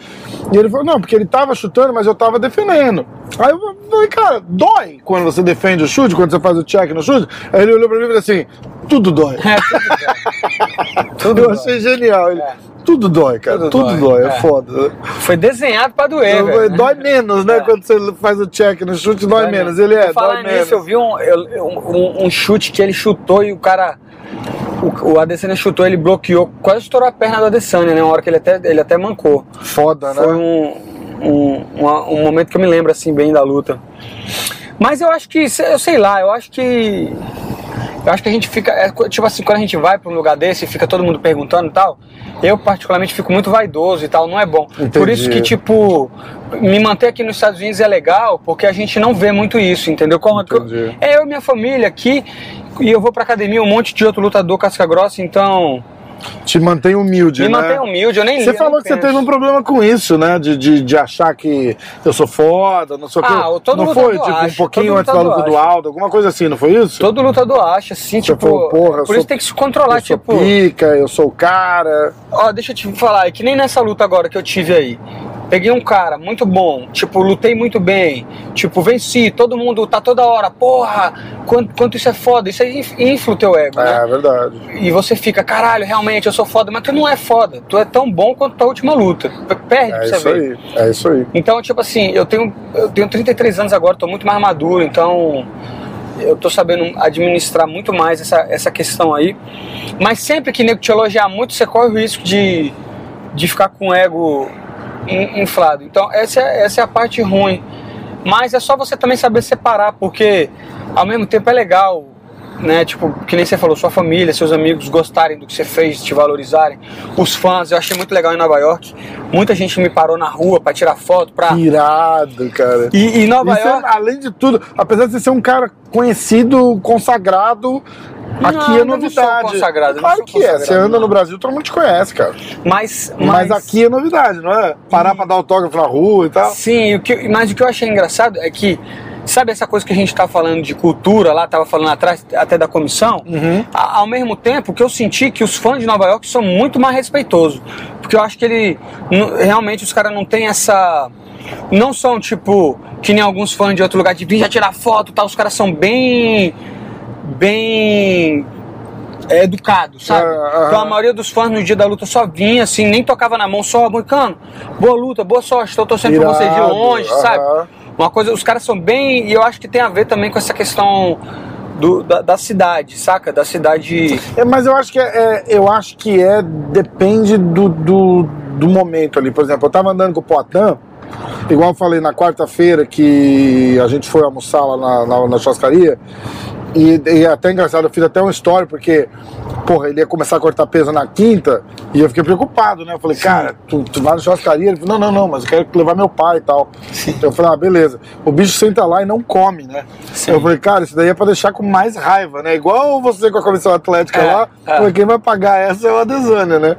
Speaker 1: e ele falou, não, porque ele tava chutando, mas eu tava defendendo. Aí eu falei, cara, dói quando você defende o chute, quando você faz o check no chute. Aí ele olhou pra mim e falou assim, tudo dói.
Speaker 2: É, tudo bem. É,
Speaker 1: Tudo eu achei genial. Ele, Tudo dói, cara. Tudo,
Speaker 2: Tudo
Speaker 1: dói,
Speaker 2: dói,
Speaker 1: é,
Speaker 2: é.
Speaker 1: foda.
Speaker 2: Foi desenhado pra doer, velho.
Speaker 1: dói menos, né?
Speaker 2: É.
Speaker 1: Quando você faz o check no chute, dói, menos. Ele é, dói
Speaker 2: Falando
Speaker 1: menos.
Speaker 2: nisso, eu vi um, eu- um, um chute que ele chutou e o cara. O, o Adesanya chutou, ele bloqueou, quase estourou a perna do Adesanya, né? Uma hora que ele até, ele até mancou.
Speaker 1: Foda,
Speaker 2: Foi
Speaker 1: né?
Speaker 2: um, um, uma- um momento que eu me lembro, assim, bem da luta. Mas eu acho que, se- eu sei lá, eu acho que. Eu acho que a gente fica. é co- tipo assim, quando a gente vai pra um lugar desse e fica todo mundo perguntando e tal, eu particularmente fico muito vaidoso e tal, não é bom. Por
Speaker 1: Entendi.
Speaker 2: isso que, tipo, me manter aqui nos Estados Unidos é legal, porque a gente não vê muito isso, entendeu? Como
Speaker 1: Entendi.
Speaker 2: é eu e minha família aqui, e eu vou pra academia, um monte de outro lutador casca grossa, então.
Speaker 1: Te mantém humilde,
Speaker 2: Me
Speaker 1: né?
Speaker 2: mantém humilde, eu nem
Speaker 1: Você
Speaker 2: li, eu
Speaker 1: falou
Speaker 2: não
Speaker 1: que você
Speaker 2: penso.
Speaker 1: teve um problema com isso, né? De, de, de achar que eu sou foda, não sei o quê.
Speaker 2: Ah, o- todo
Speaker 1: não
Speaker 2: luta
Speaker 1: foi?
Speaker 2: do
Speaker 1: Tipo, um
Speaker 2: acha,
Speaker 1: pouquinho
Speaker 2: todo
Speaker 1: antes da
Speaker 2: luta do
Speaker 1: luta do
Speaker 2: acha.
Speaker 1: Aldo, alguma coisa assim, não foi isso?
Speaker 2: Todo lutador acha, assim,
Speaker 1: Você
Speaker 2: tipo.
Speaker 1: falou, porra, eu
Speaker 2: por
Speaker 1: sou-
Speaker 2: isso tem que se controlar,
Speaker 1: eu sou
Speaker 2: tipo.
Speaker 1: pica, eu sou o cara.
Speaker 2: Ó, deixa eu te falar, é que nem nessa luta agora que eu tive aí. Peguei um cara muito bom, tipo, lutei muito bem, tipo, venci, todo mundo tá toda hora, porra, quanto, quanto isso é foda, isso aí inf- infla o teu ego, né?
Speaker 1: É, verdade.
Speaker 2: E você fica, caralho, realmente eu sou foda, mas tu não é foda, tu é tão bom quanto tua última luta. P- Perde pra
Speaker 1: É
Speaker 2: você
Speaker 1: isso
Speaker 2: ver.
Speaker 1: aí. É isso aí.
Speaker 2: Então, tipo assim, eu tenho, eu tenho 33 anos agora, tô muito mais maduro, então eu tô sabendo administrar muito mais essa, essa questão aí. Mas sempre que nego te elogiar muito, você corre o risco de, de ficar com o ego in- inflado. Então, essa, é- essa é a parte ruim. Mas é só você também saber separar, porque ao mesmo tempo é legal, né? Tipo, que nem você falou, sua família, seus amigos gostarem do que você fez, te valorizarem. Os fãs, eu achei muito legal em Nova York. Muita gente me parou na rua pra tirar foto, pra.
Speaker 1: Irado, cara.
Speaker 2: E, e Nova
Speaker 1: E você,
Speaker 2: York.
Speaker 1: é além de tudo, apesar de você ser um cara conhecido, consagrado,
Speaker 2: Não,
Speaker 1: aqui é
Speaker 2: eu não sou
Speaker 1: novidade.
Speaker 2: consagrado, eu não
Speaker 1: claro
Speaker 2: sou
Speaker 1: que é.
Speaker 2: consagrado,
Speaker 1: Você anda
Speaker 2: não.
Speaker 1: no Brasil, todo mundo te conhece, cara.
Speaker 2: Mas,
Speaker 1: Mas, aqui é novidade, não é? Parar pra dar autógrafo na rua e tal.
Speaker 2: Sim, o que, mas o que eu achei engraçado é que, sabe essa coisa que a gente tá falando de cultura lá, tava falando atrás até da comissão? A- ao mesmo tempo que eu senti é que os fãs de Nova York são muito mais respeitosos. Porque eu acho que ele. n- Realmente os caras não têm essa. Não são tipo. Que nem alguns fãs de outro lugar de vir já tirar foto e tal. Os caras são bem. Bem. é, educados, sabe?
Speaker 1: Ah, ah.
Speaker 2: Então a maioria dos fãs no dia da luta só vinha assim, nem tocava na mão, só, moicano, boa luta, boa sorte, tô torcendo pra vocês de
Speaker 1: Irado,
Speaker 2: longe,
Speaker 1: aham.
Speaker 2: sabe? Uma coisa, os caras são bem. E eu acho que tem a ver também com essa questão do, da, da cidade, saca? Da cidade.
Speaker 1: É, mas eu acho que é, é- eu acho que é depende do, do, do momento ali. Por exemplo, eu tava andando com o Poitin, igual eu falei na quarta-feira que a gente foi almoçar lá na, na, na churrascaria. E, e é até engraçado, eu fiz até uma história, porque, porra, ele ia começar a cortar peso na quinta e eu fiquei preocupado, né? Eu falei, cara, tu, tu vai na churrascaria? Ele falou, não, não, não, mas eu quero levar meu pai e tal. Eu falei, ah, beleza. O bicho senta lá e não come, né?
Speaker 2: Sim.
Speaker 1: Eu falei, cara, isso daí é pra deixar com mais raiva, né? Igual você com a comissão atlética
Speaker 2: É,
Speaker 1: lá,
Speaker 2: é.
Speaker 1: porque quem vai pagar essa é o Adesanya, né?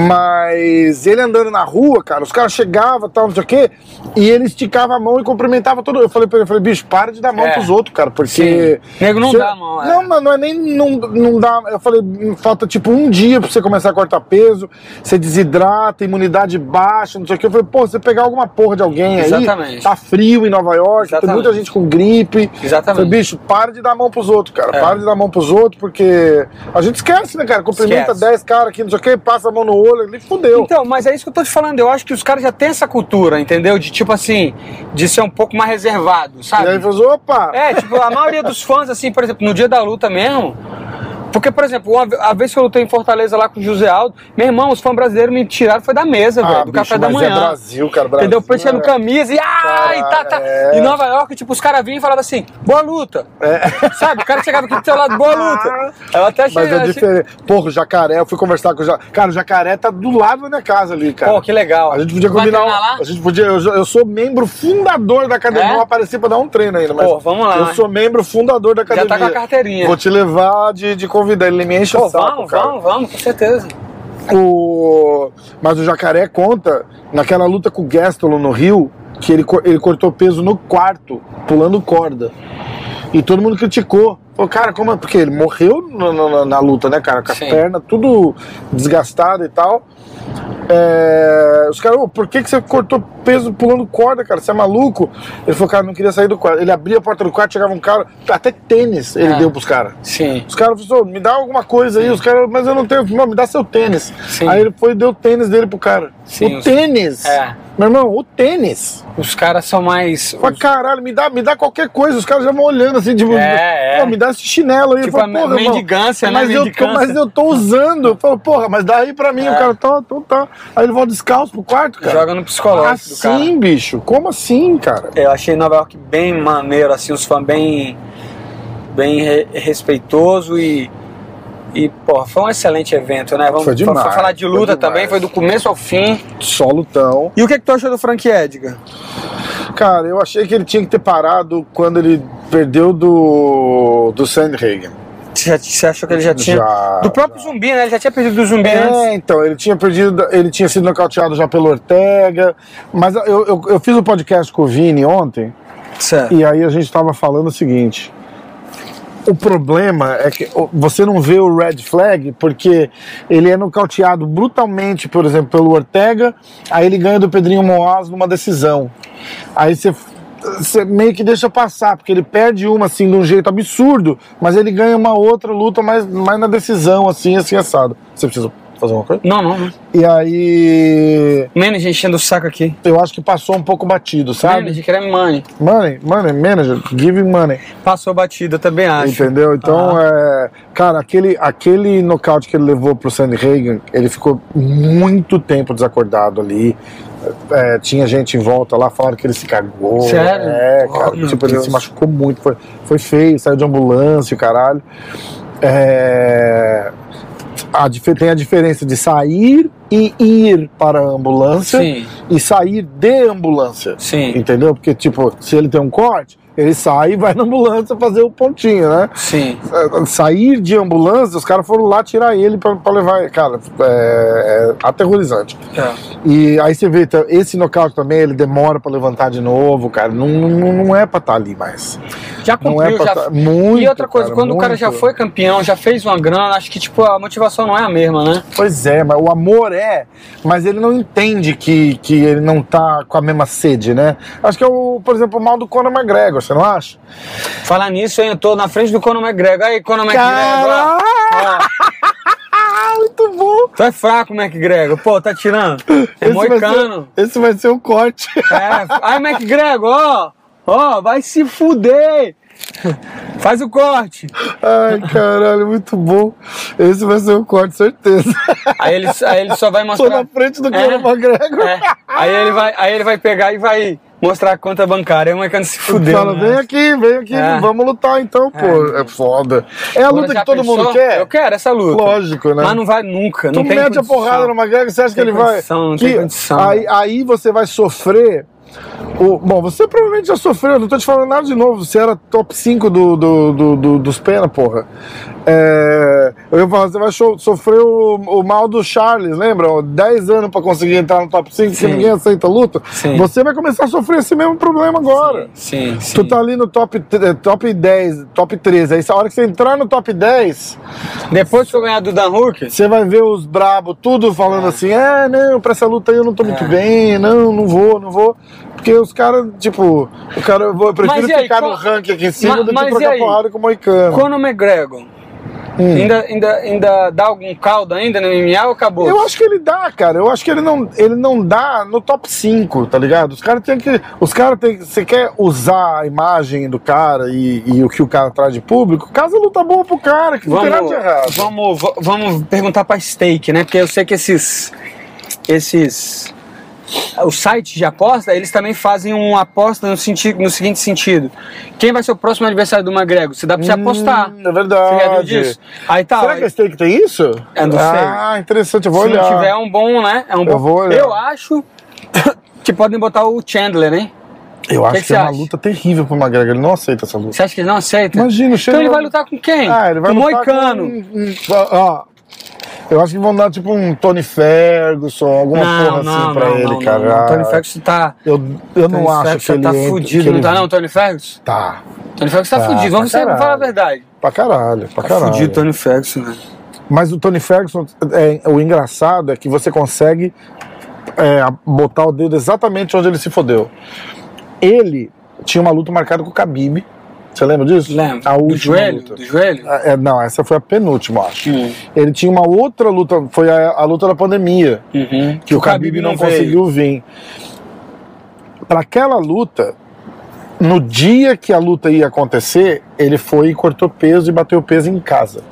Speaker 1: Mas ele andando na rua, cara, os caras chegavam, tal, não sei o quê, e ele esticava a mão e cumprimentava todo mundo. Eu falei pra ele, eu falei, bicho, para de dar mão
Speaker 2: É.
Speaker 1: pros outros, cara, porque...
Speaker 2: Sim. Nego não
Speaker 1: Você-
Speaker 2: dá a mão, é.
Speaker 1: Não, mano, não é nem... Não, não dá... Eu falei, falta tipo um dia pra você começar a cortar peso, você desidrata, imunidade baixa, não sei o quê. Eu falei, pô, você pegar alguma porra de alguém aí...
Speaker 2: Exatamente.
Speaker 1: Tá frio em Nova York, tem
Speaker 2: Exatamente.
Speaker 1: muita gente com gripe.
Speaker 2: Exatamente.
Speaker 1: Falei, bicho, para de dar a mão pros outros, cara.
Speaker 2: É.
Speaker 1: Para de dar a mão pros outros, porque a gente esquece, né, cara? Cumprimenta
Speaker 2: Esquece.
Speaker 1: 10 caras aqui, não sei o quê, passa a mão no olho ali, fudeu.
Speaker 2: Então, mas é isso que eu tô te falando. Eu acho que os caras já têm essa cultura, entendeu? De tipo assim, de ser um pouco mais reservado,
Speaker 1: e
Speaker 2: sabe?
Speaker 1: aí ele falou, opa!
Speaker 2: É, tipo, a maioria dos fãs, assim, por exemplo, no dia da luta mesmo. Porque, por exemplo, uma, ve- a vez que eu lutei em Fortaleza lá com o José Aldo, meu irmão, os fãs brasileiros me tiraram, foi da mesa,
Speaker 1: Ah,
Speaker 2: É, velho, do
Speaker 1: bicho,
Speaker 2: café da
Speaker 1: mas
Speaker 2: manhã.
Speaker 1: é Brasil, cara. Brasil,
Speaker 2: Entendeu? Penteando
Speaker 1: é.
Speaker 2: camisa e. Ai, tá, tá.
Speaker 1: é.
Speaker 2: Em Nova York, tipo, os caras vinham e falavam assim, boa luta. Sabe? O cara chegava aqui do seu lado, boa luta. Eu até achei.
Speaker 1: É. Mas é
Speaker 2: achei-
Speaker 1: diferente. Porra, o jacaré, eu fui conversar com o jacaré. Cara, o jacaré tá do lado da minha casa ali, cara.
Speaker 2: Pô, que legal.
Speaker 1: A gente podia
Speaker 2: Vai
Speaker 1: combinar.
Speaker 2: treinar lá?
Speaker 1: um- A gente podia. Eu, eu sou membro fundador da academia.
Speaker 2: É?
Speaker 1: Não apareci pra dar um treino ainda, mas.
Speaker 2: Pô, vamos lá,
Speaker 1: Eu
Speaker 2: né?
Speaker 1: sou membro fundador da
Speaker 2: tá
Speaker 1: academia.
Speaker 2: com a carteirinha.
Speaker 1: Vou te levar de, de convidar. Ele me enche
Speaker 2: Pô,
Speaker 1: o saco,
Speaker 2: vamos,
Speaker 1: cara.
Speaker 2: vamos, vamos, com certeza.
Speaker 1: O... Mas o Jacaré conta naquela luta com o Gastelum no Rio que ele, co- ele cortou peso no quarto, pulando corda. E todo mundo criticou. Pô, cara, como é? Porque ele morreu na, na- na- na luta, né, cara? Com a
Speaker 2: Sim.
Speaker 1: perna tudo desgastada e tal. É, Os caras, "Ô, por que, que você cortou peso pulando corda, cara? Você é maluco? Ele falou, cara, não queria sair do quarto. Ele abria a porta do quarto, chegava um cara, até tênis ele
Speaker 2: Ah.
Speaker 1: deu pros caras.
Speaker 2: Sim.
Speaker 1: Os caras falaram, "Ô, me dá alguma coisa aí, os caras, mas eu não tenho, "Não, me dá seu tênis.
Speaker 2: Sim.
Speaker 1: Aí ele foi e deu o tênis dele pro cara.
Speaker 2: Sim,
Speaker 1: o
Speaker 2: os-
Speaker 1: tênis!
Speaker 2: É.
Speaker 1: Meu irmão, o tênis!
Speaker 2: Os caras são mais.
Speaker 1: Eu falei, caralho, me dá, me dá qualquer coisa, os caras já vão olhando assim, tipo,
Speaker 2: É, é.
Speaker 1: "Pô, me dá esse chinelo aí. Eu
Speaker 2: Tipo,
Speaker 1: falei,
Speaker 2: a
Speaker 1: "Porra, irmão,
Speaker 2: mendigância, né?
Speaker 1: mas eu, tô,
Speaker 2: Mendicância.
Speaker 1: mas eu tô usando. Eu falo, porra, mas dá aí pra mim, o cara, tá, tá, tá. Aí ele volta descalço pro quarto, cara.
Speaker 2: É. Joga no psicológico do cara.
Speaker 1: Assim, bicho, como assim, cara?
Speaker 2: É, Eu achei Nova York bem maneiro, assim, os fãs bem, bem re- respeitoso e, e pô, foi um excelente evento, né? Vamos
Speaker 1: Foi demais,
Speaker 2: fa- falar de
Speaker 1: foi
Speaker 2: luta
Speaker 1: demais.
Speaker 2: também, foi do começo ao fim.
Speaker 1: Só lutão.
Speaker 2: E o que, que tu achou do Frank Edgar?
Speaker 1: Cara, eu achei que ele tinha que ter parado quando ele perdeu do, do Sandhagen.
Speaker 2: Já, você achou que ele já tinha.
Speaker 1: Já,
Speaker 2: do próprio zumbi, né? Ele já tinha perdido do zumbi antes.
Speaker 1: É, então, ele tinha perdido, ele tinha sido nocauteado já pelo Ortega. Mas eu, eu, eu fiz um podcast com o Vini ontem,
Speaker 2: Certo.
Speaker 1: e aí a gente tava falando o seguinte. O problema é que o- você não vê o red flag porque ele é nocauteado brutalmente, por exemplo, pelo Ortega, aí ele ganha do Pedrinho Moaz numa decisão. Aí você, você meio que deixa passar, porque ele perde uma assim de um jeito absurdo, mas ele ganha uma outra luta mais, mais na decisão, assim, assim, assado. Você precisa fazer uma coisa?
Speaker 2: Não, não. não.
Speaker 1: E aí.
Speaker 2: Menos gente enchendo o saco aqui.
Speaker 1: Eu acho que passou um pouco batido,
Speaker 2: Sabe?
Speaker 1: sabe?
Speaker 2: Menos, que era money.
Speaker 1: Money, money, manager, giving money.
Speaker 2: Passou batida, também acho.
Speaker 1: Entendeu? Então, é, cara, aquele, aquele nocaute que ele levou pro Sandy Reagan, ele ficou muito tempo desacordado ali. É, tinha gente em volta lá, falaram que ele se cagou.
Speaker 2: Sério?
Speaker 1: É,
Speaker 2: Oh,
Speaker 1: cara,
Speaker 2: meu
Speaker 1: tipo, ele
Speaker 2: Deus.
Speaker 1: se machucou muito, foi, foi feio, saiu de ambulância, o caralho. É, a dife- tem a diferença de sair e ir para a ambulância
Speaker 2: Sim,
Speaker 1: e sair de ambulância.
Speaker 2: sim,
Speaker 1: Entendeu? Porque, tipo, se ele tem um corte, ele sai e vai na ambulância fazer o pontinho, né?
Speaker 2: sim.
Speaker 1: sair de ambulância, os caras foram lá tirar ele pra, pra levar. ele. Cara, é, é aterrorizante.
Speaker 2: É.
Speaker 1: E aí você vê, então, esse nocaute também, ele demora pra levantar de novo, cara. Não, não, não é pra estar ali mais.
Speaker 2: Já
Speaker 1: Não é
Speaker 2: cumpriu,
Speaker 1: pra
Speaker 2: já.
Speaker 1: tá- muito.
Speaker 2: e outra coisa,
Speaker 1: cara,
Speaker 2: quando o cara
Speaker 1: muito.
Speaker 2: já foi campeão, já fez uma grana, acho que tipo a motivação não é a mesma, né?
Speaker 1: Pois é, mas o amor é, mas ele não entende que, que ele não tá com a mesma sede, né? Acho que é o, por exemplo, o mal do Conor McGregor, você não acha?
Speaker 2: Falar nisso, hein, eu tô na frente do Conor McGregor. Aí, Conor McGregor. ó.
Speaker 1: Ah, muito bom!
Speaker 2: Tu é fraco, McGregor. Pô, tá tirando. É
Speaker 1: vai ser,
Speaker 2: moicano.
Speaker 1: esse vai ser o corte.
Speaker 2: É. Ai, McGregor, ó. Ó, vai se fuder. Faz o corte.
Speaker 1: Ai, caralho, muito bom. Esse vai ser o corte, certeza.
Speaker 2: Aí ele, aí ele só vai
Speaker 1: Tô
Speaker 2: mostrar.
Speaker 1: na frente do
Speaker 2: É.
Speaker 1: Conor McGregor.
Speaker 2: É. Aí ele vai, aí ele vai pegar e vai mostrar a conta bancária. Aí o moicano se fudeu.
Speaker 1: Fala,
Speaker 2: né?
Speaker 1: vem aqui, vem aqui,
Speaker 2: É.
Speaker 1: vamos lutar então, pô. É, foda. É a
Speaker 2: Agora
Speaker 1: luta
Speaker 2: já
Speaker 1: que todo
Speaker 2: pensou?
Speaker 1: mundo quer?
Speaker 2: Eu quero essa luta.
Speaker 1: Lógico, né?
Speaker 2: Mas não vai nunca. Não
Speaker 1: tu
Speaker 2: tem
Speaker 1: mete
Speaker 2: condição.
Speaker 1: a porrada no McGregor, você acha
Speaker 2: Tem
Speaker 1: que ele
Speaker 2: condição,
Speaker 1: vai.
Speaker 2: não
Speaker 1: que
Speaker 2: tem condição.
Speaker 1: Aí, aí você vai sofrer. o- bom, você provavelmente já sofreu, não tô te falando nada de novo. Você era top 5 do, do, do- do- dos pena, porra. É, eu ia falar, você vai so- sofrer o, o mal do Charles, lembra? 10 anos pra conseguir entrar no top 5, que
Speaker 2: Sim.
Speaker 1: ninguém aceita a luta.
Speaker 2: Sim.
Speaker 1: Você vai começar a sofrer esse mesmo problema agora.
Speaker 2: Sim, sim.
Speaker 1: Tu tá ali no top, tre- top 10, top 13. Aí, a hora que você entrar no top 10,
Speaker 2: Depois que eu ganhar do Dan Hooker,
Speaker 1: você vai ver os brabo tudo falando assim: é, não, pra essa luta aí eu não tô muito bem, não, não vou, não vou. Porque os caras, tipo, o cara, eu vou- eu prefiro
Speaker 2: Mas e aí,
Speaker 1: ficar
Speaker 2: qual-
Speaker 1: no ranking aqui em cima
Speaker 2: Ma-
Speaker 1: do
Speaker 2: mas
Speaker 1: que
Speaker 2: e
Speaker 1: trocar
Speaker 2: aí?
Speaker 1: porrada com o Moicano.
Speaker 2: Conor McGregor.
Speaker 1: Hum.
Speaker 2: Ainda, ainda, ainda dá algum caldo ainda no MMA ou acabou?
Speaker 1: Eu acho que ele dá, cara. Eu acho que ele não, ele não dá no top 5, tá ligado? Os caras têm que. Os caras têm que. Você quer usar a imagem do cara e, e o que o cara traz de público? Casa luta boa pro cara, que não tem nada de errado.
Speaker 2: vamos, vamos, va- vamos perguntar pra Stake, né? Porque eu sei que esses. Esses. O site de aposta, eles também fazem uma aposta no, senti no seguinte sentido: quem vai ser o próximo adversário do McGregor? Você dá pra você apostar.
Speaker 1: Hum, é verdade.
Speaker 2: Você já viu disso? Aí tá.
Speaker 1: Será
Speaker 2: ó,
Speaker 1: que a steak tem isso?
Speaker 2: Eu não sei.
Speaker 1: Ah, interessante, eu vou
Speaker 2: se
Speaker 1: olhar.
Speaker 2: não tiver, é um bom, né? É um bom.
Speaker 1: vou olhar.
Speaker 2: eu acho que podem botar o Chandler, hein?
Speaker 1: Eu acho
Speaker 2: que
Speaker 1: que,
Speaker 2: que você
Speaker 1: é uma
Speaker 2: acha?
Speaker 1: luta terrível pro McGregor, ele não aceita essa luta.
Speaker 2: Você acha que ele não aceita?
Speaker 1: Imagina, chega.
Speaker 2: Então ele vai lutar com quem?
Speaker 1: Ah, ele vai
Speaker 2: com o
Speaker 1: lutar
Speaker 2: Moicano.
Speaker 1: com- um- Ó, eu acho que vão dar tipo um Tony Ferguson, alguma porra assim pra ele, cara. Ah,
Speaker 2: Tony Ferguson tá.
Speaker 1: Eu, eu não
Speaker 2: Tony
Speaker 1: acho que
Speaker 2: Ferguson
Speaker 1: ele
Speaker 2: tá
Speaker 1: entra- que
Speaker 2: fudido, não
Speaker 1: ele-
Speaker 2: tá não, Tony Ferguson?
Speaker 1: Tá.
Speaker 2: Tony Ferguson tá,
Speaker 1: Tá,
Speaker 2: fudido, vamos
Speaker 1: pra
Speaker 2: sempre
Speaker 1: caralho.
Speaker 2: falar a verdade. Tá
Speaker 1: Pra caralho, pra caralho.
Speaker 2: Tony Ferguson, né?
Speaker 1: Mas o Tony Ferguson, é, o engraçado é que você consegue é, botar o dedo exatamente onde ele se fodeu. Ele tinha uma luta marcada com o Khabib. Você lembra disso?
Speaker 2: Lembra?
Speaker 1: A
Speaker 2: do
Speaker 1: última
Speaker 2: joelho?
Speaker 1: luta.
Speaker 2: Do joelho?
Speaker 1: Ah, é, não, essa foi a penúltima, eu acho.
Speaker 2: Hum.
Speaker 1: Ele tinha uma outra luta, foi a, a luta da pandemia,
Speaker 2: Uhum.
Speaker 1: que o Khabib não
Speaker 2: veio.
Speaker 1: conseguiu vir. Para aquela luta, no dia que a luta ia acontecer, ele foi e cortou peso e bateu peso em casa.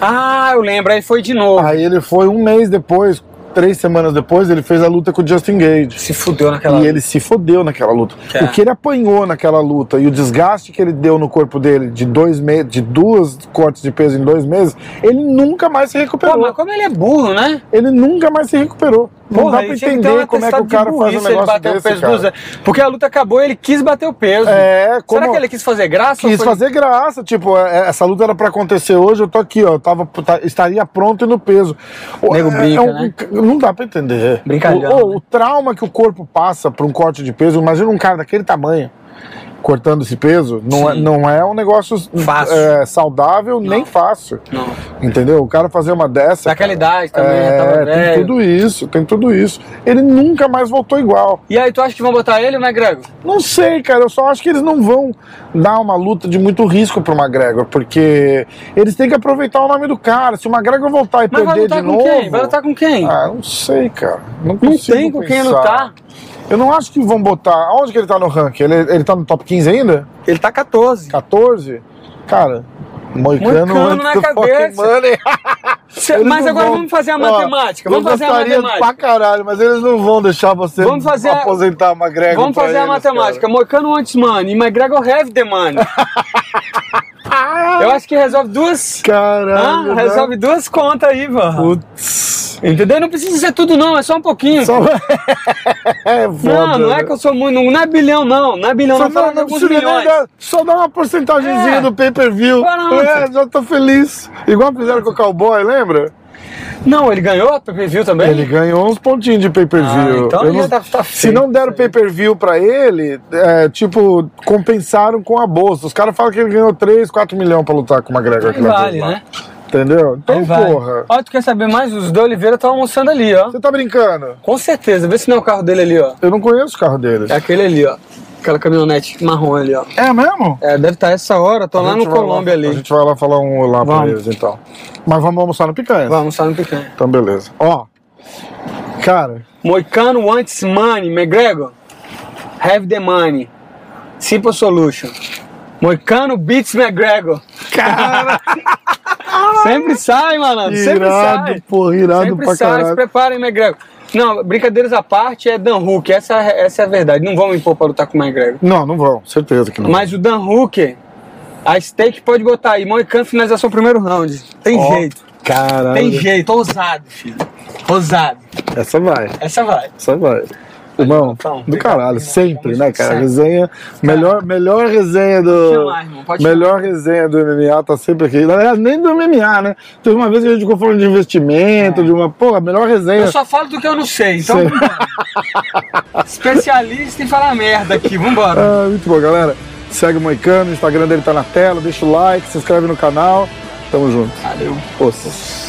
Speaker 2: Ah, eu lembro, aí foi de novo.
Speaker 1: Aí ele foi um mês depois, três semanas depois, ele fez a luta com o Justin Gage.
Speaker 2: Se fudeu naquela.
Speaker 1: E ele se fodeu naquela luta.
Speaker 2: É.
Speaker 1: O que ele apanhou naquela luta e o desgaste que ele deu no corpo dele de dois meses, de duas cortes de peso em dois meses, ele nunca mais se
Speaker 2: Pô,
Speaker 1: recuperou.
Speaker 2: mas como ele é burro, né?
Speaker 1: Ele nunca mais se recuperou. Não
Speaker 2: Porra,
Speaker 1: dá pra
Speaker 2: ele tinha ter um
Speaker 1: entender como é que o
Speaker 2: atestado de
Speaker 1: cara faz um
Speaker 2: burrice ele
Speaker 1: negócio
Speaker 2: bater o
Speaker 1: desse,
Speaker 2: peso
Speaker 1: cara.
Speaker 2: do Zé. Porque a luta acabou ele quis bater o peso.
Speaker 1: É, como-
Speaker 2: Será que ele quis fazer graça? ou
Speaker 1: Quis
Speaker 2: foi-
Speaker 1: fazer graça, tipo, é- é- essa luta era pra acontecer hoje, eu tô aqui, ó, eu tava, tá- estaria pronto e no peso. O-
Speaker 2: Nego brinca,
Speaker 1: um-
Speaker 2: né?
Speaker 1: Não dá pra entender.
Speaker 2: Brincalhão,
Speaker 1: O, o-
Speaker 2: né?
Speaker 1: o trauma que o corpo passa pra um corte de peso, imagina um cara daquele tamanho cortando esse peso, não, é,
Speaker 2: Sim.
Speaker 1: não é um negócio
Speaker 2: Fácil.
Speaker 1: é, saudável, nem fácil.
Speaker 2: Não.
Speaker 1: Entendeu? O cara fazer uma dessa.
Speaker 2: Daquela
Speaker 1: cara,
Speaker 2: idade também, já
Speaker 1: é,
Speaker 2: tava
Speaker 1: tem
Speaker 2: velho.
Speaker 1: tudo isso, tem tudo isso. Ele nunca mais voltou igual.
Speaker 2: E aí, tu acha que vão botar ele, né, McGregor?
Speaker 1: Não sei, cara. Eu só acho que eles não vão dar uma luta de muito risco pro McGregor, porque eles têm que aproveitar o nome do cara. Se o McGregor voltar e
Speaker 2: Mas vai
Speaker 1: perder
Speaker 2: lutar
Speaker 1: de
Speaker 2: com
Speaker 1: novo.
Speaker 2: quem? Vai lutar com quem?
Speaker 1: Ah, não sei, cara. Não,
Speaker 2: não
Speaker 1: consigo
Speaker 2: tem com quem
Speaker 1: pensar.
Speaker 2: lutar.
Speaker 1: Eu não acho que vão botar. Onde que ele tá no ranking? Ele, ele tá no top 15 ainda?
Speaker 2: Ele tá 14.
Speaker 1: 14? Cara, moicano.
Speaker 2: Moicano
Speaker 1: antes
Speaker 2: na
Speaker 1: do fucking
Speaker 2: cabeça.
Speaker 1: money.
Speaker 2: Cê-
Speaker 1: Eles
Speaker 2: mas
Speaker 1: não
Speaker 2: agora
Speaker 1: vão-
Speaker 2: vamos fazer a
Speaker 1: Ó,
Speaker 2: matemática. Vamos
Speaker 1: eu
Speaker 2: fazer a
Speaker 1: gostaria pra
Speaker 2: matemática.
Speaker 1: caralho, mas eles não vão deixar você
Speaker 2: Vamos fazer a-
Speaker 1: aposentar a McGregor.
Speaker 2: Vamos
Speaker 1: pra
Speaker 2: fazer a
Speaker 1: eles,
Speaker 2: matemática.
Speaker 1: cara.
Speaker 2: Moicano antes money, McGregor have the money. Eu acho que resolve duas.
Speaker 1: Caralho.
Speaker 2: Ah,
Speaker 1: né?
Speaker 2: resolve duas contas aí, mano.
Speaker 1: Putz.
Speaker 2: Entendeu? Não precisa ser tudo, não, é só um pouquinho.
Speaker 1: Só... é foda.
Speaker 2: não, não é que eu sou muito. Não, não é bilhão, não. Não é bilhão,
Speaker 1: só
Speaker 2: não,
Speaker 1: dá,
Speaker 2: falando de
Speaker 1: não
Speaker 2: alguns
Speaker 1: precisa nem
Speaker 2: milhões.
Speaker 1: dar, só dá uma porcentagemzinha
Speaker 2: É.
Speaker 1: do pay-per-view.
Speaker 2: Pronto.
Speaker 1: É, já tô feliz. Igual fizeram com o Cowboy, lembra?
Speaker 2: Não, ele ganhou a PPV também?
Speaker 1: Ele ganhou uns pontinhos de pay-per-view.
Speaker 2: Ah, então
Speaker 1: Eu
Speaker 2: ele já tá- tá
Speaker 1: se
Speaker 2: feito
Speaker 1: não deram
Speaker 2: isso aí.
Speaker 1: pay-per-view pra ele, é, tipo, compensaram com a bolsa. Os caras falam que ele ganhou 3, 4 milhões pra lutar com o McGregor.
Speaker 2: Aí
Speaker 1: aquela vez
Speaker 2: vale,
Speaker 1: lá.
Speaker 2: né?
Speaker 1: Entendeu? Então,
Speaker 2: Aí vai.
Speaker 1: porra.
Speaker 2: Olha, tu quer saber mais? Os dois Oliveira estão almoçando ali, ó.
Speaker 1: Você tá brincando?
Speaker 2: Com certeza. Vê se não é o carro dele ali, ó.
Speaker 1: Eu não conheço o carro dele.
Speaker 2: É aquele ali, ó. Aquela caminhonete marrom ali, ó.
Speaker 1: É mesmo?
Speaker 2: É, deve estar essa hora, tô
Speaker 1: A
Speaker 2: lá
Speaker 1: gente
Speaker 2: no
Speaker 1: vai
Speaker 2: Colômbia
Speaker 1: A
Speaker 2: ali.
Speaker 1: gente vai lá falar um olá pra
Speaker 2: Vamos.
Speaker 1: eles, então. Mas vamos almoçar no picanha.
Speaker 2: Vamos, sabe no picanha.
Speaker 1: Então, beleza. Ó, cara,
Speaker 2: Moicano wants money, McGregor. Have the money. Simple solution. Moicano beats McGregor. Cara! sempre sai, malandro. Sempre sai.
Speaker 1: irado, porra, irado
Speaker 2: sempre
Speaker 1: pra
Speaker 2: sai, se
Speaker 1: caralho.
Speaker 2: preparem, McGregor. Não, brincadeiras à parte, é Dan Hook. Essa, essa é a verdade. Não vão me impor pra lutar com o McGregor.
Speaker 1: Não, não vão, certeza que não.
Speaker 2: Mas o Dan Hooker, a stake pode botar aí. Moicano finalização primeiro round. Tem
Speaker 1: Ó,
Speaker 2: jeito.
Speaker 1: Caralho.
Speaker 2: Tem jeito. Ousado, filho. Ousado.
Speaker 1: Essa vai,
Speaker 2: Essa vai.
Speaker 1: essa vai. Irmão,
Speaker 2: Então,
Speaker 1: do caralho,
Speaker 2: obrigado,
Speaker 1: sempre, né, cara?
Speaker 2: Sempre.
Speaker 1: Resenha, melhor, melhor resenha
Speaker 2: Deixa
Speaker 1: do.
Speaker 2: lá, irmão, pode
Speaker 1: melhor resenha do MMA tá sempre aqui. Na verdade, nem do MMA, né? Teve uma vez que a gente ficou falando de investimento, de uma. Pô, a melhor resenha.
Speaker 2: É. Eu só falo do que eu não sei, então
Speaker 1: Sim.
Speaker 2: vambora. Especialista em falar merda aqui, vambora.
Speaker 1: Ah, muito bom, galera. Segue o Moicano, o Instagram dele tá na tela, deixa o like, se inscreve no canal. Tamo junto.
Speaker 2: Valeu.
Speaker 1: Poças.